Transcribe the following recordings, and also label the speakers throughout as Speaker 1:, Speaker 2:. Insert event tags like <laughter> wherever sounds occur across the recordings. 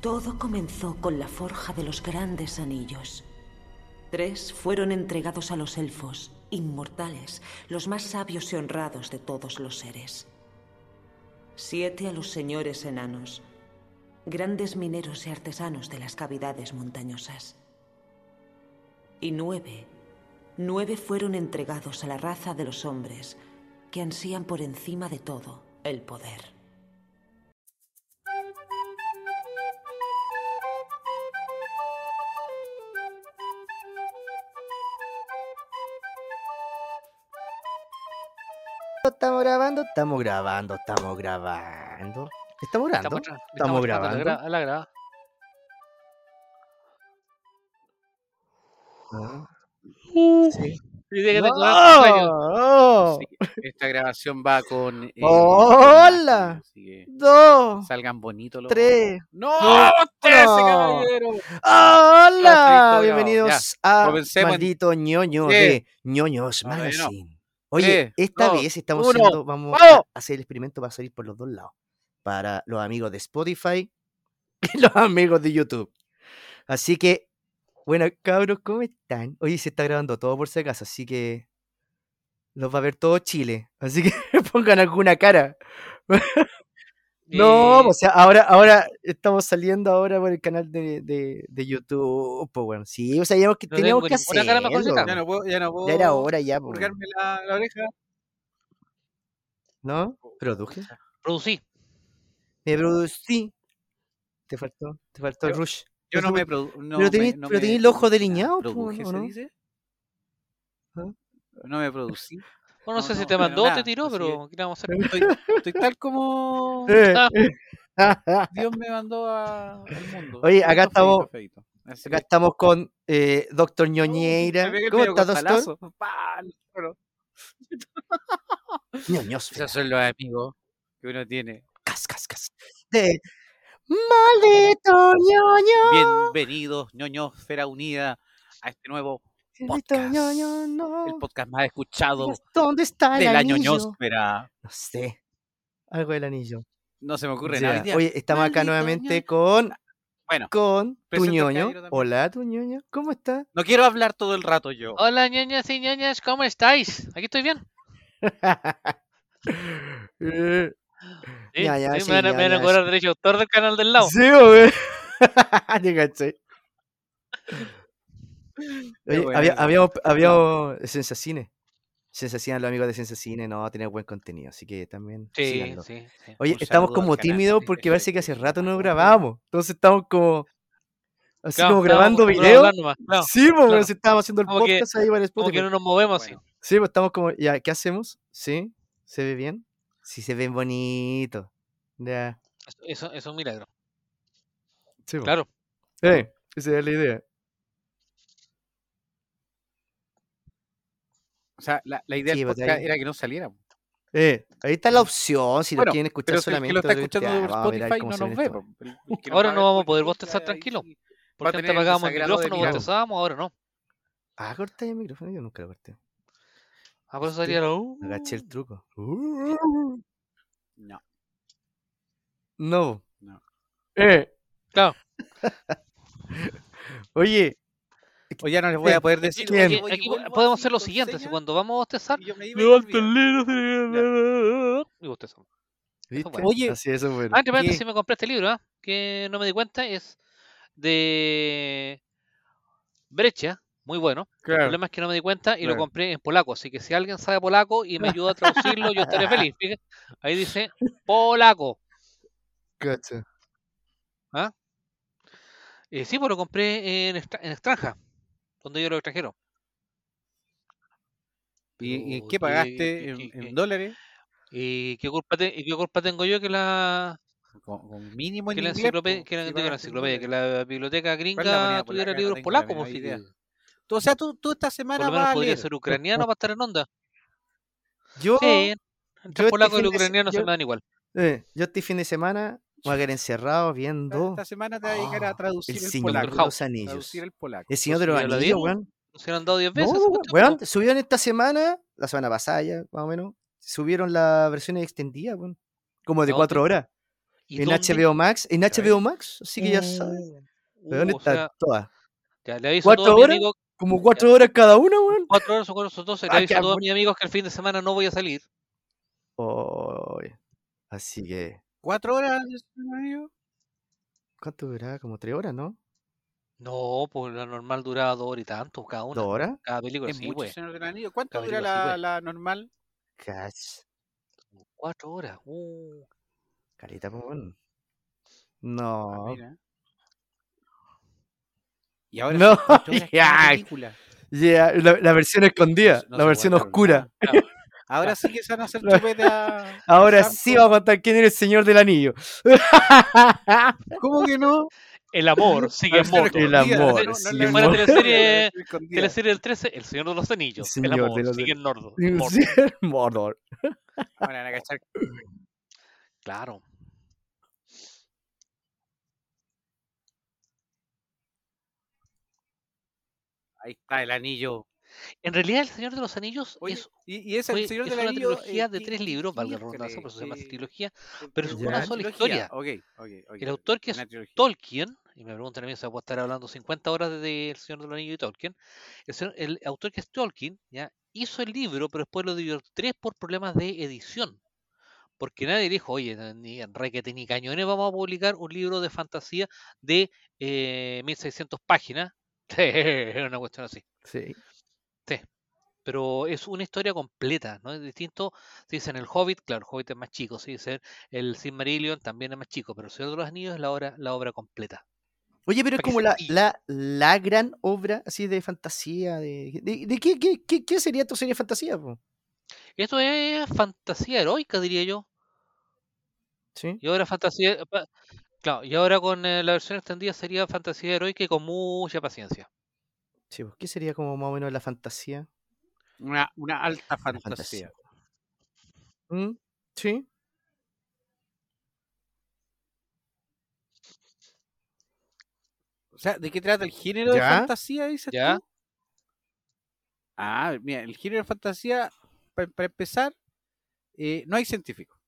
Speaker 1: Todo comenzó con la forja de los grandes anillos. Tres fueron entregados a los elfos, inmortales, los más sabios y honrados de todos los seres. Siete a los señores enanos, grandes mineros y artesanos de las cavidades montañosas. Y nueve, nueve fueron entregados a la raza de los hombres, que ansían por encima de todo el poder.
Speaker 2: Estamos grabando, estamos grabando, estamos grabando. Estamos grabando.
Speaker 3: tra-
Speaker 2: Estamos
Speaker 3: entrando a la
Speaker 2: grabando.
Speaker 3: gra- a la grada.
Speaker 2: Ah. Sí.
Speaker 3: Dice que tengo dos años.
Speaker 2: ¡No!
Speaker 3: Así que Esta grabación va con. eh,
Speaker 2: ¡Hola!
Speaker 3: así que
Speaker 2: ¡Dos!
Speaker 3: Salgan bonitos los.
Speaker 2: ¡Tres!
Speaker 3: ¡No!
Speaker 2: ¡No!
Speaker 3: ¡Trece,
Speaker 2: ¡No!
Speaker 3: caballero!
Speaker 2: ¡Hola!
Speaker 3: grabado,
Speaker 2: Bienvenidos a
Speaker 3: Comencemos.
Speaker 2: Maldito ñoño
Speaker 3: Sí.
Speaker 2: de ñoños
Speaker 3: No, todavía no.
Speaker 2: Magazine. Oye,
Speaker 3: Tres,
Speaker 2: esta
Speaker 3: dos,
Speaker 2: vez estamos
Speaker 3: uno.
Speaker 2: haciendo, vamos a
Speaker 3: ¡Vamos!
Speaker 2: hacer el experimento, va a salir por los dos lados. Para los amigos de Spotify <laughs> y los amigos de YouTube. Así que, bueno, cabros, ¿cómo están? Oye, se está grabando todo por si acaso, así que los va a ver todo Chile. Así que <laughs> pongan alguna cara. No, pues,
Speaker 3: Eh,
Speaker 2: o sea, ahora, ahora estamos saliendo ahora por el canal de, de, de YouTube, pues bueno, sí, o sea, ya que
Speaker 3: No
Speaker 2: teníamos
Speaker 3: tengo
Speaker 2: que
Speaker 3: ninguna cara mejorcita.
Speaker 2: hacerlo,
Speaker 3: Ya no
Speaker 4: puedo, ya no puedo.
Speaker 2: ya era hora ya, pues, bueno,
Speaker 4: Purgarme la, la oreja.
Speaker 2: ¿no? Produje,
Speaker 3: Producí.
Speaker 2: me producí, te faltó, te faltó el
Speaker 3: Yo-
Speaker 2: rush, <laughs>
Speaker 3: Yo
Speaker 2: Pero
Speaker 3: no me produ- no
Speaker 2: pero
Speaker 3: me-
Speaker 2: tenés-
Speaker 3: no
Speaker 2: pero
Speaker 3: me
Speaker 2: tenés el ojo
Speaker 3: producí
Speaker 2: delineado,
Speaker 3: nada.
Speaker 2: po,
Speaker 3: Produje,
Speaker 2: ¿o
Speaker 3: se
Speaker 2: no?
Speaker 3: dice.
Speaker 2: ¿Ah?
Speaker 3: No me producí.
Speaker 5: Bueno, no, pues
Speaker 3: No,
Speaker 5: sé si
Speaker 3: no,
Speaker 5: te
Speaker 3: pero
Speaker 5: mandó
Speaker 3: nada,
Speaker 5: te tiró,
Speaker 3: así
Speaker 5: pero ¿qué le vamos a hacer?
Speaker 3: Estoy, estoy tal como
Speaker 2: Eh,
Speaker 5: Ah,
Speaker 3: Dios me mandó a- al mundo.
Speaker 2: Oye, acá
Speaker 3: Feíto,
Speaker 2: estamos-
Speaker 3: feíto, feíto. Así
Speaker 2: acá
Speaker 3: que-
Speaker 2: estamos con eh, Doctor
Speaker 3: Uh,
Speaker 2: Ñoñeira,
Speaker 3: me pegué el
Speaker 2: ¿cómo
Speaker 3: medio
Speaker 2: estás, Doctor?
Speaker 3: costalazo. Pa, al toro.
Speaker 2: Ñoños,
Speaker 3: Esos son los amigos que uno tiene.
Speaker 2: cas, cas, cas, de Maldito Ñoño,
Speaker 3: Bienvenidos, ñoños, Fera Unida, a este nuevo,
Speaker 2: Maldito
Speaker 3: podcast.
Speaker 2: Ñoño, no,
Speaker 3: el podcast más escuchado
Speaker 2: ¿dónde está
Speaker 3: de
Speaker 2: el
Speaker 3: la
Speaker 2: Ah. anillo?
Speaker 3: ñoñosfera.
Speaker 2: No sé. Algo del anillo.
Speaker 3: No se me ocurre
Speaker 2: Ya,
Speaker 3: nada. hoy día.
Speaker 2: Oye, estamos acá
Speaker 3: Maldito
Speaker 2: nuevamente
Speaker 3: ñoño.
Speaker 2: con,
Speaker 3: Bueno,
Speaker 2: con tu
Speaker 3: presento al
Speaker 2: ñoño.
Speaker 3: caballero también.
Speaker 2: Hola, tu ñoño. ¿Cómo estás?
Speaker 3: no quiero hablar todo el rato
Speaker 2: Oh.
Speaker 3: yo.
Speaker 5: Hola ñoñas y ñoñas, ¿cómo estáis? Aquí estoy bien.
Speaker 2: Eh,
Speaker 5: Sí,
Speaker 2: Ya, ya,
Speaker 5: sí,
Speaker 2: sí,
Speaker 5: me van a,
Speaker 2: ya,
Speaker 5: me van a
Speaker 2: ya,
Speaker 5: cobrar derecho de autor del canal del lado.
Speaker 2: sí, <laughs> güey. Te caché. Oye,
Speaker 3: buena
Speaker 2: había,
Speaker 3: esa.
Speaker 2: habíamos, habíamos Sensacine. Sensacine, los amigos de Sensacine, no, tiene buen contenido, así que también
Speaker 5: Sí,
Speaker 2: síganlo.
Speaker 5: sí, sí.
Speaker 2: Oye,
Speaker 3: Un
Speaker 2: estamos
Speaker 3: saludo al
Speaker 2: como
Speaker 3: canal
Speaker 2: tímidos
Speaker 3: de
Speaker 2: porque parece que hace
Speaker 3: Sensacine.
Speaker 2: rato no grabábamos. Entonces estamos como así
Speaker 5: Claro,
Speaker 2: como
Speaker 5: claro,
Speaker 2: grabando
Speaker 5: vamos a
Speaker 2: videos.
Speaker 5: hablar nomás, claro.
Speaker 2: sí, pues,
Speaker 5: claro.
Speaker 2: si estábamos haciendo el
Speaker 5: Como que-
Speaker 2: podcast ahí para
Speaker 5: Como
Speaker 2: Spotify.
Speaker 5: que no nos movemos así.
Speaker 3: Bueno,
Speaker 2: Sí, pues estamos como, ya, ¿qué hacemos? Sí, ¿se ve bien? Sí, se ven bonito. Ya.
Speaker 5: Eso, eso es un milagro.
Speaker 2: Sí, pues.
Speaker 5: Claro.
Speaker 2: Eh, esa es la idea.
Speaker 3: o sea, la, la idea
Speaker 2: Sí,
Speaker 3: del
Speaker 2: porque
Speaker 3: podcast
Speaker 2: ahí-
Speaker 3: era que no saliera.
Speaker 2: Eh, ahí está la opción, si
Speaker 3: Bueno,
Speaker 2: lo quieren escuchar
Speaker 3: Pero si el
Speaker 2: solamente.
Speaker 3: que lo está
Speaker 2: otro-
Speaker 3: escuchando
Speaker 2: ya,
Speaker 3: por
Speaker 2: vamos a ver ahí
Speaker 3: Spotify
Speaker 2: cómo
Speaker 3: no
Speaker 2: se
Speaker 3: nos
Speaker 2: ven
Speaker 3: ve.
Speaker 2: esto.
Speaker 3: po. El que
Speaker 5: Ahora
Speaker 3: va a
Speaker 5: no
Speaker 3: ver
Speaker 5: vamos a
Speaker 3: por
Speaker 5: poder
Speaker 3: YouTube
Speaker 5: bostezar
Speaker 3: ya, ahí
Speaker 5: tranquilo.
Speaker 3: sí. Va a
Speaker 5: Porque antes
Speaker 3: tener el
Speaker 5: apagábamos el
Speaker 3: desagrado de
Speaker 5: micrófono,
Speaker 3: mirar.
Speaker 5: bostezábamos, ahora no.
Speaker 2: Ah, corta el micrófono, yo nunca lo corté.
Speaker 5: Ah, por eso Uh.
Speaker 2: Hostia,
Speaker 5: salía la
Speaker 2: Agaché
Speaker 5: Mm.
Speaker 2: el truco.
Speaker 3: No.
Speaker 2: No.
Speaker 3: No.
Speaker 2: Eh.
Speaker 5: Claro.
Speaker 2: <laughs> Oye,
Speaker 3: O ya no les voy a poder decir.
Speaker 2: ¿quién?
Speaker 3: oye,
Speaker 5: Aquí,
Speaker 3: oye,
Speaker 5: aquí
Speaker 3: vuelvo
Speaker 5: podemos
Speaker 3: así
Speaker 5: hacer lo
Speaker 3: con
Speaker 5: siguiente, si
Speaker 3: señas,
Speaker 5: cuando vamos a bostezar,
Speaker 3: y yo me iba y
Speaker 5: levanta
Speaker 3: volvía.
Speaker 5: el libro de- y bostezamos.
Speaker 2: ¿viste?
Speaker 5: bueno.
Speaker 3: Oye,
Speaker 2: Así, eso es bueno.
Speaker 5: Ah, entre paréntesis,
Speaker 3: que-
Speaker 5: me compré este libro, ¿ah? que no me di cuenta, es de Brecha, muy bueno. El
Speaker 3: Claro.
Speaker 5: problema es que no me di cuenta y
Speaker 3: Claro.
Speaker 5: lo compré en polaco, así que si alguien sabe polaco y me ayuda a traducirlo, yo estaré
Speaker 3: <laughs>
Speaker 5: feliz. Fíjate, Ahí dice polaco.
Speaker 2: Cacha.
Speaker 5: Eh, sí, pues lo compré en, extra- en Extranja, donde yo lo extranjero.
Speaker 3: ¿Y, y
Speaker 5: Pero,
Speaker 3: qué
Speaker 5: ¿qué-
Speaker 3: pagaste
Speaker 5: qué-
Speaker 3: en,
Speaker 5: Oh, qué-
Speaker 3: en
Speaker 5: qué?
Speaker 3: dólares?
Speaker 5: ¿Y qué culpa, te- y qué culpa tengo yo que la,
Speaker 3: Con, con mínimo en
Speaker 5: que la,
Speaker 3: inglés, po,
Speaker 5: enciclopedia, que,
Speaker 3: si
Speaker 5: la, digo, la
Speaker 3: pagaste en
Speaker 5: enciclopedia, que
Speaker 3: dólares.
Speaker 5: la biblioteca
Speaker 3: moneda
Speaker 5: gringa tuviera
Speaker 3: polaca? No tengo
Speaker 5: libros
Speaker 3: la
Speaker 5: polacos?
Speaker 3: menor
Speaker 5: Pues,
Speaker 3: idea.
Speaker 2: Ah,
Speaker 5: Fidel.
Speaker 3: Tú- O sea, tú, tú esta
Speaker 5: por
Speaker 3: semana
Speaker 5: lo menos
Speaker 3: vas a
Speaker 5: podría
Speaker 3: leer.
Speaker 5: ser ucraniano para estar en onda.
Speaker 2: Yo.
Speaker 5: Sí, entre
Speaker 2: yo
Speaker 5: el
Speaker 2: este
Speaker 5: polaco y
Speaker 2: fin de
Speaker 5: el
Speaker 2: se-
Speaker 5: ucraniano se
Speaker 2: yo-
Speaker 5: me dan igual.
Speaker 2: Eh, yo este fin de semana me voy a quedar encerrado
Speaker 3: Esta,
Speaker 2: viendo
Speaker 3: esta semana te vas a dedicar a
Speaker 2: Ah,
Speaker 3: traducir
Speaker 2: El
Speaker 3: el,
Speaker 2: Señor de
Speaker 3: polaco.
Speaker 5: House.
Speaker 2: los Anillos.
Speaker 3: Traducir el polaco.
Speaker 2: El Señor de los
Speaker 5: ¿Ya lo
Speaker 2: Anillos,
Speaker 5: vieron?
Speaker 2: weón.
Speaker 5: No se lo han dado 10
Speaker 2: No,
Speaker 5: veces. esa cuestión,
Speaker 2: weón,
Speaker 5: po.
Speaker 2: subieron esta semana, la semana pasada ya, más o menos. Subieron las versiones extendidas, weón. Como de
Speaker 5: No,
Speaker 2: cuatro horas.
Speaker 5: ¿Y
Speaker 2: En
Speaker 5: dónde?
Speaker 2: HBO Max, en HBO Max, así que ya sabes.
Speaker 5: Uh,
Speaker 2: Weón,
Speaker 5: uh, o
Speaker 2: están
Speaker 5: sea,
Speaker 2: todas.
Speaker 5: ya le aviso a
Speaker 2: ¿cuatro
Speaker 5: todos mis
Speaker 2: horas?
Speaker 5: amigos,
Speaker 2: Como cuatro horas cada una, weón.
Speaker 5: cuatro horas o cuatro o doce, le
Speaker 2: Ah,
Speaker 5: aviso
Speaker 2: qué
Speaker 5: a todos
Speaker 2: amor.
Speaker 5: mis amigos que el fin de semana no voy a salir.
Speaker 2: Oy. Oh, Así que,
Speaker 3: ¿Cuatro horas de sueño?
Speaker 2: ¿cuánto duraba? Como tres horas, ¿no?
Speaker 5: No, pues la normal duraba dos horas y tanto, cada una.
Speaker 2: ¿Dos horas?
Speaker 5: Cada película,
Speaker 3: Es
Speaker 5: sí,
Speaker 3: mucho,
Speaker 5: güey.
Speaker 3: Señor del Anillo. ¿Cuánto
Speaker 5: Caballero,
Speaker 3: dura
Speaker 5: sí,
Speaker 3: la,
Speaker 5: güey.
Speaker 3: la normal?
Speaker 2: Cach.
Speaker 5: Cuatro horas. Uh,
Speaker 2: Caleta, po, weón.
Speaker 3: Ah,
Speaker 2: No.
Speaker 3: mira. Y ahora
Speaker 2: No,
Speaker 5: <laughs>
Speaker 3: son ocho horas cada
Speaker 2: ya.
Speaker 3: película.
Speaker 2: Yeah, la, la versión escondida,
Speaker 3: No- no
Speaker 2: la
Speaker 3: se
Speaker 2: versión
Speaker 3: guardaron
Speaker 2: oscura.
Speaker 3: nada. Claro. Ahora sí que se van a hacer chupete a- a
Speaker 2: Ahora
Speaker 3: Sam,
Speaker 2: sí
Speaker 3: po.
Speaker 2: va a contar quién era el señor del
Speaker 3: <laughs>
Speaker 2: anillo.
Speaker 3: ¿Cómo que no?
Speaker 5: el <laughs> amor sigue en
Speaker 3: Versión
Speaker 5: moto.
Speaker 2: El
Speaker 3: escondida,
Speaker 2: amor
Speaker 3: no- no- no
Speaker 2: sigue
Speaker 3: la
Speaker 2: en
Speaker 3: versión
Speaker 5: moto.
Speaker 3: escondida, la versión
Speaker 2: <laughs>
Speaker 3: escondida.
Speaker 5: Teleserie del 13, El Señor de los Anillos.
Speaker 2: Señor
Speaker 5: el
Speaker 2: de
Speaker 5: amor
Speaker 2: los
Speaker 5: sigue en Nordo.
Speaker 2: <laughs>
Speaker 5: Mordo,
Speaker 2: Sí, Mordor.
Speaker 3: Bueno, van a cachar.
Speaker 5: Claro.
Speaker 3: Ahí está el anillo.
Speaker 5: En realidad, El Señor de los Anillos
Speaker 3: Oye,
Speaker 5: es,
Speaker 3: Y, y es el
Speaker 5: fue-
Speaker 3: Señor
Speaker 5: es
Speaker 3: del
Speaker 5: una
Speaker 3: Anillo.
Speaker 5: trilogía
Speaker 3: eh,
Speaker 5: de
Speaker 3: ¿qué-
Speaker 5: tres
Speaker 3: qué
Speaker 5: libros, valga la redundancia,
Speaker 3: miércoles?
Speaker 5: por eso se llama así,
Speaker 3: Eh,
Speaker 5: trilogía. pero es
Speaker 2: una
Speaker 5: sola
Speaker 3: trilogía. Ok, ok, ok, ok,
Speaker 5: El autor que es
Speaker 3: una trilogía.
Speaker 5: Tolkien, y me preguntan a mí, se puede estar hablando 50 horas desde El Señor del Anillo y Tolkien. El, señor- el autor que es Tolkien ¿ya? hizo el libro, pero después lo dividió en tres por problemas de edición. Porque nadie dijo, oye, na- ni en requete ni cañones vamos a publicar un libro de fantasía de eh, 1600 páginas. <laughs> Era una cuestión así.
Speaker 2: Sí.
Speaker 5: Pero es una historia completa, ¿no? Es distinto. Se dice en El Hobbit, claro, El Hobbit es más chico. Se dice en El Silmarillion también es más chico. Pero El Señor de los Anillos es la obra, la obra completa.
Speaker 2: Oye, pero es
Speaker 5: Para que
Speaker 2: como
Speaker 5: se
Speaker 2: la,
Speaker 5: pille.
Speaker 2: la, la gran obra así de fantasía. ¿De, de, de qué, qué, qué, qué sería tu serie de fantasía? po?
Speaker 5: Eso es fantasía heroica, diría yo.
Speaker 2: ¿Sí?
Speaker 5: Y ahora fantasía. pa- Claro, y ahora con eh, la versión extendida sería fantasía heroica y con mucha paciencia.
Speaker 2: Sí, pues, ¿Qué sería como más o menos la fantasía?
Speaker 3: Una, una alta
Speaker 2: Una
Speaker 3: fantasía.
Speaker 2: ¿Mm? Sí.
Speaker 3: O sea, ¿de qué trata el género de
Speaker 2: ¿Ya?
Speaker 3: fantasía, dices
Speaker 5: ¿Ya?
Speaker 3: tú? Ah, mira, el género de fantasía, para, empezar, eh, no hay científico.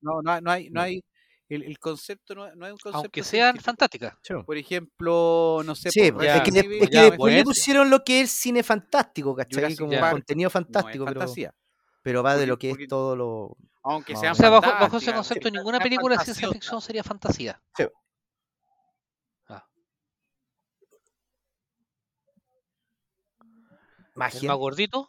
Speaker 3: No, no, no hay,
Speaker 2: No.
Speaker 3: no hay, el, el concepto no, no es un concepto
Speaker 5: Aunque sean
Speaker 3: científico.
Speaker 5: fantásticas.
Speaker 2: Sí, po.
Speaker 3: Por ejemplo, no sé,
Speaker 2: Sí,
Speaker 3: po,
Speaker 2: po,
Speaker 5: ya,
Speaker 2: es que, de-
Speaker 3: Resident Evil
Speaker 2: es que
Speaker 5: ya,
Speaker 2: después
Speaker 5: bueno,
Speaker 2: le
Speaker 5: eso.
Speaker 2: pusieron lo que es cine fantástico, ¿cachai?
Speaker 3: pues Jurassic
Speaker 2: Como
Speaker 5: Park
Speaker 2: contenido
Speaker 3: no es
Speaker 2: fantástico, pero,
Speaker 3: fantasía.
Speaker 2: pero va de
Speaker 3: porque-
Speaker 2: lo que es
Speaker 3: porque-
Speaker 2: todo lo...
Speaker 3: Aunque
Speaker 2: Más o
Speaker 3: sean
Speaker 5: O sea, bajo, bajo ese
Speaker 3: fantásticas,
Speaker 5: concepto,
Speaker 3: sean-
Speaker 5: ninguna
Speaker 3: sean
Speaker 5: película de ciencia
Speaker 3: fantasiosas.
Speaker 5: ficción sería fantasía.
Speaker 2: Sí.
Speaker 5: Ah, el
Speaker 2: Magia.
Speaker 5: más gordito,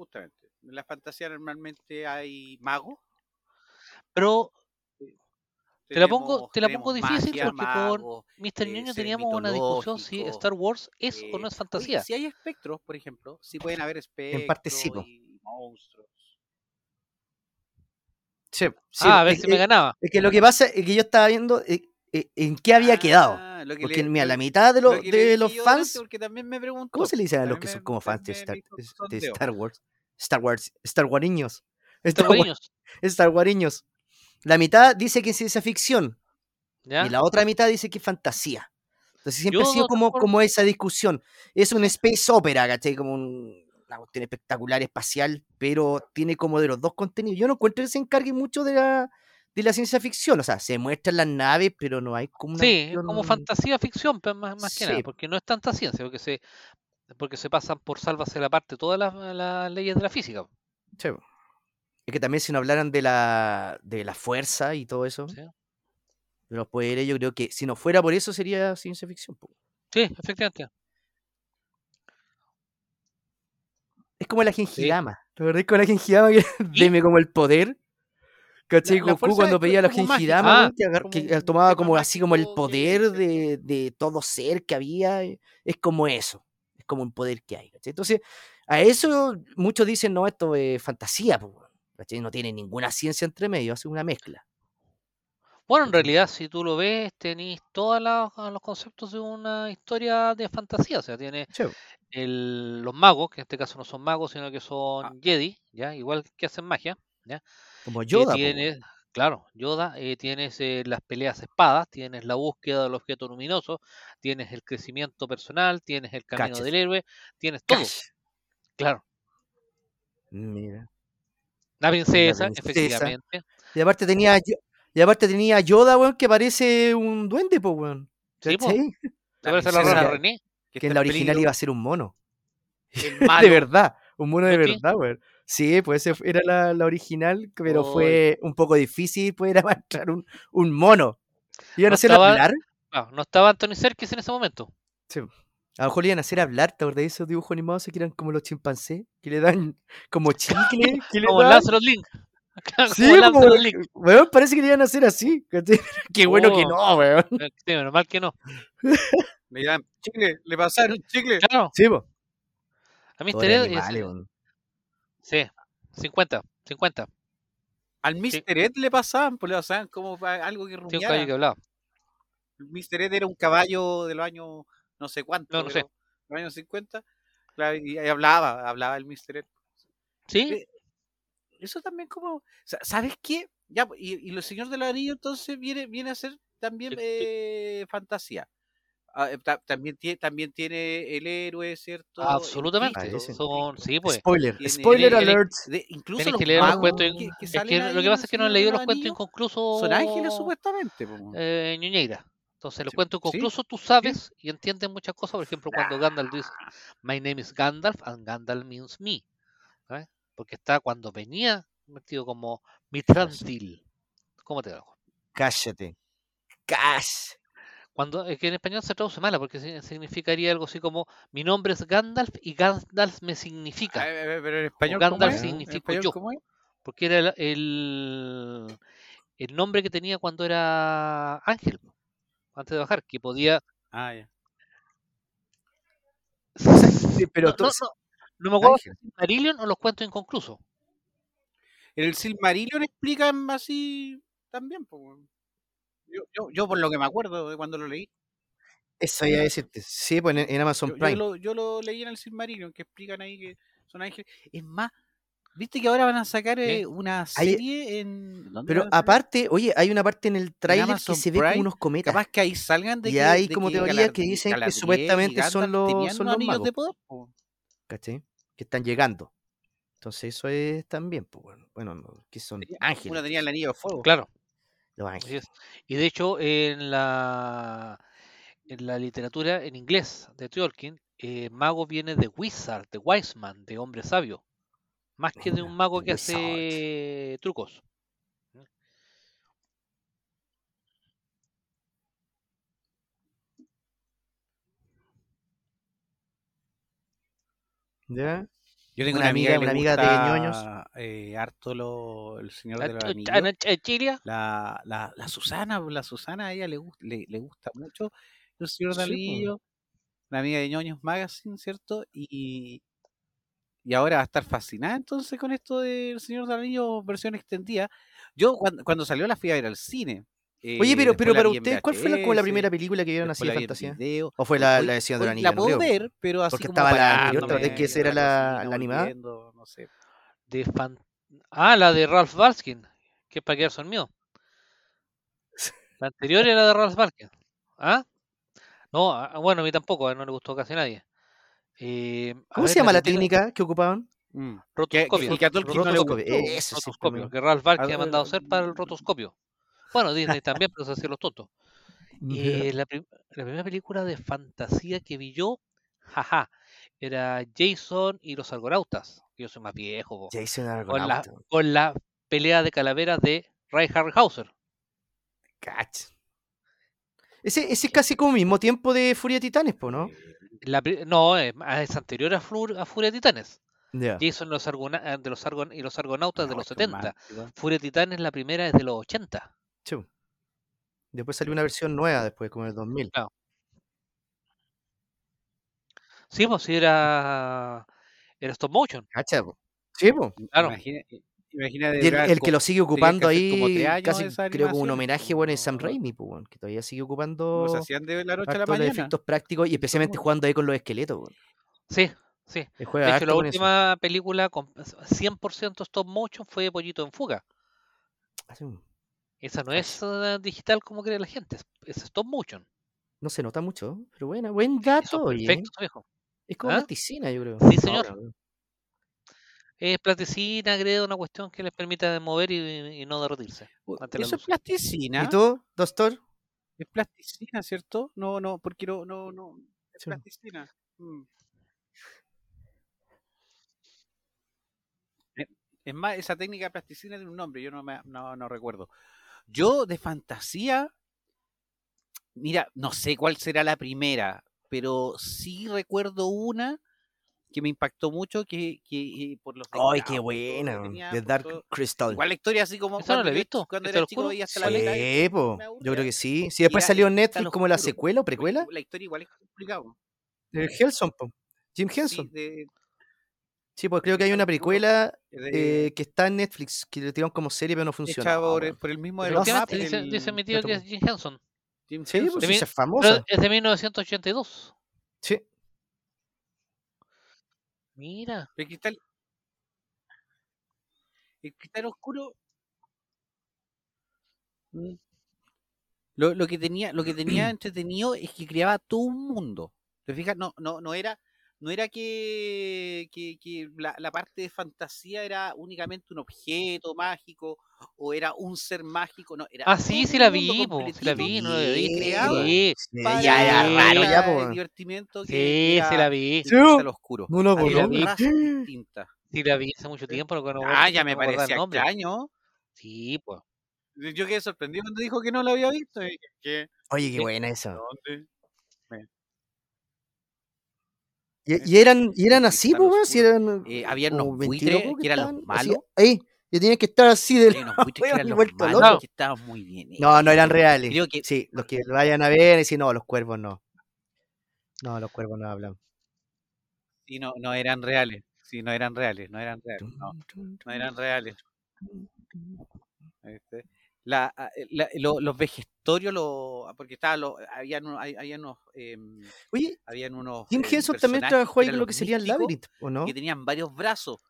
Speaker 3: Justamente. En la fantasía normalmente hay magos.
Speaker 5: pero Te la pongo-
Speaker 3: tenemos-
Speaker 5: te la pongo
Speaker 3: tenemos
Speaker 5: difícil porque con
Speaker 3: magos,
Speaker 5: Mr.
Speaker 3: Eh, ser
Speaker 5: Niño teníamos una discusión si
Speaker 3: mitológico,
Speaker 5: Star Wars es o
Speaker 3: eh,
Speaker 5: no es
Speaker 3: Oye,
Speaker 5: fantasía.
Speaker 3: Si hay espectros, por ejemplo, si pueden haber espectros
Speaker 2: parte sí, po.
Speaker 3: y monstruos.
Speaker 2: Sí, sí,
Speaker 5: ah, a ver
Speaker 2: es
Speaker 5: si me
Speaker 2: que- <laughs>
Speaker 5: ganaba.
Speaker 2: Es que lo que pasa es que yo estaba viendo eh, eh, en qué había quedado.
Speaker 3: Ah, lo que
Speaker 2: Porque
Speaker 3: le-
Speaker 2: mira,
Speaker 3: lo-
Speaker 2: la mitad de,
Speaker 3: lo
Speaker 2: los-
Speaker 3: que le
Speaker 2: de
Speaker 3: dije
Speaker 2: los
Speaker 3: yo delante,
Speaker 2: fans.
Speaker 3: Porque también me preguntó.
Speaker 2: ¿Cómo se le dice a los
Speaker 3: también
Speaker 2: que
Speaker 3: me-
Speaker 2: son como fans de
Speaker 3: también
Speaker 2: Star,
Speaker 3: hizo un
Speaker 2: de
Speaker 3: sondeo.
Speaker 2: Star Wars? Star Wars, Star Wariños.
Speaker 5: Estos
Speaker 2: Star, Wa-
Speaker 5: niños.
Speaker 2: Star Wariños. La mitad dice que es ciencia ficción
Speaker 5: ¿ya?
Speaker 2: y la otra mitad dice que es fantasía. Entonces siempre
Speaker 5: Yo,
Speaker 2: ha sido
Speaker 5: de otra
Speaker 2: como,
Speaker 5: forma-
Speaker 2: como esa discusión. Es un space opera, ¿cachai? Como un- una cuestión espectacular espacial, pero tiene como de los dos contenidos. Yo no encuentro que se encargue mucho de la, de la ciencia ficción. O sea, se muestran las naves, pero no hay como una.
Speaker 5: Sí, es como
Speaker 2: cuestión-
Speaker 5: fantasía ficción, pe- más, más que nada,
Speaker 2: Sí.
Speaker 5: porque no es tanta ciencia, porque se, porque se pasan por sálvase la parte todas las, las leyes de la física.
Speaker 2: Sí, po. Es que también si no hablaran de la, de la fuerza y todo eso,
Speaker 5: Sí.
Speaker 2: de los poderes, yo creo que si no fuera por eso sería ciencia ficción. po.
Speaker 5: Sí, efectivamente.
Speaker 2: Es como la Gengidama. ¿Te acordás con la Gengidama que <laughs> deme como el poder? ¿Cachai?
Speaker 3: La- la
Speaker 2: Goku
Speaker 3: fuerza
Speaker 2: cuando
Speaker 3: es co-
Speaker 2: pedía a los
Speaker 3: como mágica,
Speaker 2: Gengidama,
Speaker 5: ah,
Speaker 2: weón, que, agar-
Speaker 3: como
Speaker 2: que
Speaker 3: un
Speaker 2: tomaba
Speaker 3: tema
Speaker 2: como así como el
Speaker 3: mágico que-
Speaker 2: poder
Speaker 3: que-
Speaker 2: de, de todo ser que había. eh, Es como eso. Es como un poder que hay. ¿cachai? Entonces, a eso muchos dicen, no, esto es fantasía. po, weón", ¿cachai? No tiene ninguna ciencia entre medio, hace una mezcla.
Speaker 5: Bueno, en
Speaker 2: Ujú.
Speaker 5: realidad, si tú lo ves, tenéis todos los conceptos de una historia de fantasía. O sea, tiene
Speaker 2: Sí, po.
Speaker 5: el- los magos, que en este caso no son magos, sino que son
Speaker 2: Ah.
Speaker 5: Jedi, ¿ya? Igual que hacen magia.
Speaker 2: Como
Speaker 5: que
Speaker 2: Yoda. po, weón.
Speaker 5: tienes, claro, Yoda, eh, tienes eh, las peleas de espadas, tienes la búsqueda del objeto luminoso, tienes el crecimiento personal, tienes el camino
Speaker 2: Cachas.
Speaker 5: del héroe, tienes todo,
Speaker 2: Cash.
Speaker 5: claro.
Speaker 2: Mira.
Speaker 5: La princesa,
Speaker 2: princesa.
Speaker 5: efectivamente.
Speaker 2: Y aparte tenía, a Yo- y aparte tenía a Yoda, weón, que parece un duende, po, weón.
Speaker 5: Sí, po.
Speaker 2: ¿Cachai?
Speaker 5: ¿Te parece la
Speaker 3: princesa
Speaker 5: rana
Speaker 2: que-
Speaker 5: René?
Speaker 2: Que en la original iba a ser un mono.
Speaker 5: Malo.
Speaker 2: <laughs> De verdad, un mono de
Speaker 5: ¿Cachai?
Speaker 2: verdad, weón. Sí, pues esa era la, la original, pero
Speaker 5: Oy.
Speaker 2: fue un poco difícil pues, poder <laughs> arrastrar un, un mono. Iban a
Speaker 5: No
Speaker 2: hacer
Speaker 5: estaba-
Speaker 2: hablar.
Speaker 5: Ah, no estaba Anthony Serkis en ese momento.
Speaker 2: A lo mejor le iban a hacer hablar, ¿te acordás de esos dibujos animados que eran como los chimpancés? Que le dan como chicle,
Speaker 5: <laughs>
Speaker 2: que le
Speaker 5: Como
Speaker 2: dan...
Speaker 5: Lazarus Link. <laughs> Claro,
Speaker 2: Sí,
Speaker 5: como Lazarus
Speaker 2: weón,
Speaker 5: Link.
Speaker 2: weón, parece que le iban a hacer así. ¿cachai? <laughs> Qué bueno que
Speaker 5: Oh.
Speaker 2: no, weón.
Speaker 5: Eh, Sí, menos mal que no.
Speaker 3: Le dan chicle,
Speaker 2: <laughs>
Speaker 3: le pasaron chicle.
Speaker 5: Claro,
Speaker 2: Sí, po.
Speaker 5: a mí
Speaker 2: Pobre
Speaker 5: Ed
Speaker 2: animal,
Speaker 5: es-
Speaker 2: weón.
Speaker 5: Sí, 50, 50.
Speaker 3: Al Mr. Ed le pasaban, pues le pasaban como pa- algo que
Speaker 5: Sí, un
Speaker 3: rumiara.
Speaker 5: caballo que hablaba.
Speaker 3: El Mr. Ed era un caballo de los años no sé cuánto,
Speaker 5: No, no sé.
Speaker 3: pero los años 50. claro, y, y hablaba, hablaba el Mr. Ed.
Speaker 5: Sí,
Speaker 3: Eso también como, sa- ¿sabes qué? Ya, pues, y, y los Señor del Anillo entonces viene, viene a ser también
Speaker 5: Sí, sí.
Speaker 3: eh, fantasía. Ah, eh, ta- también, tiene, también tiene el héroe, ¿cierto? El
Speaker 5: absolutamente.
Speaker 2: Parece.
Speaker 3: Cristo,
Speaker 5: Son, sí, pues.
Speaker 2: Spoiler,
Speaker 3: Tiene-
Speaker 2: spoiler
Speaker 5: tiene-
Speaker 2: alert.
Speaker 3: De- incluso
Speaker 5: Tienes
Speaker 3: los
Speaker 5: que leer los
Speaker 3: magos
Speaker 5: cuentos. in- es
Speaker 3: salen
Speaker 5: que
Speaker 3: ahí
Speaker 5: lo
Speaker 3: en
Speaker 5: que
Speaker 3: El
Speaker 5: pasa es que no he
Speaker 3: Señor
Speaker 5: leído
Speaker 3: de
Speaker 5: los cuentos
Speaker 3: Anillos
Speaker 5: inconclusos.
Speaker 3: Son ángeles supuestamente. po.
Speaker 5: eh, ñoñeira. Entonces, los
Speaker 3: Sí,
Speaker 5: cuentos
Speaker 3: sí,
Speaker 5: inconclusos tú sabes y entiendes muchas cosas. Por ejemplo, cuando Gandalf dice: My name is Gandalf and Gandalf means me. ¿sabes? Porque está cuando venía metido como Mitrantil. ¿Cómo te hago?
Speaker 2: Cállate. Cash.
Speaker 5: Cuando, es que en español se traduce mala porque si- significaría algo así como: Mi nombre es Gandalf y Gandalf me significa.
Speaker 3: Ah, eh, eh, pero en español,
Speaker 5: Gandalf
Speaker 3: ¿cómo es?
Speaker 5: significo
Speaker 3: ¿En español
Speaker 5: yo.
Speaker 3: cómo es?
Speaker 5: porque era el, el, el nombre que tenía cuando era Ángel, po, antes de bajar, que podía...
Speaker 3: Ah, ya.
Speaker 2: Sí, pero
Speaker 5: no, no,
Speaker 2: entonces-
Speaker 5: no, no me acuerdo si
Speaker 3: Ángel.
Speaker 5: es Marillion o los cuentos inconclusos.
Speaker 3: En el Silmarillion explican así también. po, weón. Yo, yo, yo por lo que me acuerdo de cuando lo leí.
Speaker 2: Eso iba a decirte. Sí, pues en, en Amazon
Speaker 3: Yo, yo
Speaker 2: Prime.
Speaker 3: lo, yo lo leí en el Silmarillion, que explican ahí que son ángeles. Es más, viste que ahora van a sacar
Speaker 5: ¿Qué?
Speaker 3: eh, una
Speaker 2: Hay-
Speaker 3: serie en. ¿dónde
Speaker 2: Pero
Speaker 3: van a sacar?
Speaker 2: aparte, oye, hay una parte en el tráiler que
Speaker 3: Amazon
Speaker 2: se ve como
Speaker 3: Prime,
Speaker 2: unos cometas.
Speaker 3: Capaz que ahí salgan de
Speaker 2: Y
Speaker 3: que.
Speaker 2: hay
Speaker 3: de
Speaker 2: como teorías que
Speaker 3: Galadri-
Speaker 2: dicen que
Speaker 3: Galadriel y
Speaker 2: supuestamente son
Speaker 3: Gandalf
Speaker 2: los-
Speaker 3: tenían
Speaker 2: son los
Speaker 3: anillos
Speaker 2: magos.
Speaker 3: de poder, po.
Speaker 2: ¿Cachai? Que están llegando. Entonces eso es también, pues bueno, bueno no, que son
Speaker 3: Tenía-
Speaker 2: ángeles.
Speaker 3: Uno tenía el anillo de
Speaker 2: Oh.
Speaker 3: fuego.
Speaker 5: Claro,
Speaker 2: Los
Speaker 5: así
Speaker 2: ángeles.
Speaker 5: es. Y de hecho, en la, en la literatura en inglés de Tolkien, eh, mago viene de wizard, de wise man, de hombre sabio, más que de un
Speaker 2: Mira,
Speaker 5: mago
Speaker 2: the
Speaker 5: que
Speaker 2: Ah, wizard.
Speaker 5: hace trucos.
Speaker 2: ¿Ya?
Speaker 3: Yo tengo
Speaker 2: Una
Speaker 3: una,
Speaker 2: amiga-
Speaker 3: amiga, que
Speaker 2: una
Speaker 3: le
Speaker 2: amiga de
Speaker 3: gusta, eh, harto lo- el Señor
Speaker 5: La
Speaker 3: de los
Speaker 5: chucha,
Speaker 3: Anillos.
Speaker 5: Ah, ¿no? Ch- Chile,
Speaker 3: La, la, la Susana, pues, la Susana a ella le, gust- le, le gusta mucho el Señor
Speaker 2: Sí,
Speaker 3: de los
Speaker 2: po.
Speaker 3: Anillos, una amiga de Ñoños Magazine, ¿cierto? Y, y ahora va a estar fascinada entonces con esto del Señor de los Anillos versión extendida. Yo cuando, cuando salió la fui a ver al cine.
Speaker 2: Oye,
Speaker 3: eh,
Speaker 2: pero,
Speaker 3: después
Speaker 2: pero
Speaker 3: la
Speaker 2: para
Speaker 3: vi en
Speaker 2: ustedes, ¿cuál fue la, como la
Speaker 3: VHS,
Speaker 2: primera película que vieron así
Speaker 3: después
Speaker 2: de
Speaker 3: la vi en
Speaker 2: fantasía?
Speaker 3: video,
Speaker 2: ¿O fue
Speaker 3: Hoy-
Speaker 2: la,
Speaker 3: hoy-
Speaker 2: la de Señor
Speaker 3: hoy
Speaker 2: del Anillo?
Speaker 3: La
Speaker 2: no
Speaker 3: puedo
Speaker 2: creo.
Speaker 3: ver, pero así
Speaker 2: Porque
Speaker 3: como
Speaker 2: estaba la
Speaker 3: parándome,
Speaker 2: anterior, ¿te acordás que esa era
Speaker 3: viendo
Speaker 2: la-
Speaker 3: cocina,
Speaker 2: la animada?
Speaker 3: volviendo, no sé.
Speaker 5: de fan... Ah, la de Ralph Valskin, que es para quedarse mío. La anterior era de Ralph Valskin. ¿Ah? No, ah, bueno, a mí tampoco, eh, no le gustó casi a nadie. Eh, a
Speaker 2: ¿Cómo
Speaker 5: ver,
Speaker 2: se llama la
Speaker 5: primera-
Speaker 2: técnica que ocupaban?
Speaker 3: <laughs> Mm. Que- que-
Speaker 5: Rotoscopio.
Speaker 3: y que a Tolkien no le
Speaker 2: Rotoscopio,
Speaker 3: gustó.
Speaker 2: eso,
Speaker 5: Rotoscopio,
Speaker 2: exactamente.
Speaker 5: que Ralph Valskin
Speaker 3: Al-
Speaker 5: ha mandado hacer para el rotoscopio. Bueno, Disney también, pero se hacían
Speaker 2: <laughs>
Speaker 5: los tontos. Eh, la, prim- la primera película de fantasía que vi yo, jaja, era Jason y los Argonautas. Yo soy más viejo. po.
Speaker 2: Jason
Speaker 5: con la,
Speaker 2: Argonauta.
Speaker 5: con la pelea de calaveras de Ray Harryhauser.
Speaker 2: Cach. Ese, ese es casi como mismo tiempo de Furia de Titanes, po, ¿no?
Speaker 5: La pri- no, es, ma- es anterior a, Flur- a Furia de Titanes.
Speaker 2: Ya.
Speaker 5: Jason los Argona- eh, de los Argon- y los Argonautas de
Speaker 3: No,
Speaker 5: los
Speaker 3: esto es más
Speaker 5: 70.
Speaker 3: antiguo.
Speaker 5: Furia de Titanes la primera es de los 80.
Speaker 2: Sí. Después salió una versión nueva, después, como en el 2000.
Speaker 5: Sí, pues sí, era, era stop motion.
Speaker 2: Cacha, po. Sí, po.
Speaker 3: Mm,
Speaker 5: Claro.
Speaker 3: Imagina, imagina de
Speaker 2: Y el,
Speaker 3: durar
Speaker 2: el que
Speaker 3: como-
Speaker 2: lo sigue
Speaker 3: que
Speaker 2: ocupando
Speaker 3: hacer como
Speaker 2: ahí,
Speaker 3: tres años
Speaker 2: casi creo
Speaker 3: esa
Speaker 2: como un
Speaker 3: animación,
Speaker 2: homenaje,
Speaker 3: po,
Speaker 2: bueno, es
Speaker 3: no,
Speaker 2: Sam
Speaker 3: no.
Speaker 2: Raimi, po, weón, que todavía sigue ocupando
Speaker 3: como se hacían de la noche a la
Speaker 2: harto los
Speaker 3: mañana.
Speaker 2: efectos prácticos y especialmente
Speaker 3: mundo.
Speaker 2: jugando ahí con los esqueletos, weón.
Speaker 5: Sí, sí.
Speaker 2: Él
Speaker 5: De
Speaker 2: juega
Speaker 5: hecho,
Speaker 2: harto
Speaker 5: la
Speaker 2: con eso.
Speaker 5: última película con 100% stop motion fue Pollito en Fuga.
Speaker 2: Así, mm,
Speaker 5: Esa no
Speaker 2: Ay.
Speaker 5: es eh, digital como cree la gente, es- es stop motion.
Speaker 2: No se nota mucho, pero bueno, buen
Speaker 5: Y
Speaker 3: Ah,
Speaker 2: dato,
Speaker 5: son ¿Ah?
Speaker 2: oye. ¿eh?
Speaker 5: perfectos, viejo.
Speaker 2: Es como
Speaker 5: ¿Ah?
Speaker 2: una yo creo.
Speaker 5: Sí, señor. Es plasticina, creo, una cuestión que les permita de mover y, y no derretirse.
Speaker 3: U-
Speaker 5: ante la
Speaker 3: Eso es
Speaker 5: luz.
Speaker 3: plasticina.
Speaker 2: ¿Y tú, doctor?
Speaker 3: Es plasticina, ¿cierto? No, no, porque no, no, no. Es
Speaker 2: Sí.
Speaker 3: plasticina. Mm. Eh, Es más, esa técnica de plasticina tiene un nombre, yo no, me, no, no recuerdo. Yo de fantasía, mira, no sé cuál será la primera, pero sí recuerdo una que me impactó mucho, que, que eh, por los...
Speaker 2: ¡Ay,
Speaker 3: decorados, por
Speaker 2: qué
Speaker 3: todo
Speaker 2: buena!
Speaker 3: lo que tenía,
Speaker 2: The
Speaker 3: por
Speaker 2: Dark
Speaker 3: todo.
Speaker 2: Crystal.
Speaker 3: Igual la historia así como...
Speaker 5: Esa no la
Speaker 3: cuando
Speaker 5: he
Speaker 3: yo-
Speaker 5: visto,
Speaker 3: Cuando
Speaker 5: ¿te
Speaker 3: era
Speaker 5: lo
Speaker 3: chico
Speaker 5: juro?
Speaker 3: veía
Speaker 2: Sí,
Speaker 3: hasta la mitad y
Speaker 2: po,
Speaker 3: me aburre.
Speaker 2: yo creo que sí. Si después
Speaker 3: Mira,
Speaker 2: salió en
Speaker 3: está
Speaker 2: Netflix
Speaker 3: lo
Speaker 2: como la
Speaker 3: oscuro.
Speaker 2: secuela o precuela.
Speaker 3: La historia igual es complicado.
Speaker 2: De Helson, po. Jim
Speaker 3: Sí,
Speaker 2: Henson. Sí,
Speaker 3: de-
Speaker 2: pues creo que hay
Speaker 3: está
Speaker 2: una
Speaker 3: lo oscuro.
Speaker 2: precuela
Speaker 3: de-
Speaker 2: eh, que está en Netflix, que le tiraron como serie, pero no
Speaker 3: hecha
Speaker 2: funciona.
Speaker 3: por, el- por el mismo de
Speaker 2: Pero
Speaker 3: los
Speaker 2: tiene-
Speaker 3: mapas.
Speaker 5: Efectivamente, dice, dice mi tío que es
Speaker 2: Beethoven.
Speaker 5: Jim Henson.
Speaker 3: Jim
Speaker 2: Sí,
Speaker 3: Henson.
Speaker 2: pues
Speaker 5: De
Speaker 2: sí,
Speaker 5: mil-
Speaker 2: esa es
Speaker 5: Pero
Speaker 2: famosa.
Speaker 5: es de 1982.
Speaker 2: Sí.
Speaker 5: Mira,
Speaker 3: El cristal. El cristal oscuro. Mm. Lo, lo que tenía, lo que tenía <clears throat> entretenido es que creaba todo un mundo. ¿Te fijas? No, no, no era, no era que, que- que la, la parte de fantasía era únicamente un objeto mágico o era un ser mágico. No, era
Speaker 5: Ah, sí,
Speaker 3: todo
Speaker 5: sí
Speaker 3: un
Speaker 5: la
Speaker 3: mundo
Speaker 5: vi, po, sí la
Speaker 3: completito
Speaker 5: vi, no la vi.
Speaker 3: que
Speaker 2: Sí,
Speaker 3: creaba
Speaker 5: Sí,
Speaker 2: Sí,
Speaker 3: para
Speaker 2: ya
Speaker 5: sí.
Speaker 2: era raro ya,
Speaker 3: el
Speaker 2: po.
Speaker 3: divertimiento que
Speaker 5: sí, sí
Speaker 3: era
Speaker 5: la
Speaker 3: el
Speaker 5: vi.
Speaker 2: Sí,
Speaker 3: cristal oscuro.
Speaker 2: No lo
Speaker 5: Sí, la
Speaker 3: Había
Speaker 5: vi.
Speaker 2: <gasps> voló.
Speaker 3: razas distintas.
Speaker 5: Sí la vi hace mucho tiempo. lo que no me acuerdo-
Speaker 2: pues,
Speaker 3: Ah, ya me
Speaker 5: no me acordaba el
Speaker 3: parecía
Speaker 5: nombre.
Speaker 3: extraño.
Speaker 5: Sí, pues.
Speaker 3: Yo quedé sorprendido cuando dijo que no lo había visto. Y dije, ¿Qué?
Speaker 2: Oye, qué
Speaker 5: Sí.
Speaker 2: buena esa.
Speaker 3: ¿Dónde?
Speaker 2: Y, y eran, y eran
Speaker 3: El
Speaker 2: así, pues,
Speaker 3: cristal
Speaker 2: weón, si eran.
Speaker 3: Eh, habían
Speaker 2: como
Speaker 3: unos
Speaker 2: 22
Speaker 3: buitres que eran los
Speaker 2: estaban así,
Speaker 3: malos.
Speaker 2: Ahí, y tenían que estar así de.
Speaker 3: Hay unos
Speaker 2: lado,
Speaker 3: buitres que
Speaker 2: weón,
Speaker 3: eran
Speaker 2: y
Speaker 3: los
Speaker 2: vuelto
Speaker 3: malos,
Speaker 2: loco.
Speaker 3: que estaban muy bien.
Speaker 2: No, no eran reales.
Speaker 3: Creo que-
Speaker 2: Sí, los que lo vayan a ver, y si no, los cuervos no. No, los cuervos no hablan.
Speaker 3: Sí, no, no eran reales. Sí, no eran reales, no eran reales. No, no eran reales. Este, la- a- eh, la- lo- los vejestorios, lo, ah, porque estaba, lo, habían, uno- hay- habían unos, em,
Speaker 2: Oye,
Speaker 3: habían unos
Speaker 2: Jim
Speaker 3: eh,
Speaker 2: Henson también
Speaker 3: personajes
Speaker 2: trabajó ahí
Speaker 3: eran
Speaker 2: con lo
Speaker 3: los
Speaker 2: que sería el
Speaker 3: místicos,
Speaker 2: laberinto, ¿o no?
Speaker 3: que tenían varios brazos.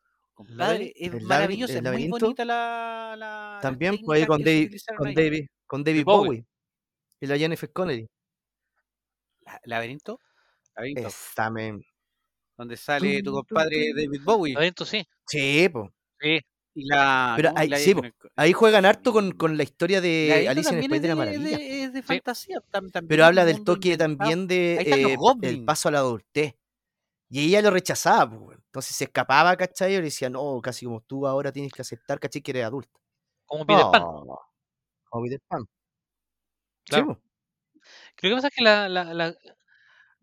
Speaker 2: Laberi-
Speaker 3: Compadre, es
Speaker 2: el laberi-
Speaker 3: maravilloso,
Speaker 2: el
Speaker 3: es muy
Speaker 2: laberinto.
Speaker 3: bonita la, la las
Speaker 2: También, pues ahí
Speaker 3: técnicas
Speaker 2: con
Speaker 3: que
Speaker 2: David,
Speaker 3: utilizaron
Speaker 2: con
Speaker 3: ahí.
Speaker 2: David, con David
Speaker 5: Bowie.
Speaker 2: Bowie y la Jennifer Connelly.
Speaker 3: La- laberinto, laberinto,
Speaker 2: Examen.
Speaker 3: donde sale tu
Speaker 2: Tum, tum,
Speaker 3: compadre
Speaker 2: tum.
Speaker 3: David Bowie
Speaker 5: Laberinto sí.
Speaker 2: Sí, pues.
Speaker 5: Sí.
Speaker 3: y la
Speaker 2: Pero
Speaker 3: ¿cómo?
Speaker 2: ahí-
Speaker 3: Y la
Speaker 2: sí, po,
Speaker 3: Jennifer Co-
Speaker 2: Ahí juegan harto con, con la historia de
Speaker 3: Laberinto
Speaker 2: Alicia en el
Speaker 3: también
Speaker 2: País
Speaker 3: es
Speaker 2: de la
Speaker 3: de,
Speaker 2: Maravilla.
Speaker 3: de- es de fantasía, tam- también
Speaker 2: pero
Speaker 3: es
Speaker 2: habla
Speaker 3: un
Speaker 2: del
Speaker 3: mundo
Speaker 2: toque
Speaker 3: inventado.
Speaker 2: también de
Speaker 3: Ahí están los
Speaker 2: eh, el
Speaker 3: goblins.
Speaker 2: paso a la adultez. Y ella lo rechazaba, pues, weón. entonces se escapaba, ¿cachai? Y le decía, no, casi como tú ahora tienes que aceptar, ¿cachai? Que eres adulta.
Speaker 5: Como Peter Pan.
Speaker 2: Oh, como Peter Pan. Sí,
Speaker 5: Claro.
Speaker 2: po.
Speaker 5: Lo que pasa es que la, la, la,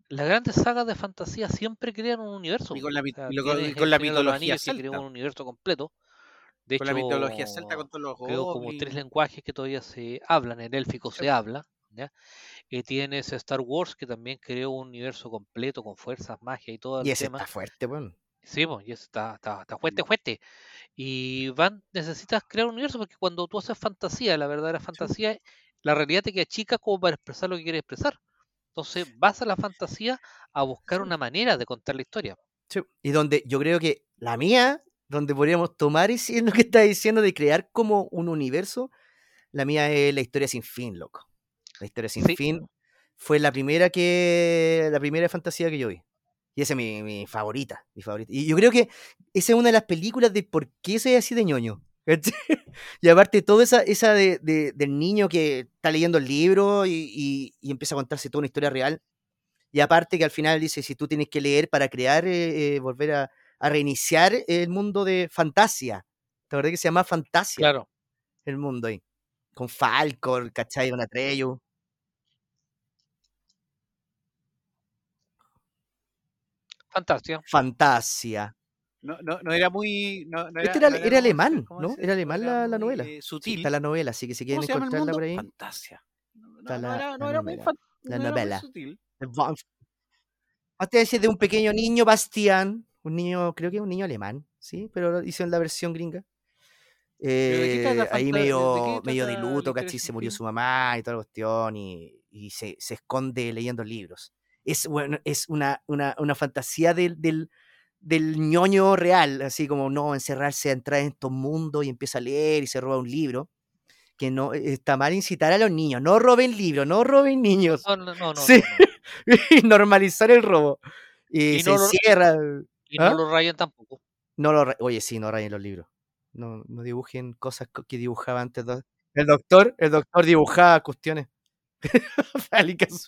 Speaker 5: las grandes sagas de fantasía siempre crean un universo.
Speaker 3: Y con la,
Speaker 5: po.
Speaker 3: mit-
Speaker 5: O sea,
Speaker 3: y lo- con-
Speaker 5: tienes
Speaker 3: con la
Speaker 5: el Señor de los
Speaker 3: mitología
Speaker 5: Anillos que
Speaker 3: celta,
Speaker 5: creó un universo completo. De
Speaker 3: con la mitología celta,
Speaker 5: hecho,
Speaker 3: con todos los
Speaker 5: creo como tres
Speaker 3: goblins.
Speaker 5: lenguajes que todavía se hablan, el élfico
Speaker 3: Sí,
Speaker 5: se habla, ¿ya? Y tienes Star Wars que también creó un universo completo con fuerzas, magia y todo
Speaker 2: Y
Speaker 5: el
Speaker 2: ese
Speaker 5: tema.
Speaker 2: está fuerte, weón.
Speaker 5: Sí, pues, y eso está, está, está fuerte,
Speaker 3: Mm.
Speaker 5: fuerte. Y van, necesitas crear un universo porque cuando tú haces fantasía, la verdadera fantasía, la realidad te queda chica como para expresar lo que quieres expresar. Entonces vas a la fantasía a buscar
Speaker 2: Sí.
Speaker 5: una manera de contar la historia.
Speaker 2: Sí, Y donde yo creo que la mía, donde podríamos tomar es en lo que está diciendo de crear como un universo, la mía es la historia sin fin, loco. La historia sin
Speaker 5: Sí.
Speaker 2: fin fue la primera que la primera fantasía que yo vi. Y esa es mi, mi favorita, mi favorita. Y yo creo que esa es una de las películas de por qué soy así de ñoño. ¿cachai? <laughs> Y aparte, toda esa, esa de, de- del niño que está leyendo el libro y, y- y empieza a contarse toda una historia real. Y aparte que al final dice, si tú tienes que leer para crear, eh, eh, volver a, a reiniciar el mundo de fantasía. ¿Te acordás que se llama fantasía?
Speaker 5: Claro.
Speaker 2: el mundo ahí. Con Falcor, ¿cachai? Con Atreyu.
Speaker 5: Fantasía.
Speaker 2: Fantasia.
Speaker 3: No, no, no era muy. No, no
Speaker 2: Este
Speaker 3: era,
Speaker 2: era,
Speaker 3: no
Speaker 2: era
Speaker 3: muy-
Speaker 2: alemán,
Speaker 3: ¿cómo
Speaker 2: ¿no?
Speaker 3: decir?
Speaker 2: Era alemán la, la
Speaker 3: muy,
Speaker 2: novela.
Speaker 3: eh,
Speaker 2: Sí,
Speaker 3: sutil.
Speaker 2: está la novela, así que si quieren
Speaker 3: ¿Cómo se llama el
Speaker 2: encontrarla
Speaker 3: mundo?
Speaker 2: por ahí.
Speaker 3: Fantasia. No, no-
Speaker 2: Está
Speaker 3: no
Speaker 2: la-
Speaker 3: era, no
Speaker 2: la
Speaker 3: era muy
Speaker 2: novela,
Speaker 3: fan-
Speaker 2: la
Speaker 3: no era muy
Speaker 2: novela.
Speaker 3: sutil.
Speaker 2: The Von- Parte es de un pequeño niño, Bastián. Un niño, creo que es un niño alemán, ¿sí? Pero lo hicieron la versión gringa.
Speaker 3: ¿Pero de qué trata
Speaker 2: Eh, ahí
Speaker 3: fanta- de- de qué
Speaker 2: medio, medio de
Speaker 3: trata la
Speaker 2: luto,
Speaker 3: historia
Speaker 2: ¿cachai?
Speaker 3: sin
Speaker 2: Se murió
Speaker 3: fin?
Speaker 2: su mamá y toda la cuestión y, y se, se esconde leyendo libros. Es, bueno, es una, una, una fantasía del, del, del ñoño real, así como no, encerrarse, entrar en estos mundos y empieza a leer y se roba un libro. Que no eh, está mal incitar a los niños, no roben libros, no roben niños.
Speaker 5: No, no, no, no, no,
Speaker 2: Sí.
Speaker 5: no.
Speaker 2: <laughs> normalizar el robo. Y,
Speaker 5: Y
Speaker 2: se
Speaker 5: no lo-
Speaker 2: encierra.
Speaker 5: Y
Speaker 2: ¿Ah?
Speaker 5: no lo rayan tampoco.
Speaker 2: No lo ra- Oye, sí, no rayen los libros. No, no dibujen cosas co- que dibujaba antes. do- El doctor, el doctor dibujaba cuestiones. <laughs> fálicas.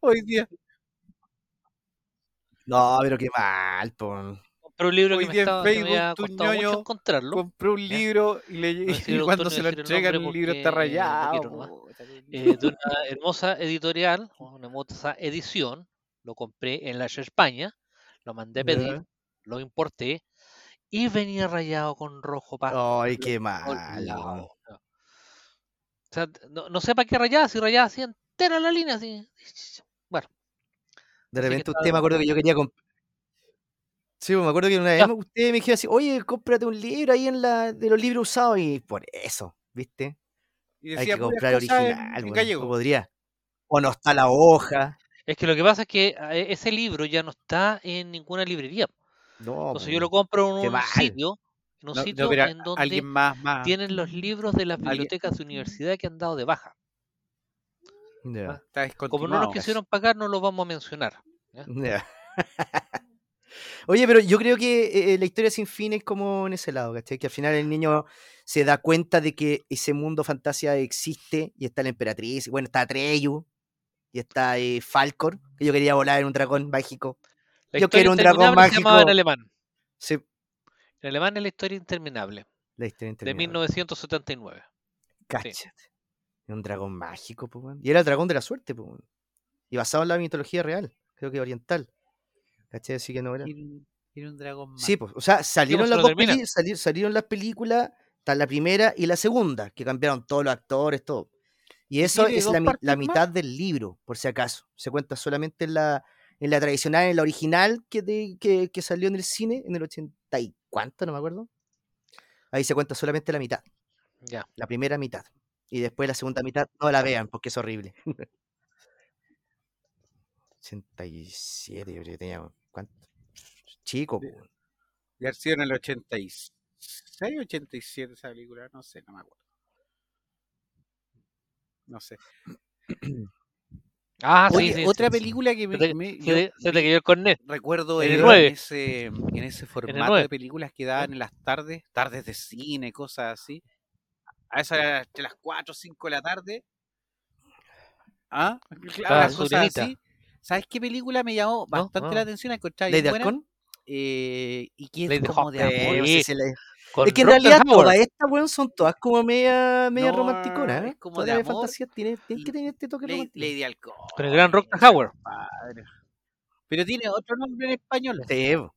Speaker 3: Hoy día,
Speaker 2: No, pero qué mal, po.
Speaker 5: Compré un libro
Speaker 3: Hoy
Speaker 5: que me,
Speaker 3: día en
Speaker 5: estaba, que me
Speaker 3: Facebook,
Speaker 5: había
Speaker 3: tu
Speaker 5: costado mucho
Speaker 3: ñoño
Speaker 5: encontrarlo.
Speaker 3: compré un
Speaker 5: ¿Ya?
Speaker 3: libro y, le-
Speaker 5: voy a
Speaker 3: <laughs>
Speaker 5: decir
Speaker 3: y
Speaker 5: el
Speaker 3: cuando
Speaker 5: autor,
Speaker 3: se lo
Speaker 5: no voy a decir el
Speaker 3: entregan, el
Speaker 5: nombre
Speaker 3: libro está
Speaker 5: porque no quiero
Speaker 3: rayado.
Speaker 5: nomás.
Speaker 3: puta,
Speaker 5: eh, de una hermosa editorial, una hermosa edición. Lo compré en la España, lo mandé a pedir,
Speaker 2: Ya.
Speaker 5: lo importé y venía rayado con rojo pasto.
Speaker 2: Ay, qué
Speaker 5: por
Speaker 3: Oh,
Speaker 2: mal.
Speaker 5: lado,
Speaker 2: weón.
Speaker 5: o sea. O sea, t- no, no sé para qué rayaba, si rayaba así entera la línea, así. Bueno,
Speaker 2: De
Speaker 5: Así que
Speaker 2: repente
Speaker 5: estaba
Speaker 2: usted me acuerdo que yo quería comp- Sí, pues, me acuerdo que una vez
Speaker 5: Ya.
Speaker 2: me- usted me dijo así, oye, cómprate un libro ahí en la de los libros usados y por eso, ¿viste?
Speaker 3: Y
Speaker 2: Hay que
Speaker 3: puras
Speaker 2: comprar
Speaker 3: cosas en-
Speaker 2: original,
Speaker 3: en
Speaker 2: weón,
Speaker 3: gallego.
Speaker 2: no podría. O no está la hoja.
Speaker 5: es que lo que pasa es que a, e- ese libro ya no está en ninguna librería.
Speaker 3: Oh,
Speaker 2: No,
Speaker 5: Entonces yo lo
Speaker 2: pues,
Speaker 5: compro en
Speaker 2: qué
Speaker 5: un
Speaker 2: mal.
Speaker 5: sitio, en
Speaker 3: No,
Speaker 5: un
Speaker 3: no,
Speaker 5: sitio
Speaker 3: pero
Speaker 5: en donde
Speaker 3: alguien más, más.
Speaker 5: tienen los libros de las
Speaker 3: Alguien-
Speaker 5: bibliotecas de universidad que han dado de baja.
Speaker 2: ya,
Speaker 3: Está
Speaker 5: Como no
Speaker 3: descontinuado.
Speaker 5: nos quisieron pagar, no los vamos a mencionar.
Speaker 2: <laughs> ya. Oye, pero yo creo que eh, la historia sin fin es como en ese lado, ¿cachai? Que al final el niño se da cuenta de que ese mundo fantasía existe y está la emperatriz, y bueno, está Atreyu y está eh, Falcor, que yo quería volar en un dragón mágico.
Speaker 5: La
Speaker 2: Yo
Speaker 5: historia
Speaker 2: quiero un dragón
Speaker 5: interminable se llamaba en
Speaker 2: mágico.
Speaker 5: alemán.
Speaker 2: Sí,
Speaker 5: En alemán es la historia interminable,
Speaker 2: la historia
Speaker 5: de
Speaker 2: interminable.
Speaker 5: 1979.
Speaker 2: Cáchate. Un dragón mágico, po, weón. Y era el dragón de la suerte, po, weón. Y basado en la mitología real, creo que oriental. ¿Cachai? Así que no
Speaker 5: <laughs>
Speaker 2: era.
Speaker 3: Tiene un dragón más.
Speaker 2: Sí, pues, o sea, salieron
Speaker 5: se
Speaker 2: las
Speaker 5: lo
Speaker 2: dos
Speaker 5: termina.
Speaker 2: películas, salieron las películas, está la primera y la segunda, que cambiaron todos los actores, todo. Y eso
Speaker 3: tiene
Speaker 2: es
Speaker 3: dos
Speaker 2: la, mi- la
Speaker 3: partes más?
Speaker 2: mitad del libro, por si acaso. Se cuenta solamente en la, en la tradicional, en la original que, de- que, que salió en el cine en el 80 y cuánto, no me acuerdo. Ahí se cuenta solamente la mitad,
Speaker 5: Ya.
Speaker 2: la primera mitad. Y después la segunda mitad no la vean porque es horrible. <laughs> 87, yo tenía cuánto. Chico,
Speaker 3: De-
Speaker 2: po.
Speaker 3: Y ha sido en el 86, 87 esa película, no sé, no me acuerdo. No sé.
Speaker 5: Ah, sí,
Speaker 3: Oye,
Speaker 5: sí, sí.
Speaker 3: otra
Speaker 2: sí.
Speaker 3: película que me,
Speaker 5: Se te-
Speaker 3: me-
Speaker 5: se
Speaker 3: yo
Speaker 5: te- se te cayó el cornet.
Speaker 3: recuerdo
Speaker 5: en el
Speaker 3: era
Speaker 5: nueve.
Speaker 3: en ese, en ese formato
Speaker 5: nueve.
Speaker 3: de películas que daban en las tardes, tardes de cine, cosas así. A esas eran entre las 4 o 5 de la tarde. Ah, claro,
Speaker 5: La
Speaker 3: las cosas
Speaker 5: sirenita.
Speaker 3: así. ¿Sabes qué película me llamó bastante
Speaker 5: no. Ah.
Speaker 3: la atención? Encontraba bien
Speaker 2: ¿Lady
Speaker 3: ah, buena,
Speaker 2: Halcón?
Speaker 3: eh, y que es
Speaker 5: Lady
Speaker 3: como de
Speaker 5: Hawkeye.
Speaker 3: amor.
Speaker 2: Eh, no
Speaker 5: Sí.
Speaker 2: sé si la-
Speaker 5: Con
Speaker 2: Es que en
Speaker 5: Rutger
Speaker 2: realidad
Speaker 5: Hauer.
Speaker 2: todas estas, weón, son todas como media, media
Speaker 3: No,
Speaker 2: romanticonas.
Speaker 3: es
Speaker 2: ¿eh?
Speaker 3: como
Speaker 2: Todas
Speaker 3: de
Speaker 2: las
Speaker 3: amor
Speaker 2: fantasías tienen, tienen
Speaker 3: y
Speaker 2: que tener este toque
Speaker 3: Lady,
Speaker 2: romántico.
Speaker 3: Lady Halcón,
Speaker 5: Con el gran Rutger
Speaker 3: esa,
Speaker 5: Hauer.
Speaker 3: compadre. Pero tiene otro nombre en español.
Speaker 2: <laughs> Sí, po.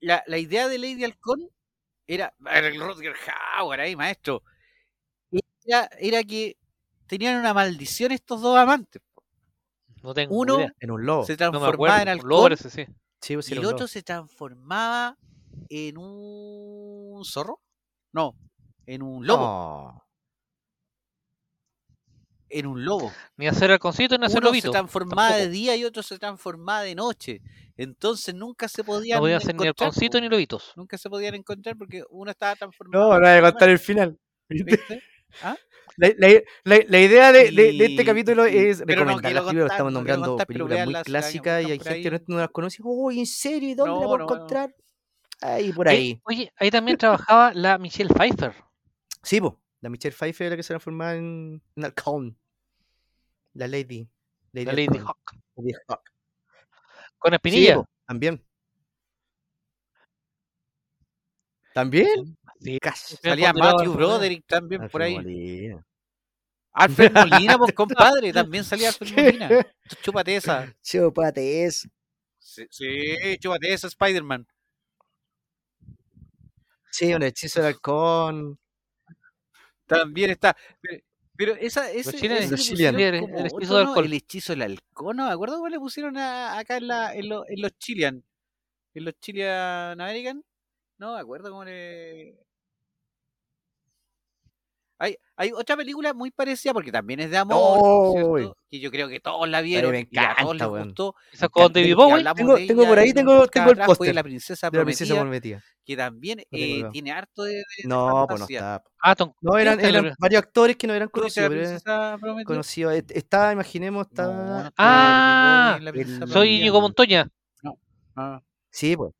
Speaker 3: La, la idea de Lady Halcón era. era el Rutger Hauer ahí, maestro. Era, era que tenían una maldición estos dos amantes.
Speaker 5: No tengo
Speaker 3: Uno
Speaker 5: idea.
Speaker 2: en un lobo.
Speaker 3: se
Speaker 5: No me
Speaker 3: transformaba
Speaker 5: acuerdo.
Speaker 3: en
Speaker 5: Lo
Speaker 3: halcón
Speaker 5: parece, sí.
Speaker 2: Sí, pues,
Speaker 3: y
Speaker 2: era
Speaker 3: el
Speaker 2: un
Speaker 3: otro
Speaker 2: lobo.
Speaker 3: se transformaba en un zorro. No, en un lobo.
Speaker 2: No.
Speaker 3: En un lobo.
Speaker 5: Ni hacer halconcito ni hacer
Speaker 3: uno se
Speaker 5: lobito.
Speaker 3: transformaba de
Speaker 5: tampoco.
Speaker 3: día y otro se transformaba de noche. Entonces nunca se
Speaker 5: No
Speaker 3: podían
Speaker 5: podía hacer ni
Speaker 3: encontrar.
Speaker 5: halconcito
Speaker 3: po.
Speaker 5: ni lobitos.
Speaker 3: Nunca se podían encontrar porque uno estaba transformado.
Speaker 2: No, no voy a contar el final.
Speaker 3: ¿viste?
Speaker 2: La, la- la- la idea de, de- de
Speaker 3: Y-
Speaker 2: este capítulo
Speaker 3: y-
Speaker 2: es
Speaker 3: pero no
Speaker 2: recomendar
Speaker 3: quiero
Speaker 2: las películas.
Speaker 3: contar,
Speaker 2: Estamos
Speaker 3: no quiero
Speaker 2: nombrando
Speaker 3: contar, pero
Speaker 2: películas muy
Speaker 3: véanlas, si la buscan
Speaker 2: clásicas y hay
Speaker 3: por
Speaker 2: gente que no,
Speaker 3: ahí.
Speaker 2: no las conoce. Oh, ¿en serio? ¿Y ¿Dónde la
Speaker 3: No,
Speaker 2: puedo
Speaker 3: no, no.
Speaker 2: encontrar? Ahí, por
Speaker 5: Oye,
Speaker 2: ahí.
Speaker 5: Eh, oye, ahí también trabajaba la Michelle Pfeiffer.
Speaker 2: Sí, po. La Michelle Pfeiffer era la que se transformaba en, en halcón. La Lady. Lady
Speaker 5: La Lady
Speaker 2: halcón.
Speaker 5: Hawk.
Speaker 2: Lady Hawk.
Speaker 5: Con
Speaker 2: Sí,
Speaker 5: espinilla.
Speaker 2: po, también. ¿También?
Speaker 5: Sí.
Speaker 2: Cash.
Speaker 5: Bien
Speaker 3: Salía
Speaker 5: ponderado,
Speaker 3: Matthew
Speaker 5: Alfredo.
Speaker 3: Broderick también por ahí.
Speaker 2: Molina.
Speaker 3: Alfred Molina, <laughs> pues compadre, también salía Alfred Molina. Tú Chúpate esa.
Speaker 2: Chúpate eso.
Speaker 3: Sí, sí, chúpate esa, Spider-Man.
Speaker 2: Sí, un hechizo de halcón.
Speaker 3: También está. Pero, pero esa, ese,
Speaker 5: chilenos.
Speaker 3: ese
Speaker 2: Los
Speaker 3: le
Speaker 2: chilenos.
Speaker 5: Sí,
Speaker 3: pusieron
Speaker 5: el- el
Speaker 3: como
Speaker 5: hechizo
Speaker 3: otro,
Speaker 5: del
Speaker 3: ¿no?
Speaker 5: alcohol.
Speaker 3: El hechizo del halcón, ¿no? ¿Me acuerdo cómo le pusieron a- acá en, la, en, lo- en los Chilean? En los Chilean American. No, me acuerdo cómo le... Hay, hay otra película muy parecida porque también es de amor,
Speaker 2: ¡Oh!
Speaker 3: ¿cierto? que yo creo que todos la vieron
Speaker 2: me
Speaker 3: y a
Speaker 2: encanta,
Speaker 3: todos les
Speaker 2: weón.
Speaker 3: gustó.
Speaker 5: Esa con
Speaker 3: También
Speaker 5: David
Speaker 3: que
Speaker 5: Bowie.
Speaker 3: hablamos
Speaker 2: Tengo-
Speaker 3: de
Speaker 2: tengo
Speaker 3: ella
Speaker 2: por ahí,
Speaker 3: en
Speaker 2: tengo-
Speaker 3: un podcast
Speaker 2: tengo el
Speaker 3: atrás, fue
Speaker 2: póster
Speaker 3: La princesa
Speaker 2: De la princesa
Speaker 3: prometida,
Speaker 2: prometida.
Speaker 3: que también
Speaker 2: No tengo
Speaker 3: eh,
Speaker 2: idea.
Speaker 3: tiene harto de, de
Speaker 2: No, pues no
Speaker 3: fantasía.
Speaker 2: estaba.
Speaker 5: Ah, Tom
Speaker 2: No, eran,
Speaker 5: Cruise,
Speaker 2: eran
Speaker 5: pero-
Speaker 2: varios actores que no eran
Speaker 3: ¿Tú viste
Speaker 2: conocidos,
Speaker 3: La
Speaker 2: pero eran
Speaker 3: princesa prometida?
Speaker 2: conocidos. Est- Estaba, imaginemos,
Speaker 3: No,
Speaker 2: estaba.
Speaker 3: no,
Speaker 5: Ah,
Speaker 3: David Bowie en La princesa
Speaker 2: el-
Speaker 5: Soy
Speaker 3: prometida.
Speaker 5: Íñigo Montoña.
Speaker 3: Ah,
Speaker 2: Sí, pues.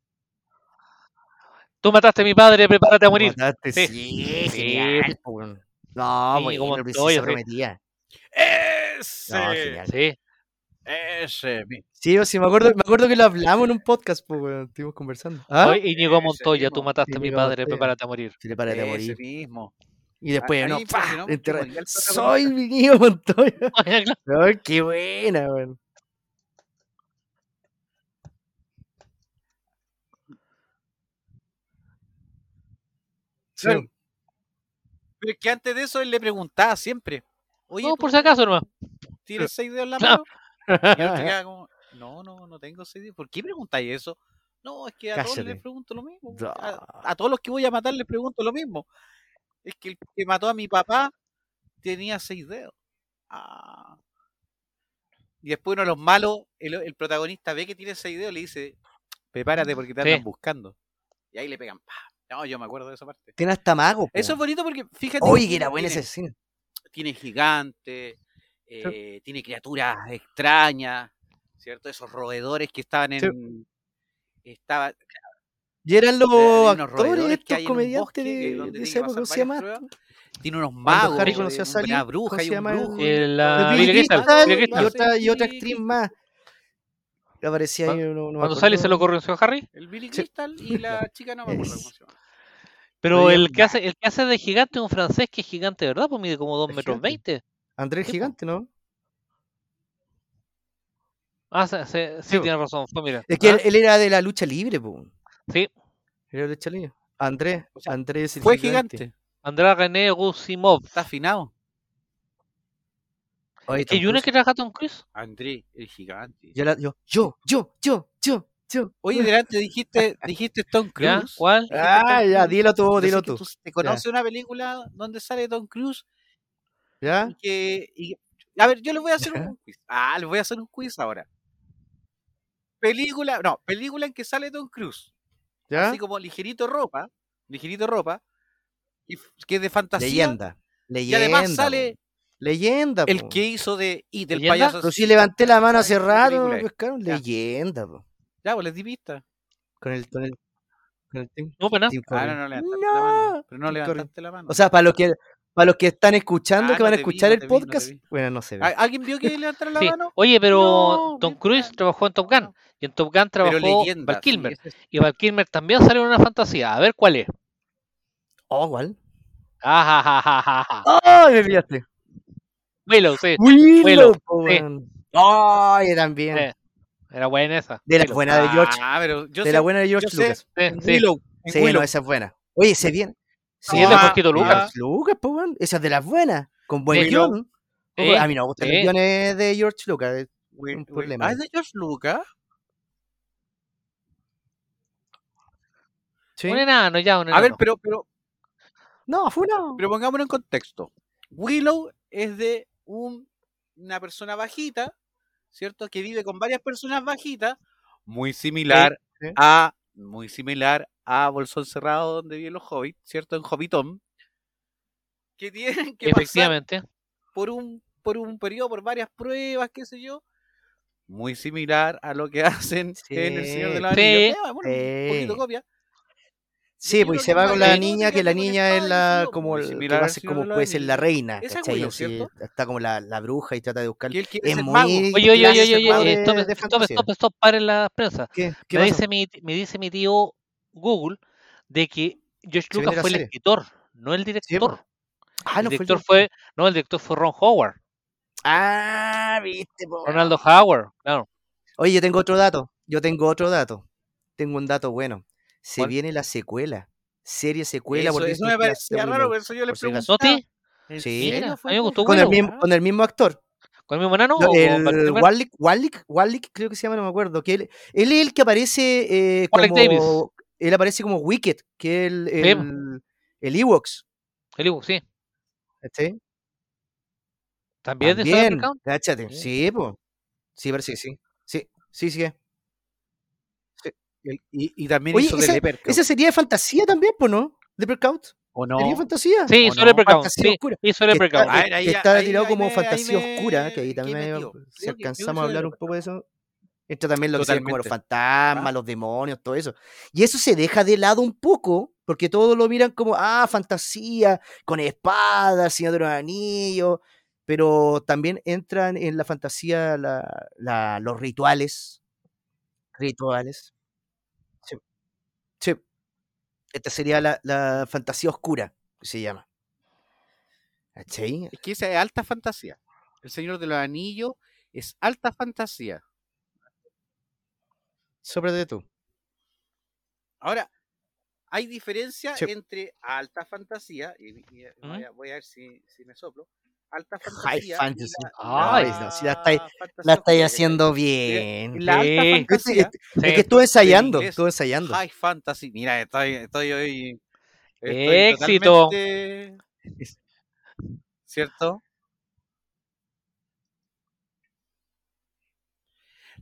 Speaker 5: Tú mataste a mi padre, prepárate a morir.
Speaker 2: mataste,
Speaker 5: Sí.
Speaker 2: Sí,
Speaker 5: Sí.
Speaker 2: genial, po, weón. No,
Speaker 5: Sí,
Speaker 2: pues
Speaker 5: como
Speaker 2: la
Speaker 5: todo,
Speaker 2: princesa
Speaker 5: yo sé.
Speaker 2: prometida.
Speaker 3: Ese,
Speaker 2: No, genial.
Speaker 5: Sí.
Speaker 3: ese, mi-
Speaker 2: Sí, o sí, me acuerdo, me acuerdo que lo hablamos en un podcast, pues, weón, estuvimos conversando. ¿Ah?
Speaker 5: Soy Íñigo
Speaker 3: Ese
Speaker 5: Montoya, tú
Speaker 3: mismo.
Speaker 5: mataste a mi
Speaker 2: Íñigo
Speaker 5: padre,
Speaker 2: Montoya.
Speaker 5: prepárate a morir.
Speaker 2: Sí, le paré de
Speaker 3: ese
Speaker 2: morir.
Speaker 3: mismo.
Speaker 2: Y después,
Speaker 3: a
Speaker 2: no,
Speaker 3: mí me
Speaker 2: ¡pah!
Speaker 3: fascinó mucho
Speaker 2: enterra-
Speaker 3: cuando ya el
Speaker 2: Soy mi niño Montoya. <laughs>
Speaker 5: Claro.
Speaker 2: No, qué buena, weón. Sí,
Speaker 3: Claro. Pero es que antes de eso él le preguntaba siempre. Oye,
Speaker 5: No,
Speaker 3: ¿tú
Speaker 5: por si acaso, hermano.
Speaker 3: ¿tienes seis dedos en la
Speaker 5: Claro.
Speaker 3: mano? Y el otro queda como, no, no, no tengo seis dedos. ¿Por qué preguntáis eso? No, es que a todos les
Speaker 2: Cállate.
Speaker 3: pregunto lo mismo.
Speaker 2: <laughs> No.
Speaker 3: A, a todos los que voy a matar les pregunto lo mismo. Es que el que mató a mi papá tenía seis dedos. Ah. Y después uno de los malos, el, el protagonista ve que tiene seis dedos y le dice, prepárate porque te
Speaker 5: Sí.
Speaker 3: andan buscando. Y ahí le pegan. pa. No, yo me acuerdo de esa parte.
Speaker 2: Tiene hasta mago. po,
Speaker 3: Eso es
Speaker 2: weón.
Speaker 3: bonito porque fíjate.
Speaker 2: Oye,
Speaker 3: que
Speaker 2: que era buena
Speaker 3: tiene-
Speaker 2: esa escena.
Speaker 3: tiene gigantes, eh, tiene criaturas extrañas, ¿cierto? Esos roedores que estaban en.
Speaker 2: Sí.
Speaker 3: Estaba,
Speaker 2: Y eran los
Speaker 3: hay unos
Speaker 2: actores,
Speaker 3: roedores que
Speaker 2: estos
Speaker 3: hay en un bosque
Speaker 2: comediantes
Speaker 3: que-
Speaker 2: de,
Speaker 3: donde
Speaker 2: de
Speaker 3: tiene que
Speaker 2: esa época,
Speaker 3: pasar
Speaker 2: ¿cómo se llama?
Speaker 3: varias tiene unos
Speaker 2: Cuando
Speaker 3: magos,
Speaker 2: Harry
Speaker 5: eh,
Speaker 2: conoció a Sally,
Speaker 3: una
Speaker 2: ¿cómo
Speaker 3: bruja y
Speaker 2: se
Speaker 3: un
Speaker 2: llama?
Speaker 3: brujo.
Speaker 2: El-
Speaker 5: Eh, La
Speaker 2: Billy
Speaker 5: Billy Crystal.
Speaker 2: Crystal
Speaker 5: Billy
Speaker 2: y
Speaker 5: Crystal.
Speaker 2: otra, y otra
Speaker 3: Billy
Speaker 2: actriz
Speaker 3: Crystal.
Speaker 2: más. Que aparecía ahí,
Speaker 5: Cuando-
Speaker 2: no, no me
Speaker 5: Cuando sale se lo
Speaker 2: acuerdo.
Speaker 5: corrigió a Harry.
Speaker 3: El Billy
Speaker 2: Sí.
Speaker 3: Crystal y
Speaker 2: <laughs>
Speaker 3: la chica no me acuerdo
Speaker 2: Es-
Speaker 3: cómo se llama.
Speaker 5: Pero
Speaker 2: Oye,
Speaker 5: el que,
Speaker 2: ya.
Speaker 5: hace, el que hace de gigante es un francés que es gigante, ¿verdad? Pues mide como 2
Speaker 2: Es
Speaker 5: metros
Speaker 2: gigante.
Speaker 5: 20.
Speaker 2: André el
Speaker 5: Sí, po.
Speaker 2: Gigante, ¿no?
Speaker 5: Ah, se- se- sí,
Speaker 2: po.
Speaker 5: tienes razón. Fue, mira.
Speaker 2: Es que eh,
Speaker 5: Ah,
Speaker 2: él, él era de la lucha libre, po.
Speaker 5: Sí.
Speaker 2: Era de la lucha libre. Andrés,
Speaker 3: O sea,
Speaker 2: Andrés el
Speaker 3: Fue gigante,
Speaker 5: Andrá René Gusimov.
Speaker 3: está afinado.
Speaker 2: Oye,
Speaker 5: ¿Que
Speaker 2: Tom
Speaker 5: hay una
Speaker 2: Cruise.
Speaker 5: que trabaja Tom Cruise?
Speaker 3: André, el gigante.
Speaker 2: Yo, la- yo, yo, yo, yo, yo, yo.
Speaker 3: Oye, delante dijiste, dijiste Tom
Speaker 5: ¿Ya?
Speaker 3: Cruise.
Speaker 5: ¿Cuál?
Speaker 3: Dijiste
Speaker 2: Ah,
Speaker 3: Tom
Speaker 2: ya,
Speaker 3: Cruise.
Speaker 2: dilo tú,
Speaker 3: Yo sé
Speaker 2: dilo
Speaker 3: que
Speaker 2: tú.
Speaker 3: ¿Te conoce una película donde sale Tom Cruise?
Speaker 2: ¿Ya?
Speaker 3: y que- y- a ver, yo les voy a hacer
Speaker 2: Ya.
Speaker 3: un quiz. Ah, les voy a hacer un quiz ahora. Película, no, película en que sale Tom Cruise.
Speaker 2: ¿Ya?
Speaker 3: Así como ligerito ropa, ligerito ropa, y f- que es de fantasía.
Speaker 2: Leyenda. Leyenda.
Speaker 3: Y además
Speaker 2: po.
Speaker 3: sale
Speaker 2: Leyenda,
Speaker 3: el
Speaker 2: po.
Speaker 3: que hizo de It, el
Speaker 5: ¿Leyenda?
Speaker 3: payaso.
Speaker 2: Pero si levanté la mano hace
Speaker 3: ¿Qué
Speaker 2: rato, no
Speaker 3: película
Speaker 2: me
Speaker 3: es?
Speaker 2: pescaron.
Speaker 3: Ya.
Speaker 2: Leyenda, po.
Speaker 3: Ya, pues les di pista.
Speaker 2: Con el, con el, con el team.
Speaker 5: No, pues nada.
Speaker 2: Tim
Speaker 3: Ah, no,
Speaker 2: Curry.
Speaker 3: no levantaste la mano. Pero no
Speaker 2: Tim Curry.
Speaker 3: levantaste la mano.
Speaker 2: O sea, para los que para los que están escuchando,
Speaker 3: Ah,
Speaker 2: que
Speaker 3: no
Speaker 2: van a
Speaker 3: te vi,
Speaker 2: escuchar
Speaker 3: no
Speaker 2: el
Speaker 3: te vi, no te
Speaker 2: podcast,
Speaker 3: vi.
Speaker 2: bueno, no se ve.
Speaker 3: ¿Al- ¿Alguien vio que levantaron la
Speaker 5: Sí.
Speaker 3: mano?
Speaker 5: Oye, pero
Speaker 3: No,
Speaker 5: Tom
Speaker 3: mira.
Speaker 5: Cruise trabajó en Top Gun. Y en Top Gun
Speaker 3: Pero
Speaker 5: trabajó
Speaker 3: leyenda.
Speaker 5: Val
Speaker 3: sí,
Speaker 5: Kilmer.
Speaker 3: ese es-
Speaker 5: Y Val Kilmer también salió en una fantasía. A ver cuál es.
Speaker 2: Oh, ¿cuál?
Speaker 5: Ah, ja, ja, ja, ja, ja.
Speaker 2: ¡Ay, me pillaste!
Speaker 5: <laughs> Willow, sí.
Speaker 2: ¡Willow! po,
Speaker 5: sí.
Speaker 2: Eh, weón. ¡Ay, también!
Speaker 5: Sí. Era buena esa.
Speaker 2: De la
Speaker 5: Willow.
Speaker 2: buena de George.
Speaker 3: Eh, Ah, pero yo
Speaker 2: de
Speaker 3: sé.
Speaker 2: la buena de George
Speaker 3: yo sé.
Speaker 2: Lucas.
Speaker 5: Sí,
Speaker 3: en
Speaker 5: sí.
Speaker 3: Willow, en
Speaker 2: Sí,
Speaker 3: Willow.
Speaker 2: no, esa es buena. Oye, se viene.
Speaker 5: Sí, es de
Speaker 3: Ah,
Speaker 5: Jorgito
Speaker 2: de
Speaker 5: Lucas.
Speaker 2: George Lucas, po, weón. Esa es de las buenas. Con buen
Speaker 5: Sí.
Speaker 2: guión.
Speaker 5: Sí,
Speaker 2: a mí no me gustan los
Speaker 5: sí.
Speaker 2: guiones de George Lucas. eh,
Speaker 3: Wi-
Speaker 2: un
Speaker 3: Wi-
Speaker 2: problema
Speaker 3: Ah, es
Speaker 2: ahí.
Speaker 3: de George Lucas.
Speaker 2: ¿Sí?
Speaker 5: Un enano, ya, un enano.
Speaker 3: A ver, pero, pero,
Speaker 2: No, fue no.
Speaker 3: pero pongámonos en contexto. Willow es de un- una persona bajita, ¿cierto? Que vive con varias personas bajitas, muy similar
Speaker 2: sí.
Speaker 3: a muy similar a Bolsón Cerrado donde viven los hobbits, ¿cierto? En Hobbitón, que tienen que pasar
Speaker 5: Efectivamente.
Speaker 3: por un por un periodo, por varias pruebas, qué sé yo. Muy similar a lo que <laughs> hacen en El Señor de los
Speaker 5: Sí.
Speaker 3: Anillos. Eh, bueno,
Speaker 2: Sí.
Speaker 3: un poquito copia.
Speaker 2: Sí, pues y se va con la
Speaker 5: Eh,
Speaker 2: niña, que la niña es la como el- que
Speaker 3: similar
Speaker 2: va
Speaker 3: al
Speaker 2: a ser
Speaker 3: Señor de
Speaker 2: como
Speaker 3: los
Speaker 2: puede ser la
Speaker 3: Anillos.
Speaker 2: reina,
Speaker 3: Esa es
Speaker 2: ¿cachai?
Speaker 3: Willow,
Speaker 2: O si
Speaker 3: ¿cierto?
Speaker 2: está como la, la bruja y trata de buscar.
Speaker 3: Que él quiere
Speaker 2: Es
Speaker 3: ser
Speaker 2: muy
Speaker 3: mago.
Speaker 5: Oye, oye, oye,
Speaker 2: clase
Speaker 5: oye,
Speaker 2: mago
Speaker 5: oye,
Speaker 2: de-
Speaker 5: stop,
Speaker 2: de
Speaker 5: stop,
Speaker 2: fantasía.
Speaker 5: stop, stop, paren la prensa.
Speaker 2: ¿Qué, qué
Speaker 5: Me
Speaker 2: pasó?
Speaker 5: dice, mi, me dice mi tío Google de que George
Speaker 2: viene
Speaker 5: Lucas
Speaker 2: la
Speaker 5: fue el
Speaker 2: serie.
Speaker 5: escritor, no el director.
Speaker 2: Ah,
Speaker 5: el
Speaker 2: no fue el
Speaker 5: director fue, no, el director fue Ron Howard,
Speaker 2: Ah, viste, po.
Speaker 5: Ronaldo Howard, claro.
Speaker 2: Oye, yo tengo otro dato. Yo tengo otro dato. Tengo un dato bueno. Se
Speaker 3: ¿Cuál?
Speaker 2: viene la secuela. Serie secuela
Speaker 3: Eso,
Speaker 2: por
Speaker 3: eso
Speaker 2: Disney
Speaker 3: me
Speaker 2: Plus de
Speaker 3: parecía raro,
Speaker 2: Willow.
Speaker 3: por eso yo le
Speaker 2: Por si
Speaker 3: pregunté.
Speaker 2: acaso.
Speaker 5: ¿No te?
Speaker 3: ¿En
Speaker 2: Sí.
Speaker 3: serio
Speaker 5: Mira,
Speaker 3: fue
Speaker 5: a mí me gustó
Speaker 3: Willow?
Speaker 2: Con el,
Speaker 5: Willow.
Speaker 2: mismo, con el mismo actor.
Speaker 5: ¿Con el mismo enano?
Speaker 2: No,
Speaker 5: o con Val
Speaker 2: el
Speaker 5: Kilmer?
Speaker 2: Warlick, Warlick, Warlick, creo que se llama, no me acuerdo. Que él, él es el que aparece eh,
Speaker 5: Warlick
Speaker 2: como.
Speaker 5: Davis.
Speaker 2: Él aparece como Wicked, que es el,
Speaker 5: Sí.
Speaker 2: el, el Ewoks.
Speaker 5: El Ibu, sí.
Speaker 2: ¿Cachai?
Speaker 5: También, de
Speaker 2: También,
Speaker 5: Cyberpunk.
Speaker 2: cáchate.
Speaker 5: Sí.
Speaker 2: Sí, po. Sí, parece que sí. Sí, sí, sí.
Speaker 3: El- Y, y también
Speaker 2: Oye,
Speaker 3: hizo de
Speaker 2: esa,
Speaker 3: Lepercon,
Speaker 2: esa sería de fantasía también, po, ¿no? Leprechaut.
Speaker 3: ¿O no?
Speaker 2: ¿Sería de fantasía?
Speaker 5: Sí,
Speaker 3: ¿O
Speaker 5: hizo
Speaker 3: no?
Speaker 5: Leprechaun.
Speaker 2: Fantasía
Speaker 5: Sí,
Speaker 2: oscura.
Speaker 5: hizo
Speaker 2: que
Speaker 5: Leprechaun.
Speaker 2: está,
Speaker 3: Ah, era
Speaker 2: que
Speaker 3: ella-
Speaker 2: está
Speaker 3: ahí-
Speaker 2: tirado
Speaker 3: ahí
Speaker 2: como
Speaker 3: me-
Speaker 2: fantasía
Speaker 3: ahí me-
Speaker 2: oscura, que ahí también
Speaker 3: me
Speaker 2: hay-
Speaker 3: metió.
Speaker 2: si
Speaker 3: Creo que- creo que
Speaker 2: alcanzamos a
Speaker 3: soy de
Speaker 2: hablar un poco de eso. Entra también lo que serían como los
Speaker 3: Totalmente.
Speaker 2: fantasmas,
Speaker 3: Ah.
Speaker 2: los demonios, todo eso. Y eso se deja de lado un poco, porque todos lo miran como, ah, fantasía, con espadas, Señor de los Anillos. Pero también entran en la fantasía la- la- los rituales. Rituales. Sí. Sí. Esta sería la, la fantasía oscura, que se llama. ¿Cachai?
Speaker 3: Es que esa es alta fantasía. El Señor de los Anillos es alta fantasía.
Speaker 2: Sóbrate tú.
Speaker 3: Ahora, hay diferencia
Speaker 2: Sí.
Speaker 3: entre alta fantasía, y, y-
Speaker 5: ¿Mm?
Speaker 3: voy, a, voy a ver si, si me soplo,
Speaker 2: <laughs>
Speaker 3: alta
Speaker 2: High
Speaker 3: fantasía.
Speaker 2: fantasy.
Speaker 5: Ay,
Speaker 2: Ay, no, si la estáis,
Speaker 3: fantasía
Speaker 2: la estáis
Speaker 3: oscura,
Speaker 2: haciendo Este,
Speaker 3: ¿cachai?
Speaker 2: bien.
Speaker 3: La alta
Speaker 5: Sí.
Speaker 2: Es,
Speaker 3: fantasía,
Speaker 5: Sí.
Speaker 2: es que estuve ensayando,
Speaker 3: inglés.
Speaker 2: estuve ensayando.
Speaker 3: high fantasy. Mira, estoy, estoy hoy.
Speaker 5: Éxito.
Speaker 3: totalmente- <laughs> ¿Cierto?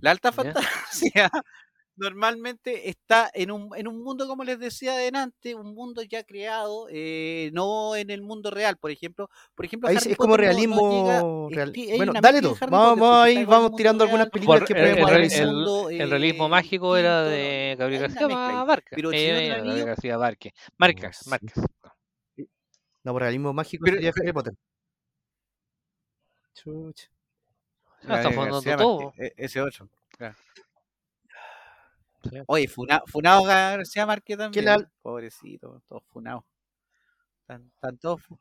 Speaker 3: La alta
Speaker 5: Ya.
Speaker 3: fantasía <laughs> normalmente está en un, en un mundo, como les decía adelante, un mundo ya creado, eh, no en el mundo real, por ejemplo. Por ejemplo
Speaker 2: Ahí
Speaker 3: Harry
Speaker 2: sí, es como
Speaker 3: Potter no- no llega-
Speaker 2: realismo
Speaker 3: es
Speaker 2: real.
Speaker 3: que hay
Speaker 2: Bueno,
Speaker 3: una
Speaker 2: dale
Speaker 3: mezcla
Speaker 2: tú.
Speaker 3: de Harry
Speaker 2: Vamos,
Speaker 3: Potter,
Speaker 2: vamos
Speaker 3: porque
Speaker 2: ahí,
Speaker 3: está igual
Speaker 2: vamos
Speaker 3: el mundo
Speaker 2: tirando algunas
Speaker 3: real,
Speaker 2: películas
Speaker 5: Por-
Speaker 2: que
Speaker 5: el-
Speaker 3: pero
Speaker 2: podemos
Speaker 5: el-
Speaker 3: igual
Speaker 2: analizar.
Speaker 5: el-
Speaker 3: mundo,
Speaker 5: El
Speaker 3: eh,
Speaker 5: realismo mágico era
Speaker 3: distinto,
Speaker 5: de Gabriel
Speaker 3: hay una
Speaker 5: García
Speaker 3: mezcla ahí.
Speaker 5: Barca.
Speaker 3: Pero el
Speaker 5: Eh,
Speaker 3: Señor del
Speaker 5: Gabriel
Speaker 3: Anillo-
Speaker 5: García Barque. Marcas,
Speaker 2: sí.
Speaker 5: marcas.
Speaker 2: No, por realismo mágico
Speaker 3: Pero- eh,
Speaker 2: sería Harry Potter. Chucha.
Speaker 5: No,
Speaker 3: Gabriel
Speaker 5: estamos dando
Speaker 3: García
Speaker 5: todo.
Speaker 3: Márquez, e- Ese otro. claro.
Speaker 5: Sí.
Speaker 3: Oye, funa- funado García Márquez también.
Speaker 2: la-
Speaker 3: Pobrecito, todos funados. Están, están todos, fu-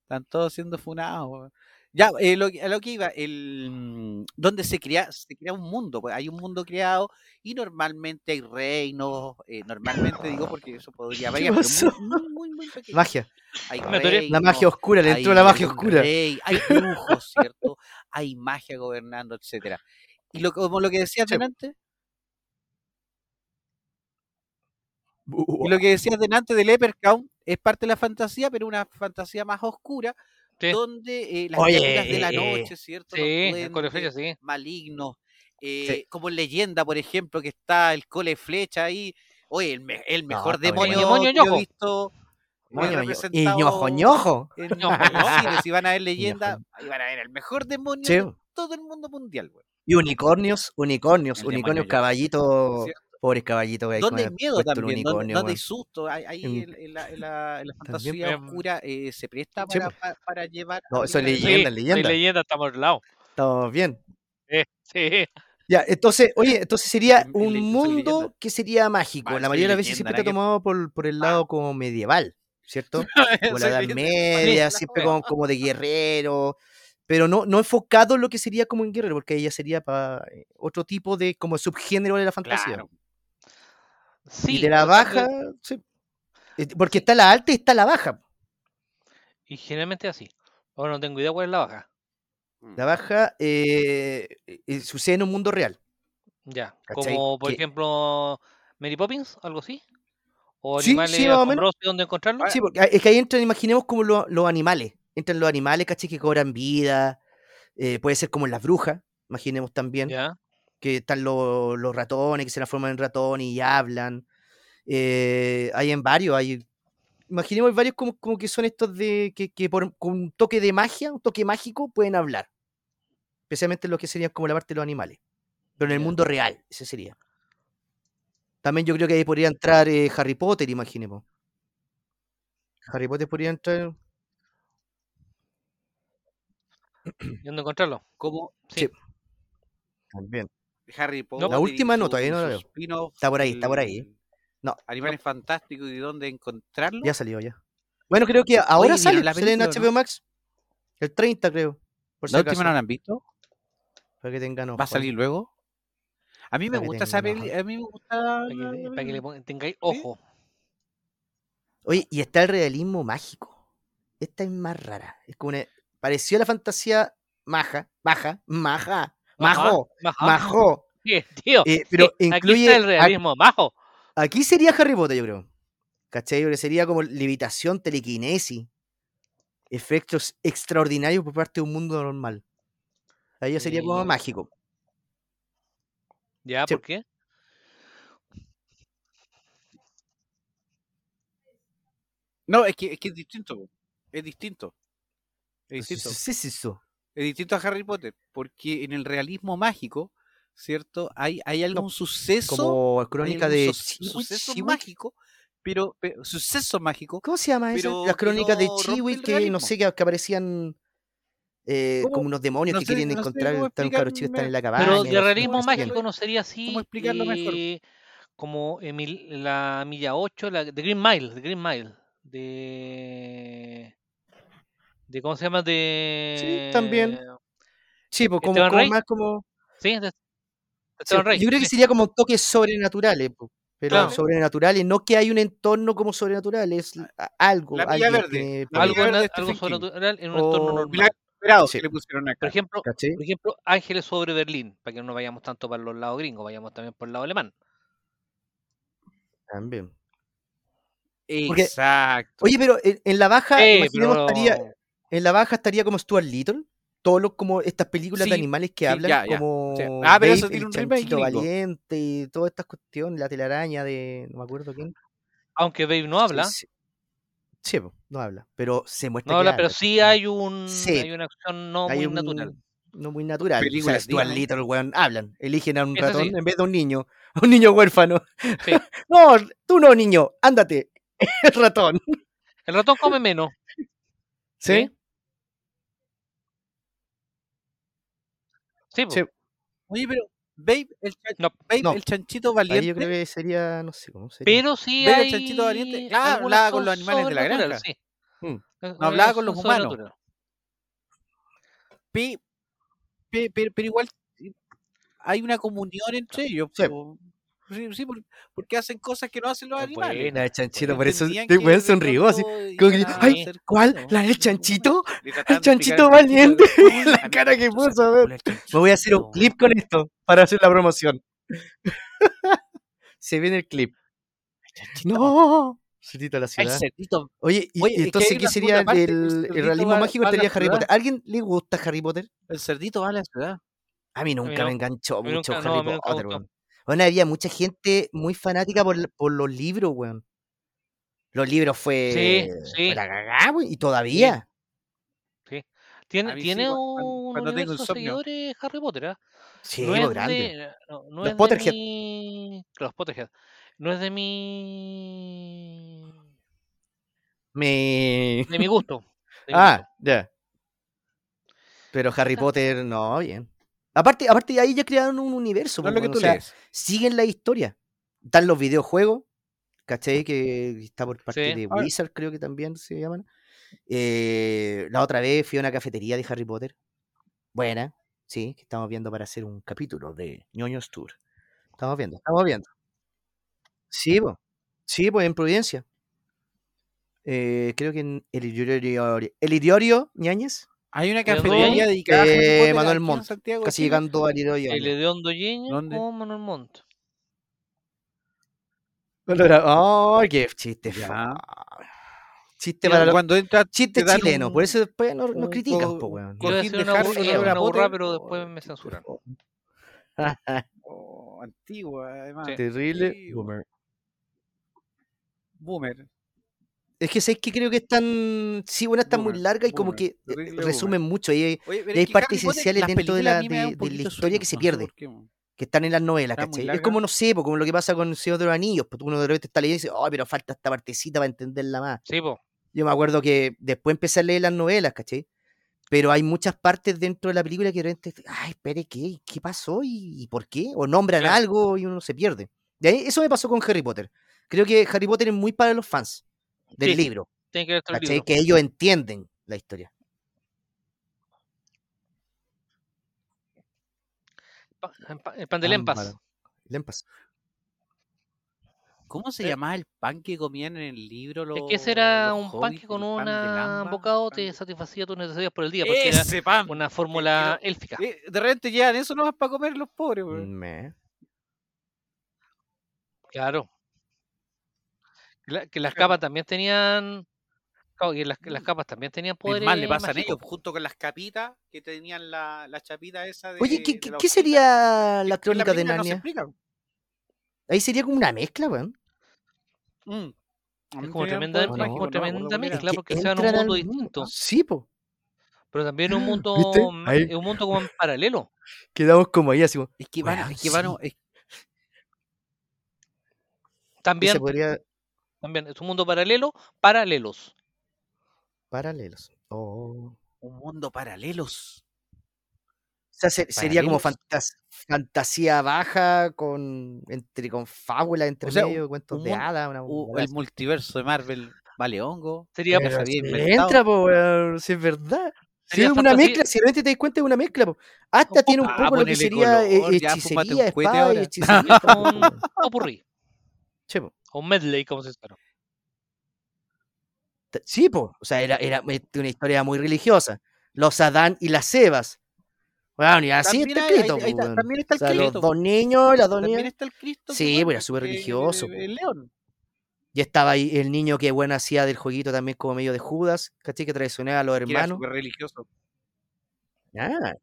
Speaker 3: están todos siendo funados. weón. Ya, eh, lo, que- a lo que iba, el, mm, donde se crea, se crea un mundo, pues, hay un mundo creado y normalmente hay reinos, eh, normalmente digo porque eso
Speaker 5: <laughs>
Speaker 3: podría variar, pero muy, muy, muy, muy pequeño.
Speaker 2: Magia.
Speaker 3: Hay
Speaker 5: Una teoría-
Speaker 2: La magia
Speaker 3: reinos,
Speaker 2: oscura, le entró
Speaker 3: hay
Speaker 2: la magia
Speaker 3: un
Speaker 2: oscura.
Speaker 3: rey, hay brujos, ¿cierto? Hay magia gobernando, etcétera. Y lo, como lo que decías
Speaker 2: Sí.
Speaker 3: delante,
Speaker 2: Uh,
Speaker 3: y lo que decías delante del Leprechaun es parte de la fantasía, pero una fantasía más oscura,
Speaker 5: Sí.
Speaker 3: donde eh, las
Speaker 2: Oye,
Speaker 3: criaturas de la
Speaker 2: eh,
Speaker 3: noche, ¿cierto?
Speaker 5: Sí,
Speaker 3: Los
Speaker 5: el
Speaker 3: duendes,
Speaker 5: colegio sí.
Speaker 3: malignos, eh, como en leyenda, por ejemplo, que está el cole flecha ahí. Oye, el, me- el mejor
Speaker 2: está bien.
Speaker 3: demonio,
Speaker 5: El demonio
Speaker 3: que yo
Speaker 5: ñojo.
Speaker 3: he visto. eh,
Speaker 2: Ñoño, ñoño. Y
Speaker 3: representado
Speaker 2: uh, ñojo, ñojo.
Speaker 3: en
Speaker 5: Ñojo.
Speaker 3: los cines, si
Speaker 2: <laughs>
Speaker 3: van a ver leyenda, ahí van a ver el mejor demonio
Speaker 2: Sí.
Speaker 3: de todo el mundo mundial, güey.
Speaker 2: Y unicornios, unicornios,
Speaker 3: El demonio
Speaker 2: unicornios,
Speaker 3: yo.
Speaker 2: caballitos.
Speaker 3: ¿Cierto?
Speaker 2: Pobres caballitos. que hay Oh, con
Speaker 3: Donde hay
Speaker 2: el
Speaker 3: miedo
Speaker 2: puesto el
Speaker 3: también, donde,
Speaker 2: unicornio,
Speaker 3: donde hay
Speaker 2: weón.
Speaker 3: susto, ahí, ahí
Speaker 2: En-
Speaker 3: en, en la, en la- en la
Speaker 2: También,
Speaker 3: fantasía
Speaker 5: em,
Speaker 3: oscura eh, se presta
Speaker 2: Sí,
Speaker 3: para,
Speaker 2: po.
Speaker 3: pa- para llevar.
Speaker 2: No, eso es
Speaker 3: aplicar
Speaker 5: Sí,
Speaker 3: el-
Speaker 2: leyenda,
Speaker 5: soy
Speaker 2: leyenda.
Speaker 5: leyenda, estamos al lado.
Speaker 2: Estamos bien.
Speaker 5: Sí, sí.
Speaker 2: <laughs> Ya, entonces,
Speaker 5: <laughs>
Speaker 2: oye, entonces sería
Speaker 3: En- en
Speaker 2: un
Speaker 3: le- soy leyenda.
Speaker 2: mundo que sería mágico. la
Speaker 3: Vale, soy
Speaker 2: mayoría de las veces
Speaker 3: leyenda,
Speaker 2: siempre
Speaker 3: nada
Speaker 2: está
Speaker 3: que-
Speaker 2: tomado por, por el
Speaker 5: Ah.
Speaker 2: lado como medieval, ¿cierto?
Speaker 5: <laughs>
Speaker 2: O la
Speaker 3: Soy
Speaker 2: Edad
Speaker 3: leyenda.
Speaker 2: Media,
Speaker 3: Sí,
Speaker 2: siempre
Speaker 5: sí.
Speaker 2: como, como de guerrero, pero no, no enfocado en lo que sería como en guerrero, porque ahí ya sería para otro tipo de como subgénero de la fantasía.
Speaker 3: Claro.
Speaker 2: Y
Speaker 5: Sí,
Speaker 2: de la
Speaker 5: tratando
Speaker 2: baja,
Speaker 5: de-
Speaker 2: sí. Eh, Porque
Speaker 5: Sí.
Speaker 2: está la alta y está la baja.
Speaker 5: Y generalmente así. Ahora no tengo idea cuál es la baja.
Speaker 2: La
Speaker 5: Mm.
Speaker 2: baja eh, eh, sucede en un mundo real.
Speaker 5: Ya.
Speaker 2: ¿Cachai?
Speaker 5: Como por
Speaker 2: Que-
Speaker 5: ejemplo Mary Poppins, algo así. O
Speaker 2: Sí,
Speaker 5: animales
Speaker 2: sí, más o menos.
Speaker 5: asombrosos y dónde encontrarlos.
Speaker 2: Sí, porque ah, es que ahí entran, imaginemos como lo- los animales. Entran los animales, ¿cachai? Que cobran vida. eh, puede ser como las brujas, imaginemos también.
Speaker 5: Ya.
Speaker 2: Que están lo- los ratones, que se transforman en ratón y hablan. eh, hay en varios, hay. Imaginemos varios como, como que son estos de que, que por, con un toque de magia, un toque mágico, pueden hablar. Especialmente lo que serían como la parte de los animales. Pero en el
Speaker 5: Ya.
Speaker 2: mundo real, ese sería. También yo creo que ahí podría entrar eh, Harry Potter, imaginemos. Harry Potter podría entrar.
Speaker 5: ¿Y dónde encontrarlo?
Speaker 3: Como
Speaker 2: También.
Speaker 3: Harry Potter.
Speaker 2: La
Speaker 3: y
Speaker 2: última no,
Speaker 3: su-
Speaker 2: todavía
Speaker 3: y
Speaker 2: no la
Speaker 3: su
Speaker 2: veo.
Speaker 3: spin-off,
Speaker 2: Está por ahí, está por ahí.
Speaker 3: el
Speaker 2: No,
Speaker 3: Animales fantásticos y dónde encontrarlo.
Speaker 2: ya salió ya. Bueno, creo que ahora
Speaker 3: ¿vieron
Speaker 2: sale,
Speaker 3: la
Speaker 2: sale en
Speaker 3: película o
Speaker 2: HBO
Speaker 3: no?
Speaker 2: Max. El 30 creo, por si
Speaker 3: La última
Speaker 2: acaso.
Speaker 3: no la han visto.
Speaker 2: Para que tengan ojo
Speaker 3: Va a
Speaker 2: ahí.
Speaker 3: salir luego. A mí me
Speaker 2: Para que
Speaker 3: gusta esa
Speaker 2: tengan ojo
Speaker 3: peli.
Speaker 2: ahí.
Speaker 3: A mí me gusta.
Speaker 5: Para
Speaker 3: la-
Speaker 5: que,
Speaker 3: la
Speaker 5: para que
Speaker 3: peli.
Speaker 5: le ponga- tengáis ojo.
Speaker 2: Oye, y está el realismo mágico. Esta es más rara. Es como una... Pareció la fantasía maja, maja, maja,
Speaker 5: Ajá,
Speaker 2: majo,
Speaker 3: Ah.
Speaker 5: ajá.
Speaker 2: majo.
Speaker 5: ¿ah? <laughs> Sí, tío.
Speaker 2: Eh, pero
Speaker 5: sí, Aquí
Speaker 2: incluye...
Speaker 5: está el
Speaker 2: ac-
Speaker 5: realismo, majo.
Speaker 2: Aquí sería Harry Potter, yo creo. ¿Cachai? Porque sería como levitación, telequinesis. efectos extraordinarios por parte de un mundo normal. Ahí ya sería como
Speaker 5: Mm.
Speaker 2: mágico.
Speaker 5: ¿Ya?
Speaker 2: Sí.
Speaker 5: ¿Por qué?
Speaker 3: No, es que es, que es distinto. po. Es distinto. Es
Speaker 2: Sí,
Speaker 3: distinto.
Speaker 2: sí, sí, eso.
Speaker 3: Es distinto a Harry Potter. Porque en el realismo mágico, ¿cierto? Hay, hay algún suceso.
Speaker 2: Como
Speaker 3: hay
Speaker 2: crónica
Speaker 3: algún
Speaker 2: de.
Speaker 3: su-
Speaker 2: Chiwi,
Speaker 3: suceso
Speaker 2: Chiwi.
Speaker 3: mágico. Pero, pero- Suceso mágico.
Speaker 2: ¿Cómo se llama eso?
Speaker 3: Pero
Speaker 2: Las
Speaker 3: que
Speaker 2: crónicas de
Speaker 3: no rompe
Speaker 2: Chiwi
Speaker 3: el
Speaker 2: que no
Speaker 3: realismo.
Speaker 2: sé, que, que aparecían eh,
Speaker 3: ¿Cómo?
Speaker 2: como unos demonios
Speaker 3: No
Speaker 2: que
Speaker 3: sé-
Speaker 2: quieren
Speaker 3: no sé
Speaker 2: encontrar
Speaker 3: cómo
Speaker 2: están un cabro chico están en la cabaña.
Speaker 5: Pero
Speaker 2: y
Speaker 5: de
Speaker 2: no sé,
Speaker 5: realismo
Speaker 2: no sé quién.
Speaker 5: mágico no sería así.
Speaker 3: explicarlo mejor?
Speaker 5: eh, como en mil- la milla 8, la de Green Mile, de Green Mile, de, de ¿cómo se llama? De
Speaker 2: también. Sí, pues como,
Speaker 5: Esteban
Speaker 2: como
Speaker 5: Rey.
Speaker 2: más como.
Speaker 5: Sí, de- de
Speaker 2: Sí,
Speaker 5: Esteban Rey,
Speaker 2: yo creo que
Speaker 5: sí.
Speaker 2: sería como toques sobrenaturales, po, pero
Speaker 5: Claro.
Speaker 2: sobrenaturales, no que hay un entorno como sobrenatural, es l- a- algo.
Speaker 3: La Villa
Speaker 2: alguien
Speaker 3: Verde,
Speaker 2: tiene
Speaker 3: la Villa
Speaker 5: algo,
Speaker 2: poder,
Speaker 3: Verde
Speaker 5: na-
Speaker 3: de
Speaker 5: algo
Speaker 3: Stephen King.
Speaker 5: sobrenatural en un entorno
Speaker 2: O
Speaker 5: normal.
Speaker 3: Milagros esperados
Speaker 2: Sí.
Speaker 3: que le pusieron acá.
Speaker 5: Por ejemplo,
Speaker 2: ¿cachai?
Speaker 5: por ejemplo, Ángeles sobre Berlín, para que no nos vayamos tanto para los lados gringos, vayamos también por el lado alemán.
Speaker 2: También. Porque-
Speaker 3: Exacto.
Speaker 2: Oye, pero en, en la baja,
Speaker 5: Sí,
Speaker 2: imaginemos,
Speaker 5: Eh, pero-
Speaker 2: estaría, en la baja estaría como Stuart Little, todos los, como estas películas de
Speaker 3: Sí,
Speaker 2: animales que
Speaker 3: sí,
Speaker 2: hablan,
Speaker 3: ya, ya.
Speaker 2: como
Speaker 3: sea, ah, pero eso
Speaker 2: Babe,
Speaker 3: tiene
Speaker 2: el
Speaker 3: un remake
Speaker 2: chanchito
Speaker 3: gringo.
Speaker 2: valiente y todas estas cuestiones, la telaraña de, no me acuerdo quién.
Speaker 5: aunque Babe no
Speaker 2: Sí,
Speaker 5: habla,
Speaker 2: Sí, Sí, po, no habla, pero se muestra que
Speaker 5: no habla, pero
Speaker 2: habla,
Speaker 5: sí
Speaker 2: ¿cachai?
Speaker 5: hay un
Speaker 2: Sí,
Speaker 5: hay una acción no
Speaker 2: hay
Speaker 5: muy
Speaker 2: un-
Speaker 5: natural.
Speaker 2: No muy natural. O sea,
Speaker 3: Películas
Speaker 2: Stuart
Speaker 3: Disney.
Speaker 2: Little, weón, hablan. Eligen a un
Speaker 5: Eso sí.
Speaker 2: ratón en vez de un niño. <laughs> a Un niño huérfano.
Speaker 5: Sí.
Speaker 2: <laughs> no, tú no, niño. Ándate. <laughs> El ratón.
Speaker 5: El ratón come menos.
Speaker 2: ¿Sí?
Speaker 5: Sí, po.
Speaker 2: Sí.
Speaker 3: Oye, pero Babe, el, chan-
Speaker 5: No,
Speaker 3: Babe,
Speaker 2: no.
Speaker 3: el chanchito
Speaker 2: Ahí yo
Speaker 3: valiente.
Speaker 2: creo que sería, no sé cómo sería.
Speaker 5: Pero sí
Speaker 3: Ver el
Speaker 5: hay.
Speaker 3: chanchito valiente. Claro,
Speaker 5: alguna
Speaker 3: hablaba con los
Speaker 5: acción
Speaker 3: animales de la
Speaker 5: sobrenatural,
Speaker 3: granja.
Speaker 5: sí.
Speaker 2: Mm.
Speaker 5: Eh,
Speaker 3: No hablaba
Speaker 5: una
Speaker 3: con los
Speaker 5: acción
Speaker 3: humanos.
Speaker 5: sobrenatural.
Speaker 3: pe- pe- pe- pero igual eh, hay una comunión entre ellos.
Speaker 2: Sí.
Speaker 3: po. Sí, sí, por- porque hacen cosas que no hacen los
Speaker 5: Eh,
Speaker 3: animales.
Speaker 5: buena.
Speaker 2: La del chanchito,
Speaker 5: Bueno,
Speaker 2: por eso
Speaker 3: Entendían
Speaker 2: te
Speaker 3: que
Speaker 2: weón
Speaker 3: de
Speaker 2: sonrió así.
Speaker 3: pronto iban
Speaker 2: como que,
Speaker 3: a
Speaker 5: "Ay,
Speaker 3: hacer
Speaker 2: ¿Cuál?
Speaker 3: cosas,
Speaker 2: ¿La del
Speaker 3: sí, como
Speaker 2: chanchito?
Speaker 3: humanos". Le trataban <laughs> de
Speaker 2: chanchito
Speaker 3: explicar al
Speaker 2: valiente, <laughs>
Speaker 3: de-
Speaker 2: la
Speaker 3: "Amigo,
Speaker 2: cara que
Speaker 3: esto es
Speaker 2: puso,
Speaker 3: una
Speaker 2: a ver.
Speaker 3: película del
Speaker 2: Me voy a hacer un
Speaker 3: chanchito".
Speaker 2: clip con esto para hacer la promoción. <laughs> se viene el clip. ¡No! Cerdito de la
Speaker 3: El
Speaker 2: ciudad.
Speaker 3: cerdito.
Speaker 2: Oye, y
Speaker 3: Oye, es que
Speaker 2: entonces,
Speaker 3: hay
Speaker 2: ¿qué
Speaker 3: una
Speaker 2: sería
Speaker 3: segunda parte, el
Speaker 2: el, el
Speaker 3: cerdito
Speaker 2: realismo
Speaker 3: va-
Speaker 2: mágico?
Speaker 3: va a la
Speaker 2: Estaría Harry
Speaker 3: ciudad.
Speaker 2: Potter. ¿A ¿Alguien le gusta Harry Potter?
Speaker 3: El cerdito va a la ciudad.
Speaker 2: A mí nunca
Speaker 5: no.
Speaker 2: me enganchó
Speaker 5: A mí
Speaker 2: mucho
Speaker 5: nunca- no,
Speaker 2: Harry
Speaker 5: a mí nunca me
Speaker 2: Potter,
Speaker 5: gustó.
Speaker 2: weón. Bueno, había mucha gente muy fanática por, la- por los libros, weón. Los libros fue,
Speaker 5: Sí,
Speaker 2: fue
Speaker 5: sí.
Speaker 2: la cagá, weón. Y todavía.
Speaker 5: Tiene,
Speaker 3: A mí sí,
Speaker 5: tiene
Speaker 3: cuando-
Speaker 5: un
Speaker 3: cuando tengo
Speaker 5: universo de
Speaker 3: insomnio.
Speaker 5: seguidores Harry Potter, ¿ah?
Speaker 2: Sí,
Speaker 5: no
Speaker 2: pues,
Speaker 5: es
Speaker 2: grande.
Speaker 5: de. No, no
Speaker 2: Los
Speaker 5: es de
Speaker 2: Potterhead.
Speaker 5: mi. Los Potterhead. No es de mi.
Speaker 2: Me...
Speaker 5: De mi gusto. de mi
Speaker 2: Ah,
Speaker 5: gusto.
Speaker 2: ya. Pero Harry
Speaker 5: Está-
Speaker 2: Potter, no, bien. Aparte, aparte ahí ya crearon un universo.
Speaker 3: No es
Speaker 2: pues,
Speaker 3: lo que
Speaker 2: weón,
Speaker 3: tú
Speaker 2: o sea,
Speaker 3: lees.
Speaker 2: siguen la historia. Están los videojuegos, ¿cachai? Que está por parte
Speaker 5: Sí.
Speaker 2: de
Speaker 3: Ahora-
Speaker 2: Wizard, creo que también se llaman. Eh, la otra vez fui a una cafetería de Harry Potter. Buena, sí, que estamos viendo para hacer un capítulo de ñoños tour. Estamos viendo, estamos viendo. Sí, pues. Sí, pues en Providencia. Eh, creo que en el Idiorio, el Idiorio Ñañez,
Speaker 3: Hay una
Speaker 5: ¿De dónde
Speaker 3: cafetería
Speaker 5: es?
Speaker 3: dedicada a Harry
Speaker 2: Eh,
Speaker 3: Potter
Speaker 2: Manuel
Speaker 3: aquí en
Speaker 2: Montt,
Speaker 3: Santiago de
Speaker 2: casi
Speaker 3: Chile.
Speaker 2: llegando al Idiorio.
Speaker 5: El
Speaker 2: Ñañez.
Speaker 5: hediondo Yeña
Speaker 3: ¿Dónde?
Speaker 5: o Manuel Montt.
Speaker 2: Oh, qué chiste.
Speaker 3: Ya.
Speaker 2: fome. Chiste
Speaker 3: Mira,
Speaker 2: para los
Speaker 3: cuando entra
Speaker 2: chiste
Speaker 3: te dan
Speaker 2: chileno, por
Speaker 3: un-
Speaker 2: eso después no, no
Speaker 3: un
Speaker 2: critican,
Speaker 3: co-
Speaker 2: po,
Speaker 3: un
Speaker 2: weón.
Speaker 5: Yo iba a
Speaker 3: cojín de
Speaker 5: decir una
Speaker 3: Harry
Speaker 5: bu-
Speaker 3: con
Speaker 5: eh,
Speaker 3: olor a
Speaker 5: una burra,
Speaker 3: Potter.
Speaker 5: pero después
Speaker 3: Oh,
Speaker 5: me
Speaker 3: chiste
Speaker 5: censuran.
Speaker 3: fome. Oh, antigua, además.
Speaker 2: Terrible.
Speaker 3: Sí, Boomer.
Speaker 2: Es que sabéis que creo que están. Sí, bueno, están muy
Speaker 3: Boomer,
Speaker 2: largas y como
Speaker 3: boomer,
Speaker 2: que eh,
Speaker 3: terrible
Speaker 2: resumen mucho. eh, Y hay,
Speaker 3: Oye, pero
Speaker 2: y
Speaker 3: es
Speaker 2: hay
Speaker 3: que
Speaker 2: partes
Speaker 3: Harry Potter,
Speaker 2: esenciales
Speaker 3: las
Speaker 2: dentro de
Speaker 3: películas
Speaker 2: la,
Speaker 3: a mí me
Speaker 2: de-
Speaker 3: dan un
Speaker 2: de la
Speaker 3: poquito
Speaker 2: historia que se
Speaker 3: sueño, no sé
Speaker 2: pierde,
Speaker 3: por qué, mo.
Speaker 2: que están en las novelas,
Speaker 3: Está muy
Speaker 2: ¿cachai? Es
Speaker 3: larga.
Speaker 2: como, no sé, po, como lo que pasa con El Señor de los Anillos, pues uno de repente está leyendo y dice, oh, pero falta esta partecita para entenderla más.
Speaker 5: Sí, po.
Speaker 2: Yo me acuerdo que después empecé a leer las novelas, ¿cachai? Pero hay muchas partes dentro de la película que de repente, ay, espere, ¿qué, ¿Qué pasó? ¿Y, y por qué? O nombran
Speaker 5: Claro.
Speaker 2: algo y uno se pierde. De ahí, eso me pasó con Harry Potter. Creo que Harry Potter es muy para los fans del
Speaker 5: Sí,
Speaker 2: libro,
Speaker 5: Tiene que ver con el
Speaker 2: ¿cachai?
Speaker 5: libro.
Speaker 2: Que ellos entienden la historia.
Speaker 5: Pa- el pa- El pan de lempas.
Speaker 2: Ámbar. Lempas.
Speaker 3: ¿Cómo se
Speaker 5: Eh.
Speaker 3: llamaba el pan que comían en el libro? Los,
Speaker 5: Es que ese era
Speaker 3: los
Speaker 5: un pan
Speaker 3: hobbits?
Speaker 5: que con
Speaker 3: ¿El pan de
Speaker 5: una-
Speaker 3: Lamba?
Speaker 5: un bocado
Speaker 3: ¿El pan
Speaker 5: te
Speaker 3: de-
Speaker 5: satisfacía tus necesidades por el día, porque era
Speaker 3: Ese pan.
Speaker 5: una fórmula élfica.
Speaker 3: Eh, de repente llegan eso nomás para comer los pobres, weón.
Speaker 2: Me-
Speaker 5: Claro. Que, la- que las
Speaker 3: Claro.
Speaker 5: capas también tenían Claro, y en las, en
Speaker 2: Mm.
Speaker 5: las capas también tenían
Speaker 3: Mis
Speaker 5: poderes.
Speaker 3: mal le pasan
Speaker 5: mágicos.
Speaker 3: ellos, junto con las capitas que tenían la, la chapita esa de.
Speaker 2: Oye, ¿qué,
Speaker 3: de
Speaker 2: qué-
Speaker 3: la
Speaker 2: qué
Speaker 3: oscurita.
Speaker 2: sería
Speaker 3: Es
Speaker 2: la
Speaker 3: que en
Speaker 2: crónica de
Speaker 3: película no se
Speaker 2: Narnia?
Speaker 3: explica.
Speaker 2: Ahí sería como una mezcla, weón.
Speaker 3: Mm. A mí
Speaker 5: Es como
Speaker 3: tenía
Speaker 5: tremenda,
Speaker 3: poder
Speaker 2: no,
Speaker 3: mágico, no
Speaker 5: es como
Speaker 3: me acuerdo
Speaker 5: tremenda
Speaker 3: cómo era.
Speaker 5: mezcla
Speaker 2: que
Speaker 5: porque se van a un
Speaker 2: entran al
Speaker 5: mundo
Speaker 2: mundo.
Speaker 5: distinto.
Speaker 2: Sí, po.
Speaker 5: Pero también un mundo,
Speaker 2: ¿Viste?
Speaker 5: mm,
Speaker 2: Ahí.
Speaker 5: es un mundo como en paralelo.
Speaker 2: Quedamos como ahí, así como.
Speaker 3: Es que van,
Speaker 2: Weón,
Speaker 3: es que van,
Speaker 2: sí.
Speaker 3: es-
Speaker 2: que
Speaker 5: También,
Speaker 2: se podría.
Speaker 5: también es un mundo paralelo, paralelos.
Speaker 2: Paralelos. Oh.
Speaker 3: un mundo paralelos.
Speaker 2: O sea, se- sería como
Speaker 3: Paralelos.
Speaker 2: fantas- fantasía baja con entre con fábula entre
Speaker 3: O sea,
Speaker 2: medio, cuentos
Speaker 3: un
Speaker 2: de
Speaker 3: mundo-
Speaker 2: hadas, una
Speaker 3: O
Speaker 2: huevada
Speaker 3: Uh, el
Speaker 2: así.
Speaker 3: multiverso de Marvel vale hongo.
Speaker 5: Sería,
Speaker 3: Pero-
Speaker 2: Pero
Speaker 3: había
Speaker 2: si
Speaker 3: inventado.
Speaker 2: entra, po, weón, si es verdad. Si
Speaker 5: Sería
Speaker 2: es una
Speaker 5: fantasía.
Speaker 2: mezcla, si realmente te das cuenta es una mezcla, po. hasta tiene un
Speaker 3: Ah,
Speaker 2: poco lo que
Speaker 3: ponele
Speaker 2: sería eh,
Speaker 3: color, ya, fúmate un
Speaker 2: hechicería,
Speaker 3: cohete
Speaker 2: espada y
Speaker 3: ahora.
Speaker 2: hechicería.
Speaker 3: <laughs>
Speaker 2: po,
Speaker 5: Un-
Speaker 2: <laughs> weón.
Speaker 5: popurrí,
Speaker 2: Che, po.
Speaker 5: o un medley, como se espera.
Speaker 2: T- Sí, po. O sea, era, era eh, una historia muy religiosa. Los Adán y las Sebas. Bueno, y así
Speaker 3: También
Speaker 2: está
Speaker 3: hay- hay-
Speaker 2: escrito,
Speaker 3: ahí
Speaker 2: po,
Speaker 3: está-
Speaker 2: pues, weón.
Speaker 3: también está el pues.
Speaker 2: O sea, los
Speaker 3: Cristo, po.
Speaker 2: dos niños, las dos
Speaker 3: También
Speaker 2: niñas.
Speaker 3: está el Cristo.
Speaker 2: Sí,
Speaker 3: pues,
Speaker 2: bueno, súper
Speaker 3: que-
Speaker 2: religioso, pues. po.
Speaker 3: El león.
Speaker 2: Y estaba ahí el niño que, bueno, hacía del jueguito también como medio de Judas, ¿cachai? Que traicionaba a los
Speaker 3: Que era
Speaker 2: hermanos.
Speaker 3: súper religioso.
Speaker 2: Ah,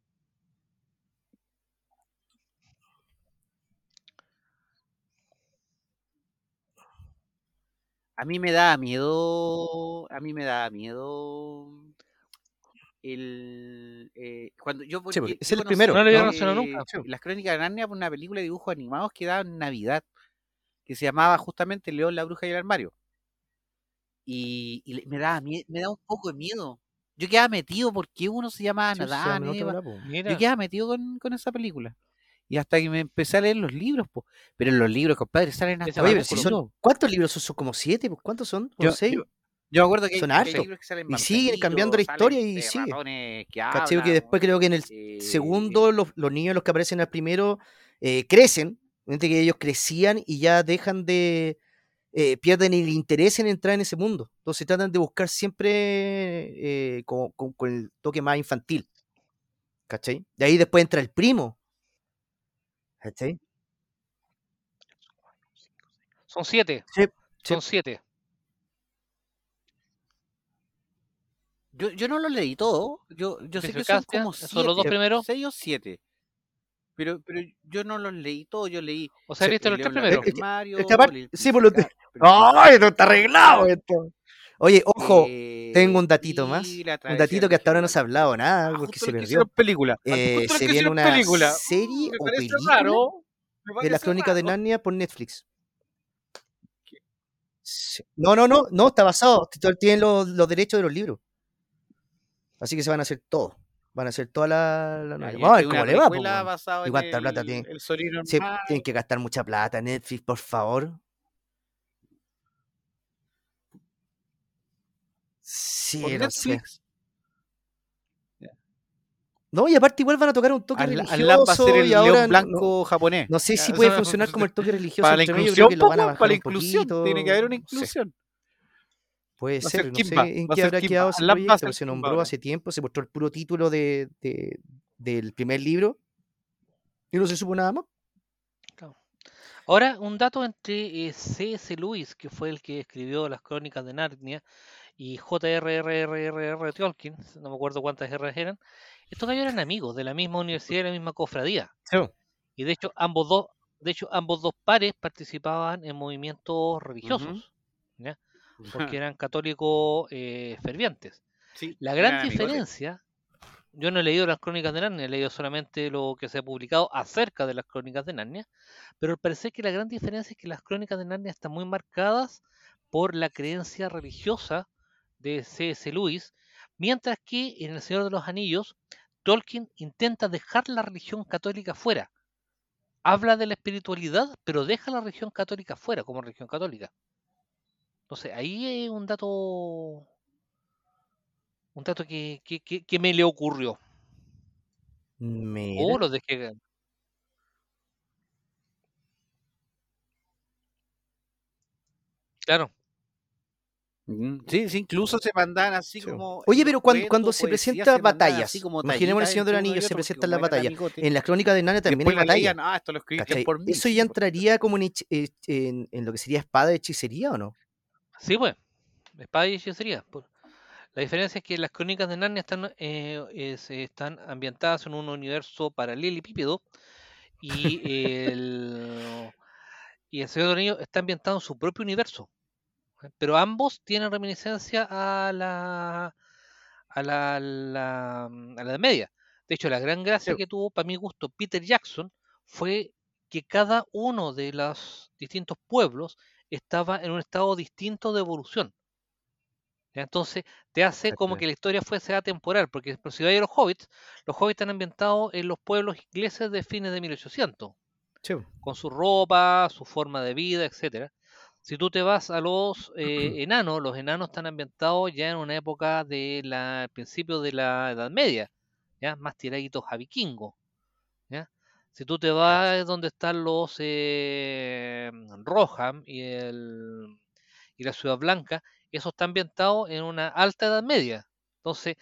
Speaker 3: A mí me da miedo. A mí me da miedo. mm, El, eh, cuando yo
Speaker 2: Sí, porque
Speaker 3: yo
Speaker 2: es el
Speaker 3: conocí,
Speaker 2: primero.
Speaker 5: No lo había
Speaker 3: eh,
Speaker 5: relacionado nunca, sí.
Speaker 3: Las Crónicas de Narnia por una película de dibujos animados que daba en Navidad, que se llamaba justamente León, la bruja y el armario. Y, y le- me, daba, mie- me da un poco de miedo. Yo quedaba metido porque uno se llamaba
Speaker 2: sí, se
Speaker 3: Nadán,
Speaker 2: llama en otra
Speaker 3: Eva,
Speaker 2: bola, po.
Speaker 5: Mira,
Speaker 3: yo quedaba metido con, con esa película. Y hasta que me empecé a leer los libros, po. pero en los libros, compadre, salen
Speaker 5: Ese
Speaker 3: hasta
Speaker 2: Oye,
Speaker 5: Oye,
Speaker 2: pero si
Speaker 5: Crepúsculo.
Speaker 2: son, ¿cuántos libros son? Son como siete, pues, ¿cuántos son? ¿Como
Speaker 3: yo,
Speaker 2: seis?
Speaker 3: yo- yo me acuerdo que hay-
Speaker 2: Son
Speaker 3: que hay,
Speaker 2: hartos.
Speaker 3: libros que salen
Speaker 2: Y siguen cambiando la
Speaker 3: vampiros,
Speaker 2: historia
Speaker 3: salen
Speaker 2: y
Speaker 3: de
Speaker 2: sigue.
Speaker 3: ratones que
Speaker 2: ¿Cachai? Que
Speaker 3: hablan,
Speaker 2: después creo que en el
Speaker 3: eh,
Speaker 2: segundo los, los niños, los que aparecen al primero, eh, crecen. Obviamente que ellos crecían y ya dejan de... eh, pierden el interés en entrar en ese mundo. Entonces tratan de buscar siempre eh, con, con- con el toque más infantil. ¿Cachai? De ahí después entra el primo. ¿Cachai?
Speaker 5: son siete.
Speaker 2: Sí, sí.
Speaker 5: Son siete.
Speaker 3: Yo, yo no los leí todo. Yo, yo sé que son
Speaker 5: Eficacia,
Speaker 3: como siete.
Speaker 5: son los dos primeros.
Speaker 3: Seis o siete. Pero, pero yo no los leí todos. Yo leí.
Speaker 5: O sea,
Speaker 2: Sí,
Speaker 5: viste los tres
Speaker 3: León, la
Speaker 5: primeros.
Speaker 3: Bruja y
Speaker 2: Es
Speaker 3: el Mario,
Speaker 2: es que aparte-
Speaker 3: leí el
Speaker 2: sí, por lo
Speaker 3: Príncipe Ca-
Speaker 2: ¡Ay, no está arreglado esto! Oye, ojo, tengo
Speaker 3: eh,
Speaker 2: un datito más.
Speaker 3: y La
Speaker 2: Un
Speaker 3: Travesía
Speaker 2: datito
Speaker 3: del
Speaker 2: que hasta ahora no se ha
Speaker 3: Gigante.
Speaker 2: hablado nada,
Speaker 3: Ah,
Speaker 2: porque se
Speaker 3: justo los que
Speaker 2: perdió.
Speaker 3: hicieron película. Ah,
Speaker 2: Eh,
Speaker 3: justo
Speaker 2: se
Speaker 3: los que
Speaker 2: viene
Speaker 3: hicieron
Speaker 2: una
Speaker 3: película. Mm,
Speaker 2: serie
Speaker 3: me
Speaker 2: o
Speaker 3: parece
Speaker 2: película
Speaker 3: raro, me
Speaker 2: de las
Speaker 3: parece
Speaker 2: crónicas de
Speaker 3: raro.
Speaker 2: Narnia por Netflix. Sí. No, no, no, no, está basado. t- t- Tienen los, los derechos de los libros. Así que se van a hacer todo. Van a hacer toda la. la
Speaker 3: Ya,
Speaker 2: novela.
Speaker 3: y
Speaker 2: Vamos a ver
Speaker 3: hay una
Speaker 2: cómo le va. po,
Speaker 3: precuela
Speaker 2: weón. ¿Y
Speaker 3: basada en
Speaker 2: cuánta plata
Speaker 3: el-
Speaker 2: tiene?
Speaker 3: el Solino
Speaker 2: Sí,
Speaker 3: Armada.
Speaker 2: tienen que gastar mucha plata, Netflix, por favor.
Speaker 3: por
Speaker 2: Sí, no sé.
Speaker 3: Netflix.
Speaker 2: No, y aparte igual van a tocar un toque
Speaker 3: Al-
Speaker 2: religioso.
Speaker 3: al Lam va a ser el
Speaker 2: y ahora
Speaker 3: león
Speaker 2: no-
Speaker 3: blanco
Speaker 2: no,
Speaker 3: japonés.
Speaker 2: no sé
Speaker 3: Ya,
Speaker 2: si
Speaker 3: o
Speaker 2: puede
Speaker 3: sea,
Speaker 2: funcionar como el toque religioso.
Speaker 3: Para la
Speaker 2: entre medio, yo creo
Speaker 3: inclusión,
Speaker 2: que lo van a
Speaker 3: po,
Speaker 2: bajar
Speaker 3: para la
Speaker 2: un
Speaker 3: inclusión. Tiene que haber una
Speaker 2: poquito, no sé.
Speaker 3: inclusión.
Speaker 2: Puede
Speaker 3: Va a
Speaker 2: ser,
Speaker 3: ser
Speaker 2: no
Speaker 3: Kimba,
Speaker 2: sé en
Speaker 3: va
Speaker 2: qué
Speaker 3: a ser
Speaker 2: habrá
Speaker 3: Kimba,
Speaker 2: quedado ese
Speaker 3: Alan va a
Speaker 2: proyecto,
Speaker 3: ser
Speaker 2: pero se
Speaker 3: Kimba
Speaker 2: nombró
Speaker 3: ahora.
Speaker 2: hace tiempo, se mostró el puro título de, de- del primer libro y no se supo nada más.
Speaker 5: Ahora, un dato entre eh, C.S. Lewis, que fue el que escribió las crónicas de Narnia, y J.R.R.R.R. Tolkien, no me acuerdo cuántas R eran, estos gallos eran amigos de la misma universidad y de la misma cofradía. Y de hecho, ambos dos, de hecho, ambos dos pares participaban en movimientos religiosos, ¿ya? porque eran católicos eh, fervientes.
Speaker 3: Sí,
Speaker 5: La
Speaker 3: eran
Speaker 5: gran
Speaker 3: amigos, sí.
Speaker 5: diferencia, yo no he leído las crónicas de Narnia, he leído solamente lo que se ha publicado acerca de las crónicas de Narnia, pero al parecer que la gran diferencia es que las crónicas de Narnia están muy marcadas por la creencia religiosa de C.S. Lewis, mientras que en El Señor de los Anillos, Tolkien intenta dejar la religión católica fuera. Habla de la espiritualidad, pero deja la religión católica fuera como religión católica. Entonces, ahí es un dato un dato que, que- que- que me le ocurrió.
Speaker 2: Mira.
Speaker 5: O los dejé. gan- Claro,
Speaker 3: Mm, Sí, sí, incluso se mandan así
Speaker 2: Sí.
Speaker 3: como.
Speaker 2: Oye,
Speaker 3: en los
Speaker 2: pero cuando- cuando
Speaker 3: cuentos,
Speaker 2: se
Speaker 3: poesía,
Speaker 2: presentan
Speaker 3: se mandaban
Speaker 2: batallas,
Speaker 3: así como
Speaker 2: imaginemos El
Speaker 3: tallitas
Speaker 2: Señor de los
Speaker 3: entre uno y
Speaker 2: Anillos, se
Speaker 3: otro, porque
Speaker 2: presentan
Speaker 3: como
Speaker 2: las
Speaker 3: eran
Speaker 2: batallas.
Speaker 3: amigos,
Speaker 2: En las crónicas de Narnia también hay
Speaker 3: después la
Speaker 2: batalla.
Speaker 3: leían, ah, esto lo escribían
Speaker 2: ¿cachai?
Speaker 3: por mí.
Speaker 2: Eso
Speaker 3: sí,
Speaker 2: ya
Speaker 3: por-
Speaker 2: entraría como en, hechi- eh, en- en lo que sería espada de hechicería o no?
Speaker 5: sí, pues. Espada y hechicería. por- La diferencia es que las crónicas de Narnia están, eh, es- están ambientadas en un universo paralelepípedo y el, y el Señor de los Anillos está ambientado en su propio universo. ¿eh? Pero ambos tienen reminiscencia a la a la, la- a la Edad media. De hecho, la gran gracia
Speaker 2: Sí.
Speaker 5: que tuvo, para mi gusto, Peter Jackson fue que cada uno de los distintos pueblos estaba en un estado distinto de evolución. ¿Ya? Entonces, te hace como
Speaker 2: Exactamente.
Speaker 5: que la historia fuese atemporal, porque por si vais a los hobbits, los hobbits están ambientados en los pueblos ingleses de fines de 1800
Speaker 2: Sí,
Speaker 5: con su ropa, su forma de vida, etcétera. Si tú te vas a los eh, enanos, los enanos están ambientados ya en una época de la principio de la Edad Media, ya más tiraditos a vikingo. ¿ya? Si tú te vas donde están los eh, Roham y el y la Ciudad Blanca, eso está ambientado en una alta Edad Media. Entonces,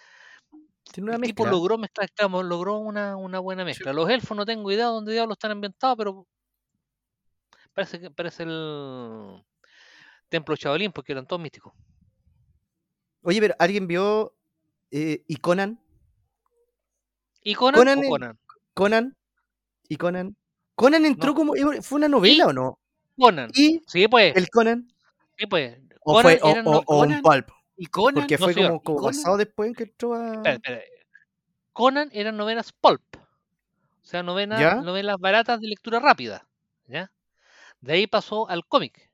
Speaker 2: tiene una
Speaker 5: el tipo
Speaker 2: mezcla.
Speaker 5: logró mezclar, claro, logró una, una buena mezcla. Los elfos no tengo idea dónde diablos están ambientados, pero parece que parece el templo Shaolin porque eran todos místicos.
Speaker 2: Oye, pero ¿alguien vio eh, y Conan?
Speaker 5: ¿Y Conan,
Speaker 2: Conan
Speaker 5: o
Speaker 2: es-
Speaker 5: Conan?
Speaker 2: Conan y Conan. Conan entró
Speaker 5: No.
Speaker 2: como eh, fue una novela
Speaker 5: Y-
Speaker 2: o no?
Speaker 5: Conan.
Speaker 2: Y
Speaker 5: Sí, pues.
Speaker 2: el Conan
Speaker 5: Sí, pues.
Speaker 2: o
Speaker 5: Conan
Speaker 2: fue o,
Speaker 5: era
Speaker 2: o-
Speaker 5: no-
Speaker 2: o
Speaker 5: Conan-
Speaker 2: un pulp,
Speaker 3: Y Conan,
Speaker 2: porque
Speaker 5: no,
Speaker 2: fue
Speaker 5: señor,
Speaker 2: como,
Speaker 5: y
Speaker 2: como
Speaker 3: Conan-
Speaker 2: basado después en que entró a
Speaker 5: espera, espera. Conan eran novelas pulp. O sea, novena-
Speaker 2: ¿Ya?
Speaker 5: novelas baratas de lectura rápida. ¿ya? De ahí pasó al cómic.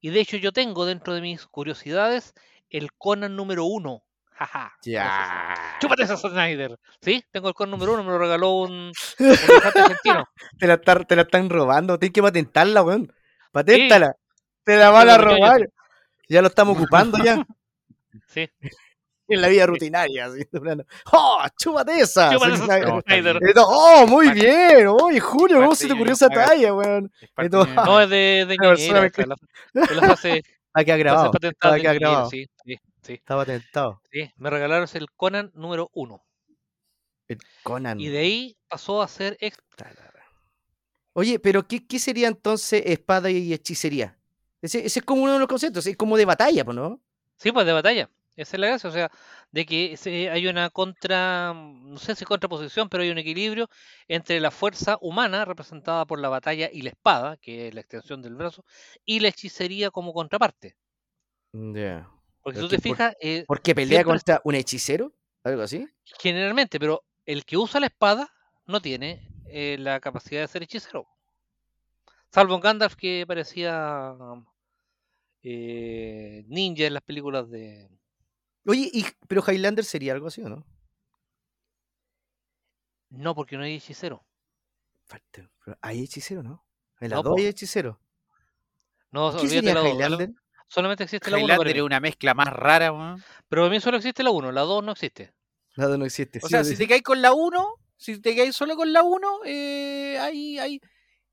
Speaker 5: Y de hecho yo tengo dentro de mis curiosidades el Conan número uno. Jaja. gracias.
Speaker 2: ya.
Speaker 5: Chúpate
Speaker 2: <laughs>
Speaker 5: esa Snyder. Sí, tengo el con número uno, me lo regaló un, un dibujante argentino.
Speaker 2: Ah, Te la, tar- te la están robando, tienes que patentarla, weón. Paténtala. Te la
Speaker 5: Sí,
Speaker 2: van
Speaker 5: lo
Speaker 2: a
Speaker 5: que yo hice.
Speaker 2: robar. Ya lo estamos ocupando ya
Speaker 5: Sí.
Speaker 2: en la vida rutinaria. así, de plano. ¡Oh, chúpate esa!
Speaker 5: Chúpate
Speaker 2: Zack
Speaker 5: esa <laughs>
Speaker 2: Snyder.
Speaker 3: No, está bien.
Speaker 5: Snyder.
Speaker 2: Y todo, ¡Oh, muy
Speaker 3: Parte-
Speaker 2: bien! ¡Oye, Julio, cómo
Speaker 3: parte
Speaker 2: se te
Speaker 3: de
Speaker 2: ocurrió
Speaker 3: Johnny
Speaker 2: esa
Speaker 3: Magas.
Speaker 2: talla, weón!
Speaker 3: es parte
Speaker 2: todo-
Speaker 3: de-
Speaker 5: <laughs> Eh,
Speaker 2: <laughs>
Speaker 5: No, es de, de
Speaker 2: Una persona
Speaker 5: niñera.
Speaker 2: me
Speaker 5: o sea, la- de las
Speaker 2: <laughs>
Speaker 5: hace,
Speaker 2: Está que ha grabado.
Speaker 5: patentadas
Speaker 2: Está
Speaker 5: de
Speaker 2: que ha
Speaker 5: niñera,
Speaker 2: grabado.
Speaker 5: sí, sí, sí,
Speaker 2: Está patentado.
Speaker 5: sí. Me regalaron el Conan número uno.
Speaker 2: El Conan.
Speaker 5: Y de ahí pasó a ser ex-
Speaker 2: Ta la ra- Oye, pero ¿qué, qué sería entonces espada y hechicería? Ese, ese es como uno de los conceptos, es como de batalla, pues, ¿no?
Speaker 5: Sí, pues de batalla. Esa es la gracia. O sea, de que se- hay una contra, mm, no sé si contraposición, pero hay un equilibrio entre la fuerza humana representada por la batalla y la espada, que es la extensión del brazo, y la hechicería como contraparte. Porque
Speaker 2: Pero
Speaker 5: tú te
Speaker 2: que por-
Speaker 5: fijas, eh,
Speaker 2: Porque pelea
Speaker 5: Siempre-
Speaker 2: contra un hechicero, algo así.
Speaker 5: generalmente, pero el que usa la espada no tiene eh, la capacidad de ser hechicero. Salvo en Gandalf que parecía eh, ninja en las películas de...
Speaker 2: Oye, y- pero Highlander sería algo así, ¿o no?
Speaker 5: No, porque no hay hechicero.
Speaker 2: Falta- pero ¿Hay hechicero, no? En las
Speaker 5: No,
Speaker 2: dos hay
Speaker 5: po.
Speaker 2: hechicero.
Speaker 5: No,
Speaker 2: ¿Qué
Speaker 5: olvídate
Speaker 2: sería
Speaker 5: la dos, solo-
Speaker 2: Highlander?
Speaker 5: Solamente existe la 1 para
Speaker 3: Highlander
Speaker 5: mí.
Speaker 3: es una mezcla más rara, weón.
Speaker 5: Pero para mí solo existe la 1, la 2 no existe.
Speaker 2: La dos no existe.
Speaker 3: O
Speaker 2: sí,
Speaker 3: sea,
Speaker 2: o
Speaker 3: si
Speaker 2: sí.
Speaker 3: te caes con la 1, si te caes solo con la 1, eh, hay, hay,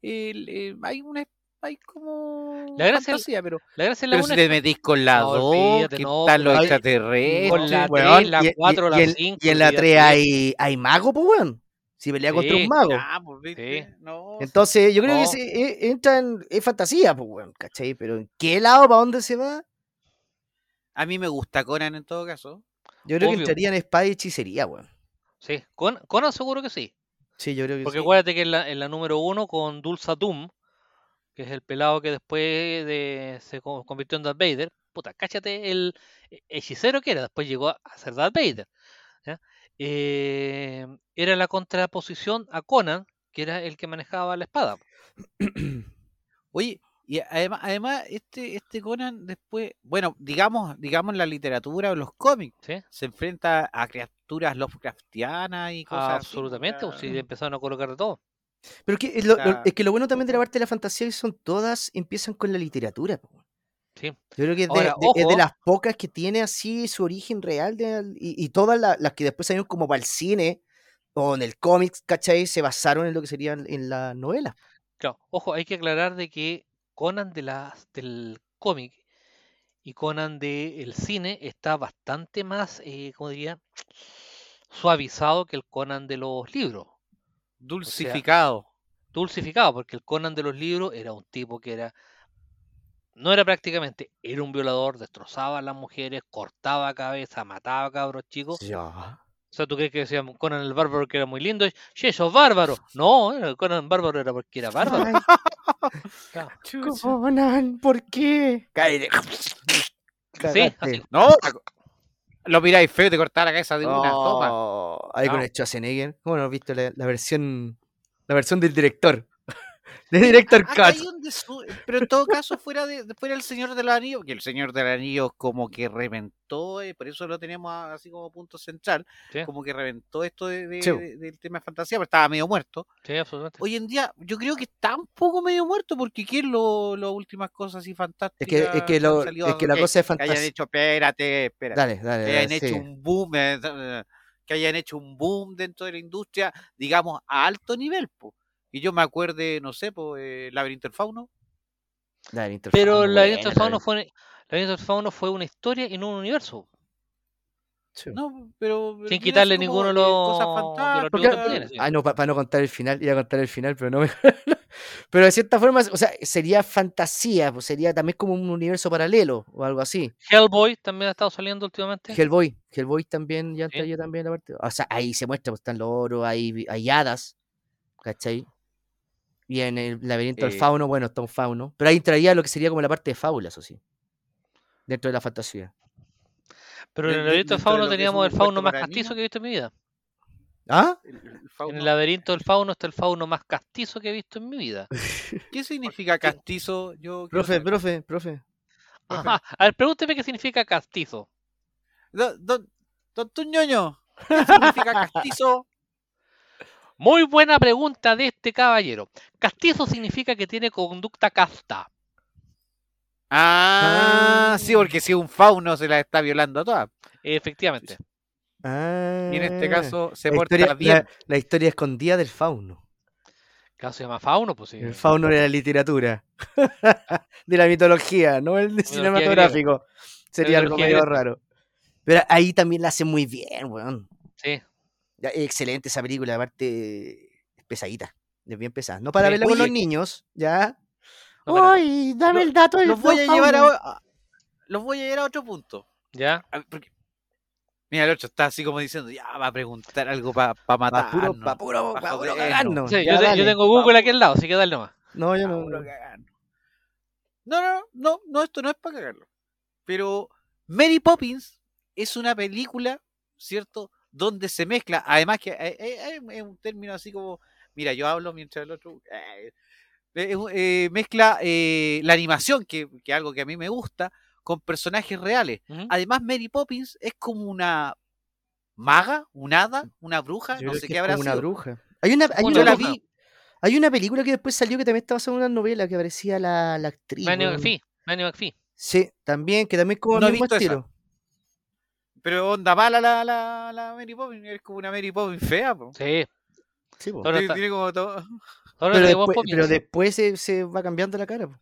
Speaker 3: el, eh, hay una hay como
Speaker 5: La gracia del-
Speaker 3: fantasía, pero,
Speaker 5: La gracia es la
Speaker 3: pero
Speaker 5: 1
Speaker 3: si te metís con la
Speaker 5: No,
Speaker 3: 2,
Speaker 5: olvídate,
Speaker 3: que
Speaker 5: no,
Speaker 3: están los
Speaker 5: pero- Ay,
Speaker 3: extraterrestres.
Speaker 5: con la
Speaker 2: weón,
Speaker 5: tres, la
Speaker 2: y- y-
Speaker 5: cuatro,
Speaker 2: y
Speaker 5: la
Speaker 2: en-
Speaker 5: cinco,
Speaker 2: Y en la
Speaker 5: olvídate.
Speaker 2: 3 hay, hay mago, pues, weón. Si pelea contra un
Speaker 5: Sí,
Speaker 2: mago.
Speaker 3: Ah, pues, ¿viste? No,
Speaker 2: Entonces, yo creo que
Speaker 5: No.
Speaker 2: se, e- entra en es fantasía, pues, weón, ¿cachai? Pero ¿en qué lado, para dónde se va?
Speaker 3: a mí me gusta Conan en todo caso.
Speaker 2: Yo creo que
Speaker 5: Obvio.
Speaker 2: entraría en espada y hechicería, weón.
Speaker 5: Sí, con, Conan seguro que sí.
Speaker 2: Sí, yo creo que
Speaker 5: Porque
Speaker 2: sí.
Speaker 5: acuérdate que en la, en la número 1 con Dulce Doom, que es el pelado que después de, se co- convirtió en Darth Vader, puta, cáchate el he- hechicero que era, después llegó a, a ser Darth Vader. ¿ya? Eh, era la contraposición a Conan, que era el que manejaba la espada.
Speaker 3: Oye, y además, además este, este Conan después, bueno, digamos, digamos en la literatura o los cómics,
Speaker 5: ¿sí?
Speaker 3: se enfrenta a criaturas Lovecraftianas y cosas así,
Speaker 5: Absolutamente,
Speaker 3: o
Speaker 5: pues,
Speaker 3: sea,
Speaker 5: si le empezaron a colocar de todo.
Speaker 2: Pero que, lo- lo-
Speaker 3: sea,
Speaker 2: es que lo bueno también de la parte de la fantasía es que son todas, empiezan con la literatura, po, weón.
Speaker 5: Sí.
Speaker 2: Yo creo que es de,
Speaker 5: Ahora,
Speaker 2: de- es de
Speaker 5: ojo.
Speaker 2: las pocas que tiene así su origen real de al- y, y todas la- las que después salieron como para el cine o en el cómic, ¿cachai? Se basaron en lo que serían en las novelas.
Speaker 5: Claro, ojo, hay que aclarar de que Conan de las, del cómic y Conan del cine está bastante más, eh, ¿cómo diría? Suavizado que el Conan de los libros.
Speaker 3: dulcificado.
Speaker 5: Dulcificado, porque el Conan de los libros era un tipo que era no era prácticamente, era un violador, destrozaba a las mujeres, cortaba cabeza, mataba a cabros chicos.
Speaker 3: ah.
Speaker 2: Ya.
Speaker 5: O sea, ¿tú crees que decían Conan el Bárbaro que era muy lindo? ¡Che, sos bárbaro! No, era- Conan el Bárbaro era porque era bárbaro. Claro.
Speaker 2: Conan, ¿por qué? <laughs> Cállate.
Speaker 5: Sí,
Speaker 2: Cagaste.
Speaker 5: así.
Speaker 3: No, lo miráis feo y te cortaba la cabeza de una
Speaker 2: <laughs>
Speaker 3: Ah. toma.
Speaker 2: Oh, Ahí con
Speaker 3: No.
Speaker 2: el Schwarzenegger. ¿Cómo no has visto la, la versión la versión del director? <laughs> De director
Speaker 3: Acá hay
Speaker 2: Cut.
Speaker 3: un desu- Pero en todo caso, fuera, de, fuera el Señor del Anillo, que el Señor del Anillo como que reventó, y por eso lo tenemos a- así como punto central,
Speaker 5: Sí.
Speaker 3: como que reventó esto de- de-
Speaker 2: Sí.
Speaker 3: de- del tema de fantasía, pero estaba medio muerto.
Speaker 5: Sí, absolutamente.
Speaker 3: Hoy en día, yo creo que está un poco medio muerto, porque ¿qué es lo, las últimas cosas así
Speaker 2: Es
Speaker 3: fantásticas?
Speaker 2: que, es que, lo-
Speaker 3: han salido
Speaker 2: es que la
Speaker 3: que-
Speaker 2: cosa es
Speaker 3: que hayan
Speaker 2: fantástica.
Speaker 3: hecho, espérate, espérate
Speaker 2: Dale, dale.
Speaker 3: que hayan
Speaker 2: dale,
Speaker 3: hecho
Speaker 2: Eh, sí.
Speaker 3: un boom, eh, eh, que hayan hecho un boom dentro de la industria, digamos, a alto nivel. po. Y yo me acuerde, no sé, po, eh, Laberinto del Fauno.
Speaker 2: Dale, Interfauna,
Speaker 5: Pero la
Speaker 2: buena,
Speaker 5: Viento del Fauno fue, la Viento del Fauno fue una historia en un universo.
Speaker 2: Sí.
Speaker 3: No, pero. pero
Speaker 5: Sin
Speaker 3: tiene
Speaker 5: quitarle
Speaker 3: así como,
Speaker 5: ninguno
Speaker 3: eh,
Speaker 5: lo-
Speaker 3: cosas
Speaker 5: de los
Speaker 2: Porque-
Speaker 5: atributos que tiene,
Speaker 3: fantásticas.
Speaker 5: sí.
Speaker 2: ah, no, para no contar el final, iba a contar el final, pero no me. <laughs> pero de cierta forma, o sea, sería fantasía, pues sería también como un universo paralelo o algo así.
Speaker 5: Hellboy también ha estado saliendo últimamente.
Speaker 2: Hellboy, Hellboy también, ya
Speaker 5: Sí.
Speaker 2: yo también la parte. O sea, ahí se muestra, pues están los oros, hay, vi- hay hadas, ¿cachai? Y en el laberinto del
Speaker 3: Eh,
Speaker 2: fauno, bueno, está un fauno. Pero ahí entraría lo que sería como la parte de fábulas, eso sí. Dentro de la fantasía.
Speaker 5: Pero en
Speaker 3: de-
Speaker 5: el laberinto
Speaker 3: dentro
Speaker 5: del
Speaker 3: de
Speaker 5: fauno
Speaker 3: lo que es
Speaker 5: teníamos
Speaker 3: un
Speaker 5: el fauno
Speaker 3: cuento
Speaker 5: más
Speaker 3: para
Speaker 5: castizo
Speaker 3: niños.
Speaker 5: que he visto en mi vida.
Speaker 2: ¿Ah?
Speaker 3: El- el
Speaker 5: En
Speaker 3: fauno.
Speaker 5: el laberinto del fauno está el fauno más castizo que he visto en mi vida. <laughs>
Speaker 3: ¿Qué significa castizo? Yo quiero
Speaker 2: Profe,
Speaker 3: saber.
Speaker 2: profe, profe.
Speaker 5: Ajá. A ver, pregúnteme qué significa castizo.
Speaker 3: Don, don, don Tuñoño, ¿qué significa castizo?
Speaker 5: Muy buena pregunta de este caballero. Castizo significa que tiene conducta casta.
Speaker 3: Ah, sí, porque si un fauno se la está violando a todas.
Speaker 5: Efectivamente.
Speaker 3: Y en este
Speaker 2: Ah,
Speaker 3: caso se
Speaker 2: la
Speaker 3: porta
Speaker 2: historia,
Speaker 3: bien.
Speaker 2: la- la historia escondida del fauno.
Speaker 5: El caso se llama fauno, pues sí.
Speaker 2: El fauno de la literatura. <laughs> de la mitología, no el de
Speaker 5: Mitología griega.
Speaker 2: cinematográfico. Sería algo
Speaker 5: mitología
Speaker 2: medio
Speaker 5: griega.
Speaker 2: raro. Pero ahí también la hace muy bien, weón.
Speaker 5: Sí.
Speaker 2: Ya, es Excelente esa película, aparte es pesadita, es bien pesada. No para
Speaker 5: Sí.
Speaker 2: verla con los
Speaker 3: Oye.
Speaker 2: niños, ya.
Speaker 5: No, para nada.
Speaker 2: Uy, dame
Speaker 3: Lo-
Speaker 2: el dato del
Speaker 3: los voy a
Speaker 2: Fauno.
Speaker 3: llevar a, a- los voy a llevar a otro punto.
Speaker 5: ¿Ya?
Speaker 3: A- porque- mira, el otro está así como diciendo, ya va a preguntar algo para pa
Speaker 2: Pa'
Speaker 3: matar.
Speaker 2: puro, pa' puro,
Speaker 3: pa'
Speaker 2: pa' puro
Speaker 3: jodernos.
Speaker 2: cagarnos,
Speaker 5: Sí,
Speaker 2: ya
Speaker 5: yo, te- yo
Speaker 2: dale.
Speaker 5: tengo Google aquí al lado, así que dale nomás.
Speaker 2: No, yo
Speaker 3: no,
Speaker 2: no.
Speaker 3: no, no, no, no, esto no es para cagarlo. Pero Mary Poppins es una película, ¿cierto? Donde se mezcla, además que eh, eh, eh, es un término así como, mira, yo hablo mientras el otro... eh, eh, un- eh, mezcla eh, la animación, que, que es algo que a mí me gusta, con personajes reales.
Speaker 5: Ujú.
Speaker 3: Además, Mary Poppins es como una maga, una hada, una bruja,
Speaker 2: Mm. Yo
Speaker 3: no
Speaker 2: creo
Speaker 3: sé
Speaker 2: que
Speaker 3: qué
Speaker 2: es
Speaker 3: habrá
Speaker 2: como una
Speaker 3: sido.
Speaker 2: bruja. Hay una, hay,
Speaker 5: Como
Speaker 2: una
Speaker 3: Yo la
Speaker 5: bruja.
Speaker 3: vi,
Speaker 2: hay una película que después salió que también estaba basada en una novela que aparecía la, la actriz.
Speaker 5: Manny
Speaker 2: weón.
Speaker 5: McPhee. Manny McPhee.
Speaker 2: Sí, también, que también es como
Speaker 3: No he
Speaker 2: el mismo
Speaker 3: visto esa.
Speaker 2: estilo.
Speaker 3: pero onda mala la, la, la Mary Poppins, es como una Mary Poppins fea, po.
Speaker 5: Sí.
Speaker 2: Sí, po.
Speaker 5: Ahora
Speaker 3: Tiene-
Speaker 5: está-
Speaker 3: tiene como todo- <laughs>
Speaker 5: Ahora
Speaker 2: Pero
Speaker 5: te digo,
Speaker 2: después,
Speaker 5: Poppins.
Speaker 2: pero después se, se va cambiando la cara. po.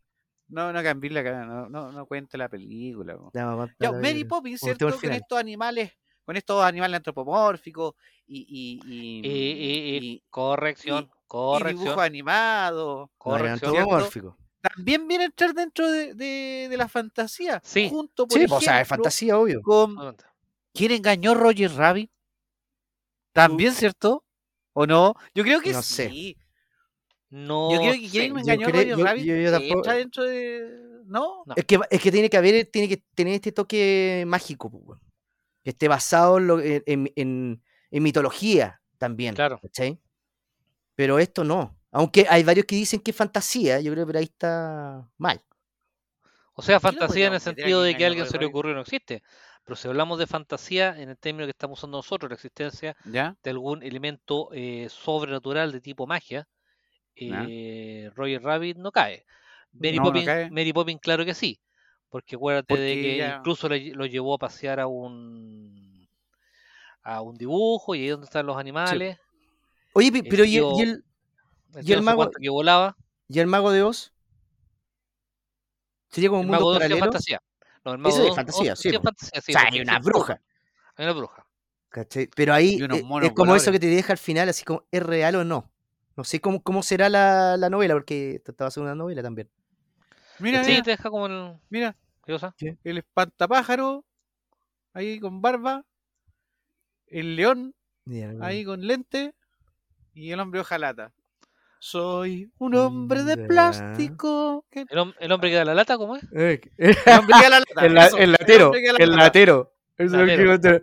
Speaker 3: No, no cambié la cara, no, no, no cuenta la película. po.
Speaker 2: Ya, vamos a
Speaker 3: Ya,
Speaker 2: la
Speaker 3: Mary
Speaker 2: película.
Speaker 3: Poppins,
Speaker 2: Como el
Speaker 3: ¿cierto?
Speaker 2: tema del
Speaker 3: Con
Speaker 2: final.
Speaker 3: estos animales, con estos animales antropomórficos y, y,
Speaker 5: Y- y-
Speaker 3: y-
Speaker 5: y- corrección.
Speaker 3: y dibujos
Speaker 5: corrección.
Speaker 3: animados.
Speaker 2: No, era
Speaker 5: corrección.
Speaker 2: antropomórfico.
Speaker 3: también viene a entrar dentro de, de- de la fantasía.
Speaker 5: Sí.
Speaker 3: Junto, por
Speaker 2: Sí, po, o sea, es
Speaker 3: ejemplo,
Speaker 2: fantasía, obvio.
Speaker 3: con
Speaker 5: Absolutamente.
Speaker 3: ¿Quién engañó a Roger Rabbit? También, ¿cierto? ¿O no? Yo creo que
Speaker 2: No sé.
Speaker 3: sí.
Speaker 5: No.
Speaker 3: Yo creo que ¿Quién
Speaker 5: sé.
Speaker 2: Yo
Speaker 3: engañó a
Speaker 2: creo-
Speaker 3: Roger
Speaker 2: yo-
Speaker 3: Rabbit?
Speaker 2: yo- yo tampoco-
Speaker 3: Entra dentro de... ¿No?
Speaker 5: No.
Speaker 2: Es que, va- es que tiene que haber, tiene que tener este toque mágico, pues, weón. que esté basado en, lo- en- en- en- en mitología también.
Speaker 5: Claro.
Speaker 2: ¿cachai? Pero esto no. Aunque hay varios que dicen que es fantasía, yo creo que por ahí está mal.
Speaker 5: O sea,
Speaker 3: ¿Por qué lo
Speaker 5: fantasía en el
Speaker 3: podríamos meter
Speaker 5: sentido
Speaker 3: aquí
Speaker 5: de
Speaker 3: en
Speaker 5: que a
Speaker 3: el
Speaker 5: alguien se le
Speaker 3: Rabbit?
Speaker 5: ocurrió no existe. Pero si hablamos de fantasía en el término que estamos usando nosotros, la existencia
Speaker 3: ¿Ya?
Speaker 5: de algún elemento eh, sobrenatural de tipo magia,
Speaker 3: Ya.
Speaker 5: eh, Roger Rabbit no cae. Mary,
Speaker 3: No, no
Speaker 5: Poppins,
Speaker 3: cae.
Speaker 5: Mary Poppins, claro que sí. Porque acuérdate de
Speaker 3: Porque
Speaker 5: que
Speaker 3: ella-
Speaker 5: incluso la lle- lo llevó a pasear a un a un dibujo y ahí donde están los animales.
Speaker 2: Oye, pe-
Speaker 5: El
Speaker 2: pero ¿y el,
Speaker 5: tío-
Speaker 2: y el-
Speaker 5: el
Speaker 2: y
Speaker 5: tío
Speaker 2: el
Speaker 5: no sé
Speaker 2: mago-
Speaker 5: cuánto que volaba.
Speaker 2: y el mago de Oz? ¿Sería como
Speaker 5: El
Speaker 2: un
Speaker 5: mago
Speaker 2: mundo
Speaker 5: de Oz sí es
Speaker 2: paralelo?
Speaker 5: fantasía. No, el mago
Speaker 2: Ese es
Speaker 5: de Oz-
Speaker 2: fantasía,
Speaker 5: Oz
Speaker 2: sí,
Speaker 5: es
Speaker 2: po.
Speaker 5: fantasía,
Speaker 2: O
Speaker 5: sí,
Speaker 2: sea,
Speaker 5: porque
Speaker 2: hay una
Speaker 5: existe
Speaker 2: bruja.
Speaker 5: Hay una bruja.
Speaker 2: ¿cachai? Pero ahí
Speaker 3: Y unos
Speaker 2: eh, es,
Speaker 3: monos
Speaker 2: como eso
Speaker 3: voladores.
Speaker 2: que te deja al final, así como, ¿es real o no? No sé cómo, cómo será la, la novela, porque esto estaba haciendo una novela también.
Speaker 3: Mira,
Speaker 5: Sí,
Speaker 3: mira,
Speaker 5: te deja como el...
Speaker 3: mira,
Speaker 5: ¿Qué cosa?
Speaker 3: el espantapájaro ahí con barba, el león
Speaker 2: Ya, bueno.
Speaker 3: ahí con lente y el hombre hojalata. Soy un hombre de plástico.
Speaker 2: <laughs>
Speaker 3: que-
Speaker 5: ¿El, hom- el hombre que da la lata, ¿cómo es?
Speaker 2: Eh,
Speaker 3: El hombre que da la lata,
Speaker 2: el, la-
Speaker 3: eso,
Speaker 2: el
Speaker 3: <laughs>
Speaker 2: latero,
Speaker 3: hombre que da la
Speaker 2: el
Speaker 3: lata.
Speaker 2: latero. Eso es lo que-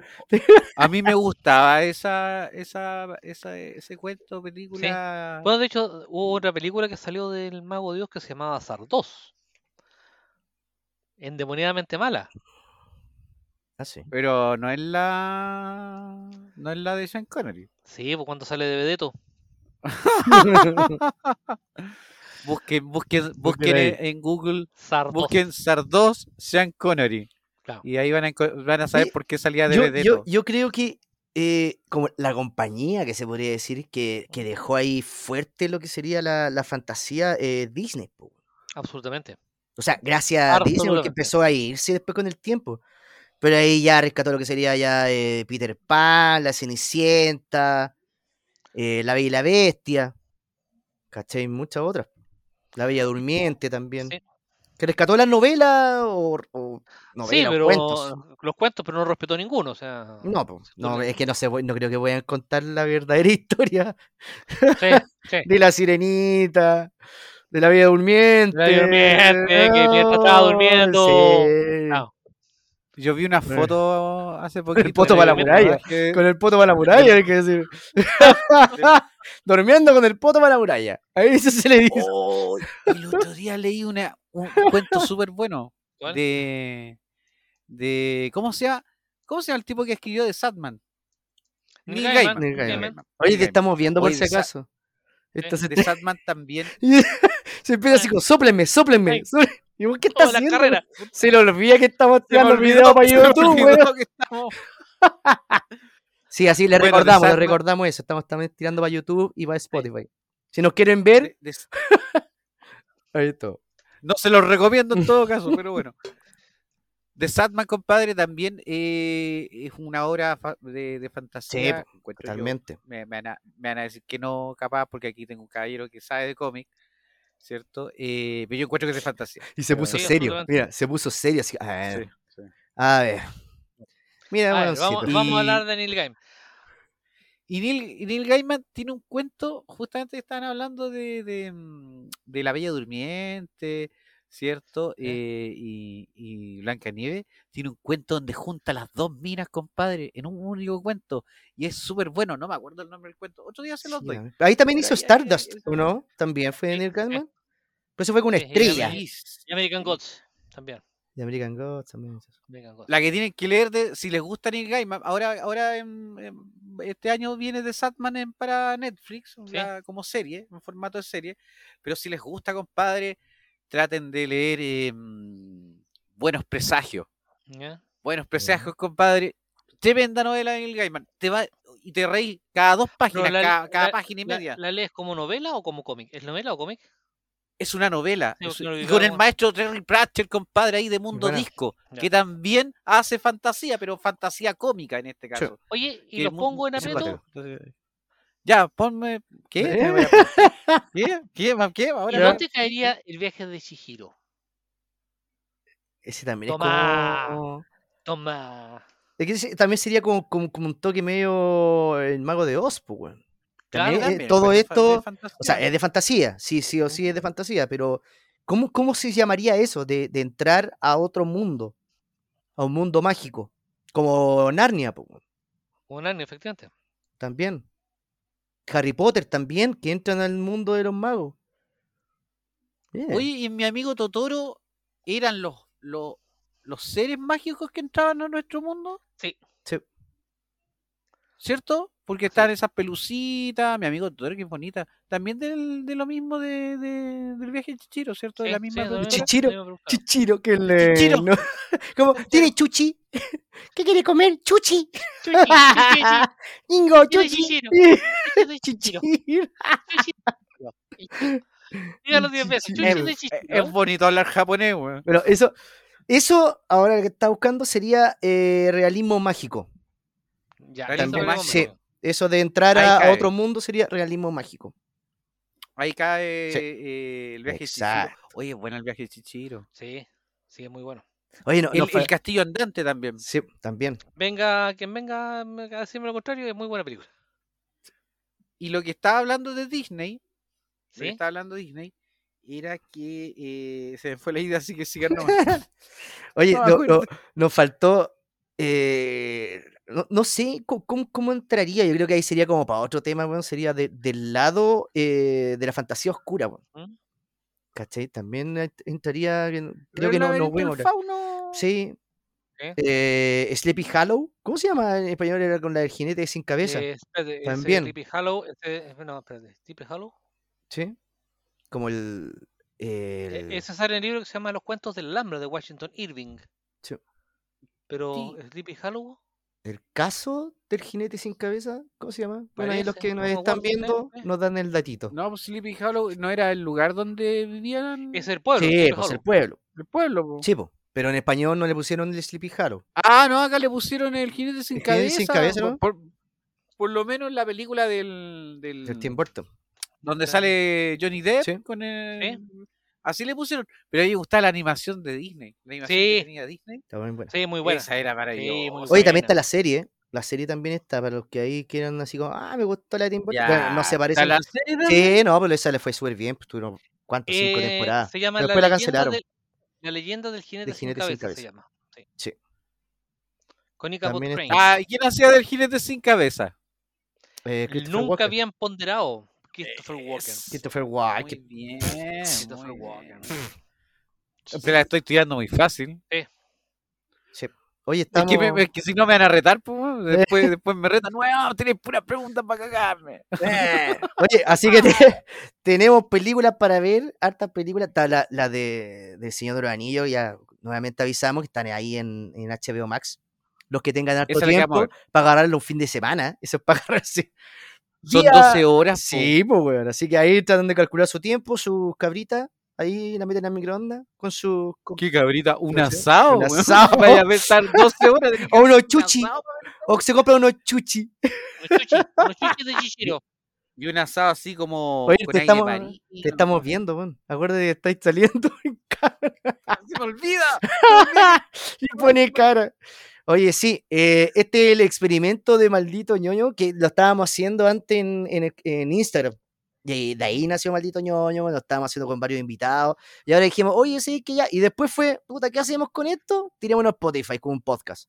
Speaker 3: A mí me gustaba esa, esa, esa, ese cuento, película.
Speaker 5: Bueno, de hecho, hubo otra película que salió del Mago de Dios que se llamaba Zardos. Endemoniadamente mala.
Speaker 2: Ah, sí.
Speaker 3: Pero no es la. No es la de Sean Connery.
Speaker 5: Sí, pues cuando sale de Vedeto.
Speaker 3: Busquen, busquen, busquen
Speaker 2: Busquen ahí.
Speaker 3: en, en Google,
Speaker 5: Zardos.
Speaker 3: busquen Sardos Sean Connery.
Speaker 5: Claro.
Speaker 3: Y ahí van a, enco- van a saber
Speaker 2: Sí,
Speaker 3: por qué salía de
Speaker 2: yo, yo,
Speaker 3: Vedeto.
Speaker 2: yo creo que eh, como la compañía que se podría decir que, que dejó ahí fuerte lo que sería la, la fantasía eh, Disney. po.
Speaker 5: Absolutamente.
Speaker 2: O sea, gracias a Disney porque
Speaker 5: Absolutamente.
Speaker 2: empezó a irse después con el tiempo. Pero ahí ya rescató lo que sería ya eh, Peter Pan, La Cenicienta, eh, La Bella y la Bestia. ¿Cachai? Muchas otras. La Bella Durmiente también.
Speaker 5: Sí.
Speaker 2: Que rescató las novelas o, o
Speaker 5: sí,
Speaker 2: novelas, o
Speaker 5: pero
Speaker 2: cuentos.
Speaker 5: los cuentos, pero no respetó ninguno. O sea,
Speaker 2: No, po,
Speaker 5: tú
Speaker 2: no,
Speaker 5: le-
Speaker 2: es que no, se, voy- no creo que puedan contar la verdadera <laughs> historia
Speaker 5: sí,
Speaker 2: <laughs>
Speaker 5: sí.
Speaker 2: de la sirenita, de la vida durmiente.
Speaker 5: La Bella Durmiente, que mientras estaba durmiendo,
Speaker 2: sí,
Speaker 5: no.
Speaker 3: Yo, vi una
Speaker 2: Bueno.
Speaker 3: foto hace poquito.
Speaker 2: poto
Speaker 3: de-
Speaker 2: para la
Speaker 3: de-
Speaker 2: muralla. <laughs>
Speaker 3: que-
Speaker 2: Con el poto para la muralla, hay que decir. <laughs> Durmiendo con el poto para la muralla. Ahí se, se le dice.
Speaker 3: Oh, el otro día leí una, un cuento súper bueno
Speaker 5: ¿Cuál?
Speaker 3: de, de ¿cómo se llama? ¿Cómo se llama el tipo que escribió de Sadman?
Speaker 5: Neil
Speaker 3: Neil
Speaker 5: Gaiman,
Speaker 3: Gaiman.
Speaker 2: Neil Gaiman.
Speaker 3: Gaiman.
Speaker 2: Oye,
Speaker 3: Neil
Speaker 2: te estamos viendo por
Speaker 3: Oye,
Speaker 2: si
Speaker 3: de esa-
Speaker 2: acaso. Esto se,
Speaker 3: De Sadman
Speaker 2: <laughs>
Speaker 3: también.
Speaker 2: se empieza así como, sóplenme, sóplenme.
Speaker 5: Ay.
Speaker 2: sóplenme". <laughs> Y vos, ¿qué
Speaker 5: Toda
Speaker 2: estás
Speaker 5: la
Speaker 2: haciendo?
Speaker 5: carrera.
Speaker 2: Se le olvida que estamos
Speaker 3: Se me
Speaker 2: tirando el
Speaker 3: olvidó,
Speaker 2: video para
Speaker 3: <laughs> se me
Speaker 2: YouTube,
Speaker 3: olvidó
Speaker 2: weón.
Speaker 3: que estamos-
Speaker 2: Sí, así le
Speaker 3: Bueno, de
Speaker 2: recordamos, le
Speaker 3: Sandman-
Speaker 2: recordamos eso. Estamos también tirando para YouTube y para Spotify. Si nos quieren ver,
Speaker 3: de- de-
Speaker 2: ahí está.
Speaker 3: no se los recomiendo en todo caso, pero bueno. De Sadman, compadre, también eh, es una obra fa- de, de fantasía.
Speaker 2: pues,
Speaker 3: encuentro yo.
Speaker 2: Totalmente.
Speaker 3: me, me van a, me van a decir que no, capaz, porque aquí tengo un caballero que sabe de cómic, ¿cierto? Eh, pero yo encuentro que es de fantasía.
Speaker 2: Y se
Speaker 3: Pero
Speaker 2: puso
Speaker 5: Sí,
Speaker 2: serio.
Speaker 5: absolutamente.
Speaker 2: Mira, se puso serio. Así, a ver.
Speaker 3: Sí, sí.
Speaker 2: A ver. Mira, pues.
Speaker 5: A ver,
Speaker 2: weoncito.
Speaker 5: vamos, vamos a hablar
Speaker 3: Y-
Speaker 5: de Neil Gaiman.
Speaker 3: Y Neil, y Neil Gaiman tiene un cuento, justamente estaban hablando de, de, mm, de la Bella Durmiente, ¿cierto? Eh, y, y Blanca Nieve tiene un cuento donde junta las dos minas, compadre, en un único cuento. Y es súper bueno, no me acuerdo el nombre del cuento. Otro día se los
Speaker 2: Sí,
Speaker 3: doy.
Speaker 2: a ver. Ahí también hizo
Speaker 3: Pero ahí- ahí- ahí-
Speaker 2: Stardust,
Speaker 3: ahí-
Speaker 2: ¿o ¿no? También fue
Speaker 5: Sí, pues,
Speaker 2: Neil
Speaker 5: sí.
Speaker 2: Gaiman. Pero se Pues fue con una
Speaker 5: Sí, y también-
Speaker 2: estrella.
Speaker 5: y- Y American Gods también.
Speaker 2: De American Gods también.
Speaker 5: American Gods.
Speaker 3: La que tienen que leer de, si les gusta Neil Gaiman, ahora, ahora en- en- este año viene de Satman en- para Netflix, la- como serie, en formato de serie, pero si les gusta, compadre, traten de leer eh, mm, Buenos Presagios.
Speaker 5: ¿Ya?
Speaker 3: Buenos Presagios, compadre. Tremenda novela de Neil Gaiman. Te va, y te reís cada dos páginas,
Speaker 5: la-
Speaker 3: cada, cada
Speaker 5: la-
Speaker 3: página y
Speaker 5: ¿La,
Speaker 3: media.
Speaker 5: la lees como novela o como cómic? ¿Es novela o cómic?
Speaker 3: es una novela.
Speaker 5: Sí,
Speaker 3: es-
Speaker 5: porque no lo
Speaker 3: y
Speaker 5: ubicaba
Speaker 3: con el
Speaker 5: como-
Speaker 3: maestro Terry Pratchett, compadre, ahí de Mundo
Speaker 2: buena.
Speaker 3: Disco,
Speaker 5: Ya.
Speaker 3: que también hace fantasía, pero fantasía cómica en este caso.
Speaker 5: Oye, ¿y
Speaker 3: que
Speaker 5: los
Speaker 3: mu-
Speaker 5: pongo en
Speaker 3: es
Speaker 2: sí,
Speaker 5: aprieto?
Speaker 2: cuatro.
Speaker 3: Entonces, Ya, ponme. ¿Qué?
Speaker 2: ¿Eh?
Speaker 3: Me voy a <laughs> poner- ¿Qué? ¿Qué? ¿Qué? ¿Qué?
Speaker 5: ¿Y
Speaker 3: Ahora
Speaker 2: Ya.
Speaker 5: no
Speaker 3: no.
Speaker 5: te caería el viaje de Shihiro?
Speaker 2: Ese también
Speaker 5: Tomá.
Speaker 2: es como...
Speaker 5: Toma.
Speaker 2: Es que ese también sería como, como, como un toque medio el mago de Oz, pues, weón.
Speaker 5: Claro,
Speaker 2: También, eh,
Speaker 3: También,
Speaker 2: todo
Speaker 3: pues, de
Speaker 2: esto...
Speaker 3: fan- de
Speaker 2: O sea,
Speaker 3: fantasía.
Speaker 2: es de fantasía, sí, sí o sí es de fantasía, pero ¿cómo, cómo se llamaría eso de, de entrar a otro mundo? A un mundo mágico. Como Narnia, po, weón,
Speaker 5: Un año, efectivamente.
Speaker 2: también. Harry Potter también, que entran al mundo de los magos. Bien.
Speaker 3: Oye, y en mi amigo Totoro eran los, los, los seres mágicos que entraban a nuestro mundo.
Speaker 5: Sí.
Speaker 2: Sí.
Speaker 3: ¿Cierto? Porque están esas pelucitas, mi amigo Totoro, que es bonita. También del, de lo mismo de, de- del viaje de Chichiro, ¿cierto? De
Speaker 5: Sí,
Speaker 3: la
Speaker 5: sí,
Speaker 3: misma
Speaker 5: también me-
Speaker 3: productora.
Speaker 2: Chichiro,
Speaker 5: también me gusta.
Speaker 2: Chichiro, que le...
Speaker 3: Chichiro.
Speaker 2: <laughs> Como, ¿tiene chuchi? <laughs> ¿Qué quiere comer? Chuchi.
Speaker 5: Chuchi, chuchi, chuchi.
Speaker 2: <laughs> Ingo,
Speaker 5: Tiene
Speaker 2: chuchi. <laughs>
Speaker 5: chichiro. Chuchi de Shihiro.
Speaker 2: Chichiro.
Speaker 3: <laughs>
Speaker 5: Dígalo diez veces.
Speaker 2: Chichiro.
Speaker 5: Chuchi de
Speaker 3: Eh,
Speaker 5: Shihiro.
Speaker 3: Es bonito hablar japonés, weón.
Speaker 2: Pero eso, eso ahora que está buscando sería eh, realismo mágico.
Speaker 5: Ya,
Speaker 3: Realismo
Speaker 5: eso
Speaker 3: mágico.
Speaker 5: hablamos,
Speaker 2: Sí. Eso de entrar
Speaker 3: Ahí
Speaker 2: a, a
Speaker 3: cae.
Speaker 2: otro mundo sería realismo mágico.
Speaker 3: Ahí cae
Speaker 2: Sí.
Speaker 3: eh, el viaje de
Speaker 2: Exacto.
Speaker 3: Chichiro. Oye, bueno el viaje de Chichiro.
Speaker 5: Sí, sí, es muy bueno.
Speaker 2: Oye, no,
Speaker 3: El,
Speaker 2: no fue-
Speaker 3: el castillo andante también.
Speaker 2: Sí, también.
Speaker 5: Venga, quien venga me- a decirme lo contrario, es muy buena película.
Speaker 3: Y lo que estaba hablando de Disney, lo que
Speaker 5: ¿Sí?
Speaker 3: estaba hablando Disney, era que eh, se me fue la idea, así que sigan
Speaker 2: <laughs>
Speaker 3: nomás.
Speaker 2: Oye,
Speaker 3: No me
Speaker 2: no-
Speaker 3: acuerdo.
Speaker 2: no- nos faltó. eh, no, no sé co- cómo, cómo entraría. Yo creo que ahí sería como para otro tema, weón. Sería de- del lado eh, de la fantasía oscura, weón.
Speaker 5: ¿Mm?
Speaker 2: ¿Cachai? También eh, entraría. que no-
Speaker 3: Pero
Speaker 2: Creo que
Speaker 3: el
Speaker 2: no, no
Speaker 3: laberinto del
Speaker 2: podemos hablar.
Speaker 3: fauno.
Speaker 2: Sí.
Speaker 5: ¿Eh?
Speaker 2: eh, Sleepy Hollow. ¿Cómo se llama en español? Era con la del jinete sin cabeza.
Speaker 5: Eh, espérate, ese
Speaker 2: también.
Speaker 5: Sleepy Hollow, ese- no, espérate, Sleepy Hollow.
Speaker 2: Sí. Como el.
Speaker 5: e-
Speaker 2: el-
Speaker 5: Ese sale en el libro que se llama Los cuentos del alambre de Washington Irving.
Speaker 2: Sí.
Speaker 5: Pero
Speaker 3: Sí.
Speaker 5: Sleepy Hollow.
Speaker 2: el caso del jinete sin cabeza, ¿cómo se llama? Bueno, ahí los
Speaker 5: Parece,
Speaker 2: que nos
Speaker 5: no me
Speaker 2: están
Speaker 5: acuerdo, eh. sí,
Speaker 2: viendo
Speaker 5: sí.
Speaker 2: nos dan el datito.
Speaker 3: No, pues Sleepy Hollow no era el lugar donde vivían
Speaker 5: Es el pueblo.
Speaker 2: sí,
Speaker 5: Sleepy
Speaker 2: pues el
Speaker 5: Hollow.
Speaker 2: pueblo.
Speaker 3: el pueblo. po.
Speaker 2: Sí, po, pero en español no le pusieron el Sleepy Hollow.
Speaker 3: Ah, no, acá le pusieron el jinete sin
Speaker 2: El jinete
Speaker 3: cabeza.
Speaker 2: sin cabeza,
Speaker 3: po-
Speaker 2: ¿no?
Speaker 3: por, por lo menos en la película del, del-
Speaker 5: Mm.
Speaker 2: del Tim Burton.
Speaker 3: donde
Speaker 5: Claro.
Speaker 3: sale Johnny Depp
Speaker 2: Sí.
Speaker 3: con el- así le pusieron, pero a mí me gustaba la animación de Disney, la animación
Speaker 5: Sí.
Speaker 3: que tenía Disney.
Speaker 2: Está muy buena.
Speaker 5: Sí, muy buena.
Speaker 3: Esa era maravillosa.
Speaker 5: muy
Speaker 2: Oye,
Speaker 5: buena.
Speaker 2: también está la serie. La serie también está para los que ahí quieran así como, ah, me gustó la de Tim Burton. Bueno, no se parece.
Speaker 3: ¿Está la serie también?
Speaker 2: Sí, no, pero esa le fue súper bien. Pues tuvieron, ¿cuánto? Cinco
Speaker 5: Eh,
Speaker 2: temporadas.
Speaker 5: Se llama
Speaker 2: Pero
Speaker 5: la
Speaker 2: después la
Speaker 5: leyenda,
Speaker 2: cancelaron.
Speaker 5: del, la leyenda del jinete,
Speaker 2: Del jinete sin
Speaker 5: sin, cabeza, se
Speaker 2: cabeza.
Speaker 5: llama. Sí.
Speaker 2: Sí.
Speaker 5: Con Ichabod
Speaker 2: También
Speaker 5: Crane.
Speaker 3: Ah, ¿y ¿quién hacía del jinete sin cabeza?
Speaker 2: Eh,
Speaker 5: El
Speaker 2: Christopher
Speaker 5: Nunca
Speaker 2: Walken.
Speaker 5: bien ponderado. Christopher Walken.
Speaker 3: Es-
Speaker 2: Christopher
Speaker 3: Muy
Speaker 2: Walken.
Speaker 3: bien,
Speaker 5: Christopher
Speaker 3: muy
Speaker 5: Walken.
Speaker 3: bien. Se la estoy tirando muy fácil.
Speaker 2: Oye,
Speaker 3: Es
Speaker 2: estamos...
Speaker 3: que, me- me- que si no me van a retar, pues, bueno, después, después me retan. No, tienes puras preguntas para cagarme.
Speaker 2: Oye, así que <laughs> te- tenemos películas para ver, hartas películas. Está la, la de, del Señor de los Anillos, ya nuevamente avisamos que están ahí en, en HBO Max. Los que tengan harto
Speaker 3: Esa es la que vamos a
Speaker 2: tiempo, para agarrarlo un fin de semana. <laughs> Eso es para agarrarse.
Speaker 3: Son
Speaker 2: día-
Speaker 3: 12 horas. po.
Speaker 2: Sí, pues, weón. Así que ahí tratan de calcular su tiempo, sus cabritas. Ahí la meten al microondas con su. con-
Speaker 3: Qué cabrita, un
Speaker 2: Sí,
Speaker 3: asado.
Speaker 2: un
Speaker 3: weón.
Speaker 2: asado.
Speaker 3: <laughs> Vaya a pensar 12 horas.
Speaker 2: <laughs>
Speaker 3: tenés que
Speaker 2: O unos
Speaker 3: hacer un
Speaker 2: chuchi.
Speaker 3: asado.
Speaker 2: O se compra unos chuchi.
Speaker 5: Los chuchis, los chuchis de
Speaker 2: <laughs>
Speaker 5: Chihiro.
Speaker 3: Y un asado así como.
Speaker 2: Oye, te estamos-
Speaker 3: marino,
Speaker 2: Te estamos viendo, weón. Acuérdate que estáis saliendo <laughs> en cara.
Speaker 3: Se me olvida.
Speaker 2: Y pone cara. Oye, sí, eh, este es el experimento de maldito ñoño que lo estábamos haciendo antes en, en el- en Instagram. De, de ahí nació Maldito ñoño, lo estábamos haciendo con varios invitados. Y ahora dijimos, oye, sí, que ya. Y después fue, puta, ¿qué hacemos con esto? Tiremos a Spotify con un podcast.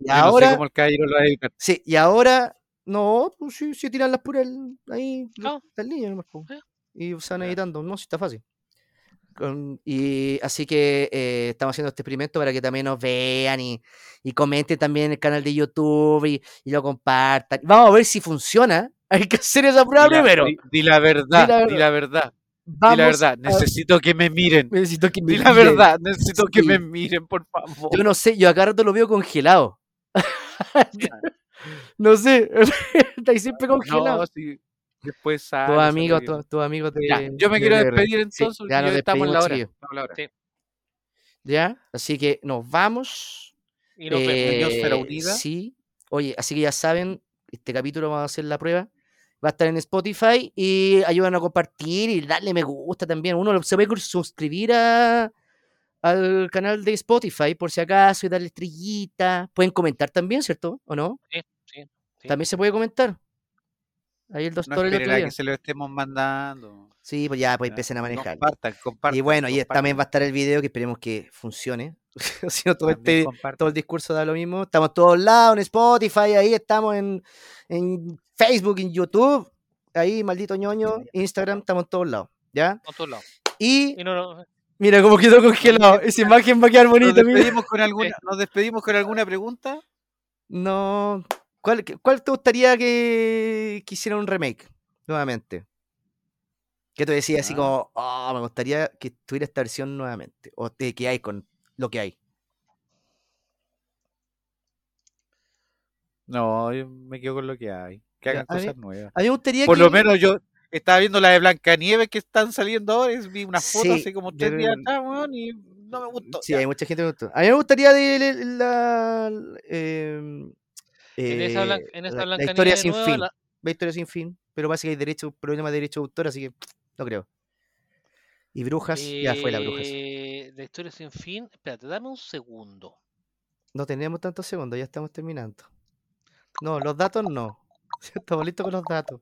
Speaker 2: Y
Speaker 3: Yo
Speaker 2: ahora,
Speaker 3: No sé cómo el caballero lo va a editar.
Speaker 2: sí, y ahora, no, pues sí, sí tiran las puras el- ahí,
Speaker 5: Ah.
Speaker 2: las líneas nomás, po.
Speaker 5: Ah.
Speaker 2: Y usan
Speaker 5: Ya.
Speaker 2: editando, no, si está fácil. Con- y así que eh, estamos haciendo este experimento para que también nos vean y, y comenten también en el canal de YouTube y, y lo compartan. Vamos a ver si funciona. <laughs> Hay que hacer esa prueba
Speaker 3: Di la-
Speaker 2: primero.
Speaker 3: di- Di la verdad,
Speaker 2: Di la
Speaker 3: di la verdad. Di
Speaker 2: Vamos
Speaker 3: la verdad.
Speaker 2: a-
Speaker 3: Necesito que me miren.
Speaker 2: necesito que me
Speaker 3: Di la
Speaker 2: digan.
Speaker 3: verdad. Necesito que
Speaker 2: Sí.
Speaker 3: me miren, por favor.
Speaker 2: Yo no sé, yo acá rato lo veo congelado. <laughs>
Speaker 5: Ya.
Speaker 2: No sé, <laughs> está ahí siempre congelado.
Speaker 3: No, sí. Después sale.
Speaker 2: tus
Speaker 3: sale
Speaker 2: amigos,
Speaker 3: bien.
Speaker 2: tu- tus amigos de.
Speaker 3: Ya, yo
Speaker 2: de
Speaker 3: me quiero
Speaker 2: LR.
Speaker 3: despedir
Speaker 2: Sí,
Speaker 3: entonces. porque
Speaker 2: ya nos
Speaker 3: ya estamos en la
Speaker 2: despedimos,
Speaker 3: hora.
Speaker 2: chiquillos.
Speaker 3: estamos en la hora.
Speaker 5: Sí.
Speaker 2: ¿Ya? Así que nos vamos.
Speaker 5: Y nos vemos.
Speaker 3: Unión
Speaker 2: Eh,
Speaker 3: Será Unida.
Speaker 2: Sí. Oye, así que ya saben, este capítulo vamos a hacer la prueba. Va a estar en Spotify y ayúdanos a compartir y darle me gusta también. Uno lo- se puede cur- suscribir a- al canal de Spotify por si acaso y darle estrellita. Pueden comentar también, ¿cierto? ¿O no?
Speaker 5: Sí, sí, sí.
Speaker 2: También se puede comentar. Ahí el doctor
Speaker 3: No
Speaker 2: el otro
Speaker 3: esperará
Speaker 2: día.
Speaker 3: que se lo estemos mandando.
Speaker 2: Sí, pues ya, pues
Speaker 3: Ya,
Speaker 2: empiecen a manejar.
Speaker 3: Compartan, compartan.
Speaker 2: Y bueno, y también va a
Speaker 3: compartan,
Speaker 2: estar el video que esperemos que funcione. <laughs> si no, todo,
Speaker 3: también
Speaker 2: este,
Speaker 3: compartan.
Speaker 2: todo el discurso da lo mismo. Estamos en todos lados, en Spotify, ahí estamos en, en Facebook, en YouTube, ahí, maldito ñoño, Instagram, estamos en todos lados. ¿Ya?
Speaker 5: Por todos lados.
Speaker 2: Y
Speaker 5: Y no, no,
Speaker 2: mira cómo quedó congelado. Esa imagen va a quedar
Speaker 3: Nos
Speaker 2: bonita, mira.
Speaker 3: despedimos, con alguna, nos despedimos con alguna pregunta.
Speaker 2: No. ¿Cuál, cuál te gustaría que, que hiciera un remake? Nuevamente. ¿Qué te decía así
Speaker 3: Ah.
Speaker 2: como, oh, me gustaría que tuviera esta versión nuevamente? O te quedáis con lo que hay.
Speaker 3: No, yo me quedo con lo que hay. Que
Speaker 2: Ya,
Speaker 3: hagan
Speaker 2: a
Speaker 3: cosas
Speaker 2: ver,
Speaker 3: nuevas.
Speaker 2: A mí me gustaría
Speaker 3: Por lo
Speaker 2: que-
Speaker 3: menos yo estaba viendo la de Blancanieves que están saliendo ahora. y Vi una foto
Speaker 2: Sí,
Speaker 3: hace como
Speaker 2: yo
Speaker 3: tres
Speaker 2: creo
Speaker 3: días
Speaker 2: que-
Speaker 3: atrás, weón, y no me gustó.
Speaker 2: Sí,
Speaker 3: Ya.
Speaker 2: hay mucha gente que le gustó. A mí me gustaría de le- la. em,
Speaker 5: en esa, blan-
Speaker 2: eh,
Speaker 5: en esa
Speaker 2: la- la
Speaker 5: Blancanieves
Speaker 2: historia sin
Speaker 5: nueva,
Speaker 2: fin.
Speaker 5: la-
Speaker 2: La historia sin fin. Pero parece que hay derecho, problema de derecho de autor, así que No creo. Y Brujas, ya fue la Brujas.
Speaker 5: Eh, La historia sin fin. Espérate, dame un segundo.
Speaker 2: No tenemos tantos segundos, ya estamos terminando. No, los datos no. <laughs> Estamos listos con los datos.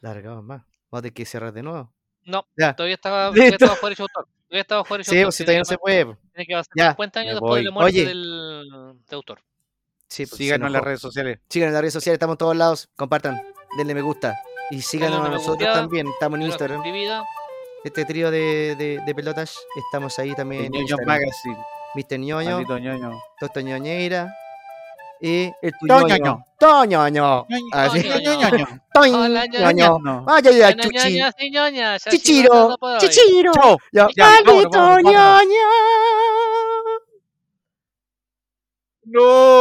Speaker 2: Largamos más. Vamos a tener que cerrar de nuevo.
Speaker 5: No,
Speaker 2: Ya. <laughs>
Speaker 5: todavía estaba,
Speaker 2: Listo.
Speaker 5: todavía estaba fuera de showtime. Todavía estaba fuera de
Speaker 2: Ah. Sí,
Speaker 5: showtime.
Speaker 2: pues si todavía no se
Speaker 5: Tiene que
Speaker 2: puede. po.
Speaker 5: pas- Tiene que pasar
Speaker 2: Ya,
Speaker 5: 50 años
Speaker 2: me
Speaker 5: después de la
Speaker 2: voy.
Speaker 5: muerte
Speaker 2: Oye.
Speaker 5: del de autor.
Speaker 2: Sí, pues, se
Speaker 3: Síganos en las
Speaker 2: enojó.
Speaker 3: redes sociales.
Speaker 2: Síganos en las redes sociales, estamos en todos lados. Compartan, denle me gusta. Y síganos
Speaker 5: Denle
Speaker 2: a
Speaker 5: me
Speaker 2: nosotros
Speaker 5: gusteada,
Speaker 2: también. Estamos en
Speaker 5: Yo la
Speaker 2: Instagram.
Speaker 5: suscribida,
Speaker 2: Este trío de, de- de pelotas, estamos ahí también.
Speaker 3: El
Speaker 2: en
Speaker 3: Ñoño
Speaker 2: Instagram.
Speaker 3: Magazine.
Speaker 2: Mr. Ñoño,
Speaker 3: Maldito Ñoño.
Speaker 2: Doctor Ñoñeira. Y el
Speaker 3: Toñoño.
Speaker 2: tuñoño. Toñoño. Así.
Speaker 5: Ñoño. Hola,
Speaker 2: Toñoño.
Speaker 3: Ñoño.
Speaker 2: Vaya, ya,
Speaker 5: ñoña,
Speaker 2: chuchi.
Speaker 5: ñoña, sí, ñoña, ya sigo
Speaker 2: Chichiro.
Speaker 5: andando por hoy.
Speaker 2: Chichiro.
Speaker 3: Chao.
Speaker 2: Ya,
Speaker 3: Ya, vámonos,
Speaker 2: maldito
Speaker 3: vámonos, vámonos.
Speaker 2: Ñoño.
Speaker 3: No.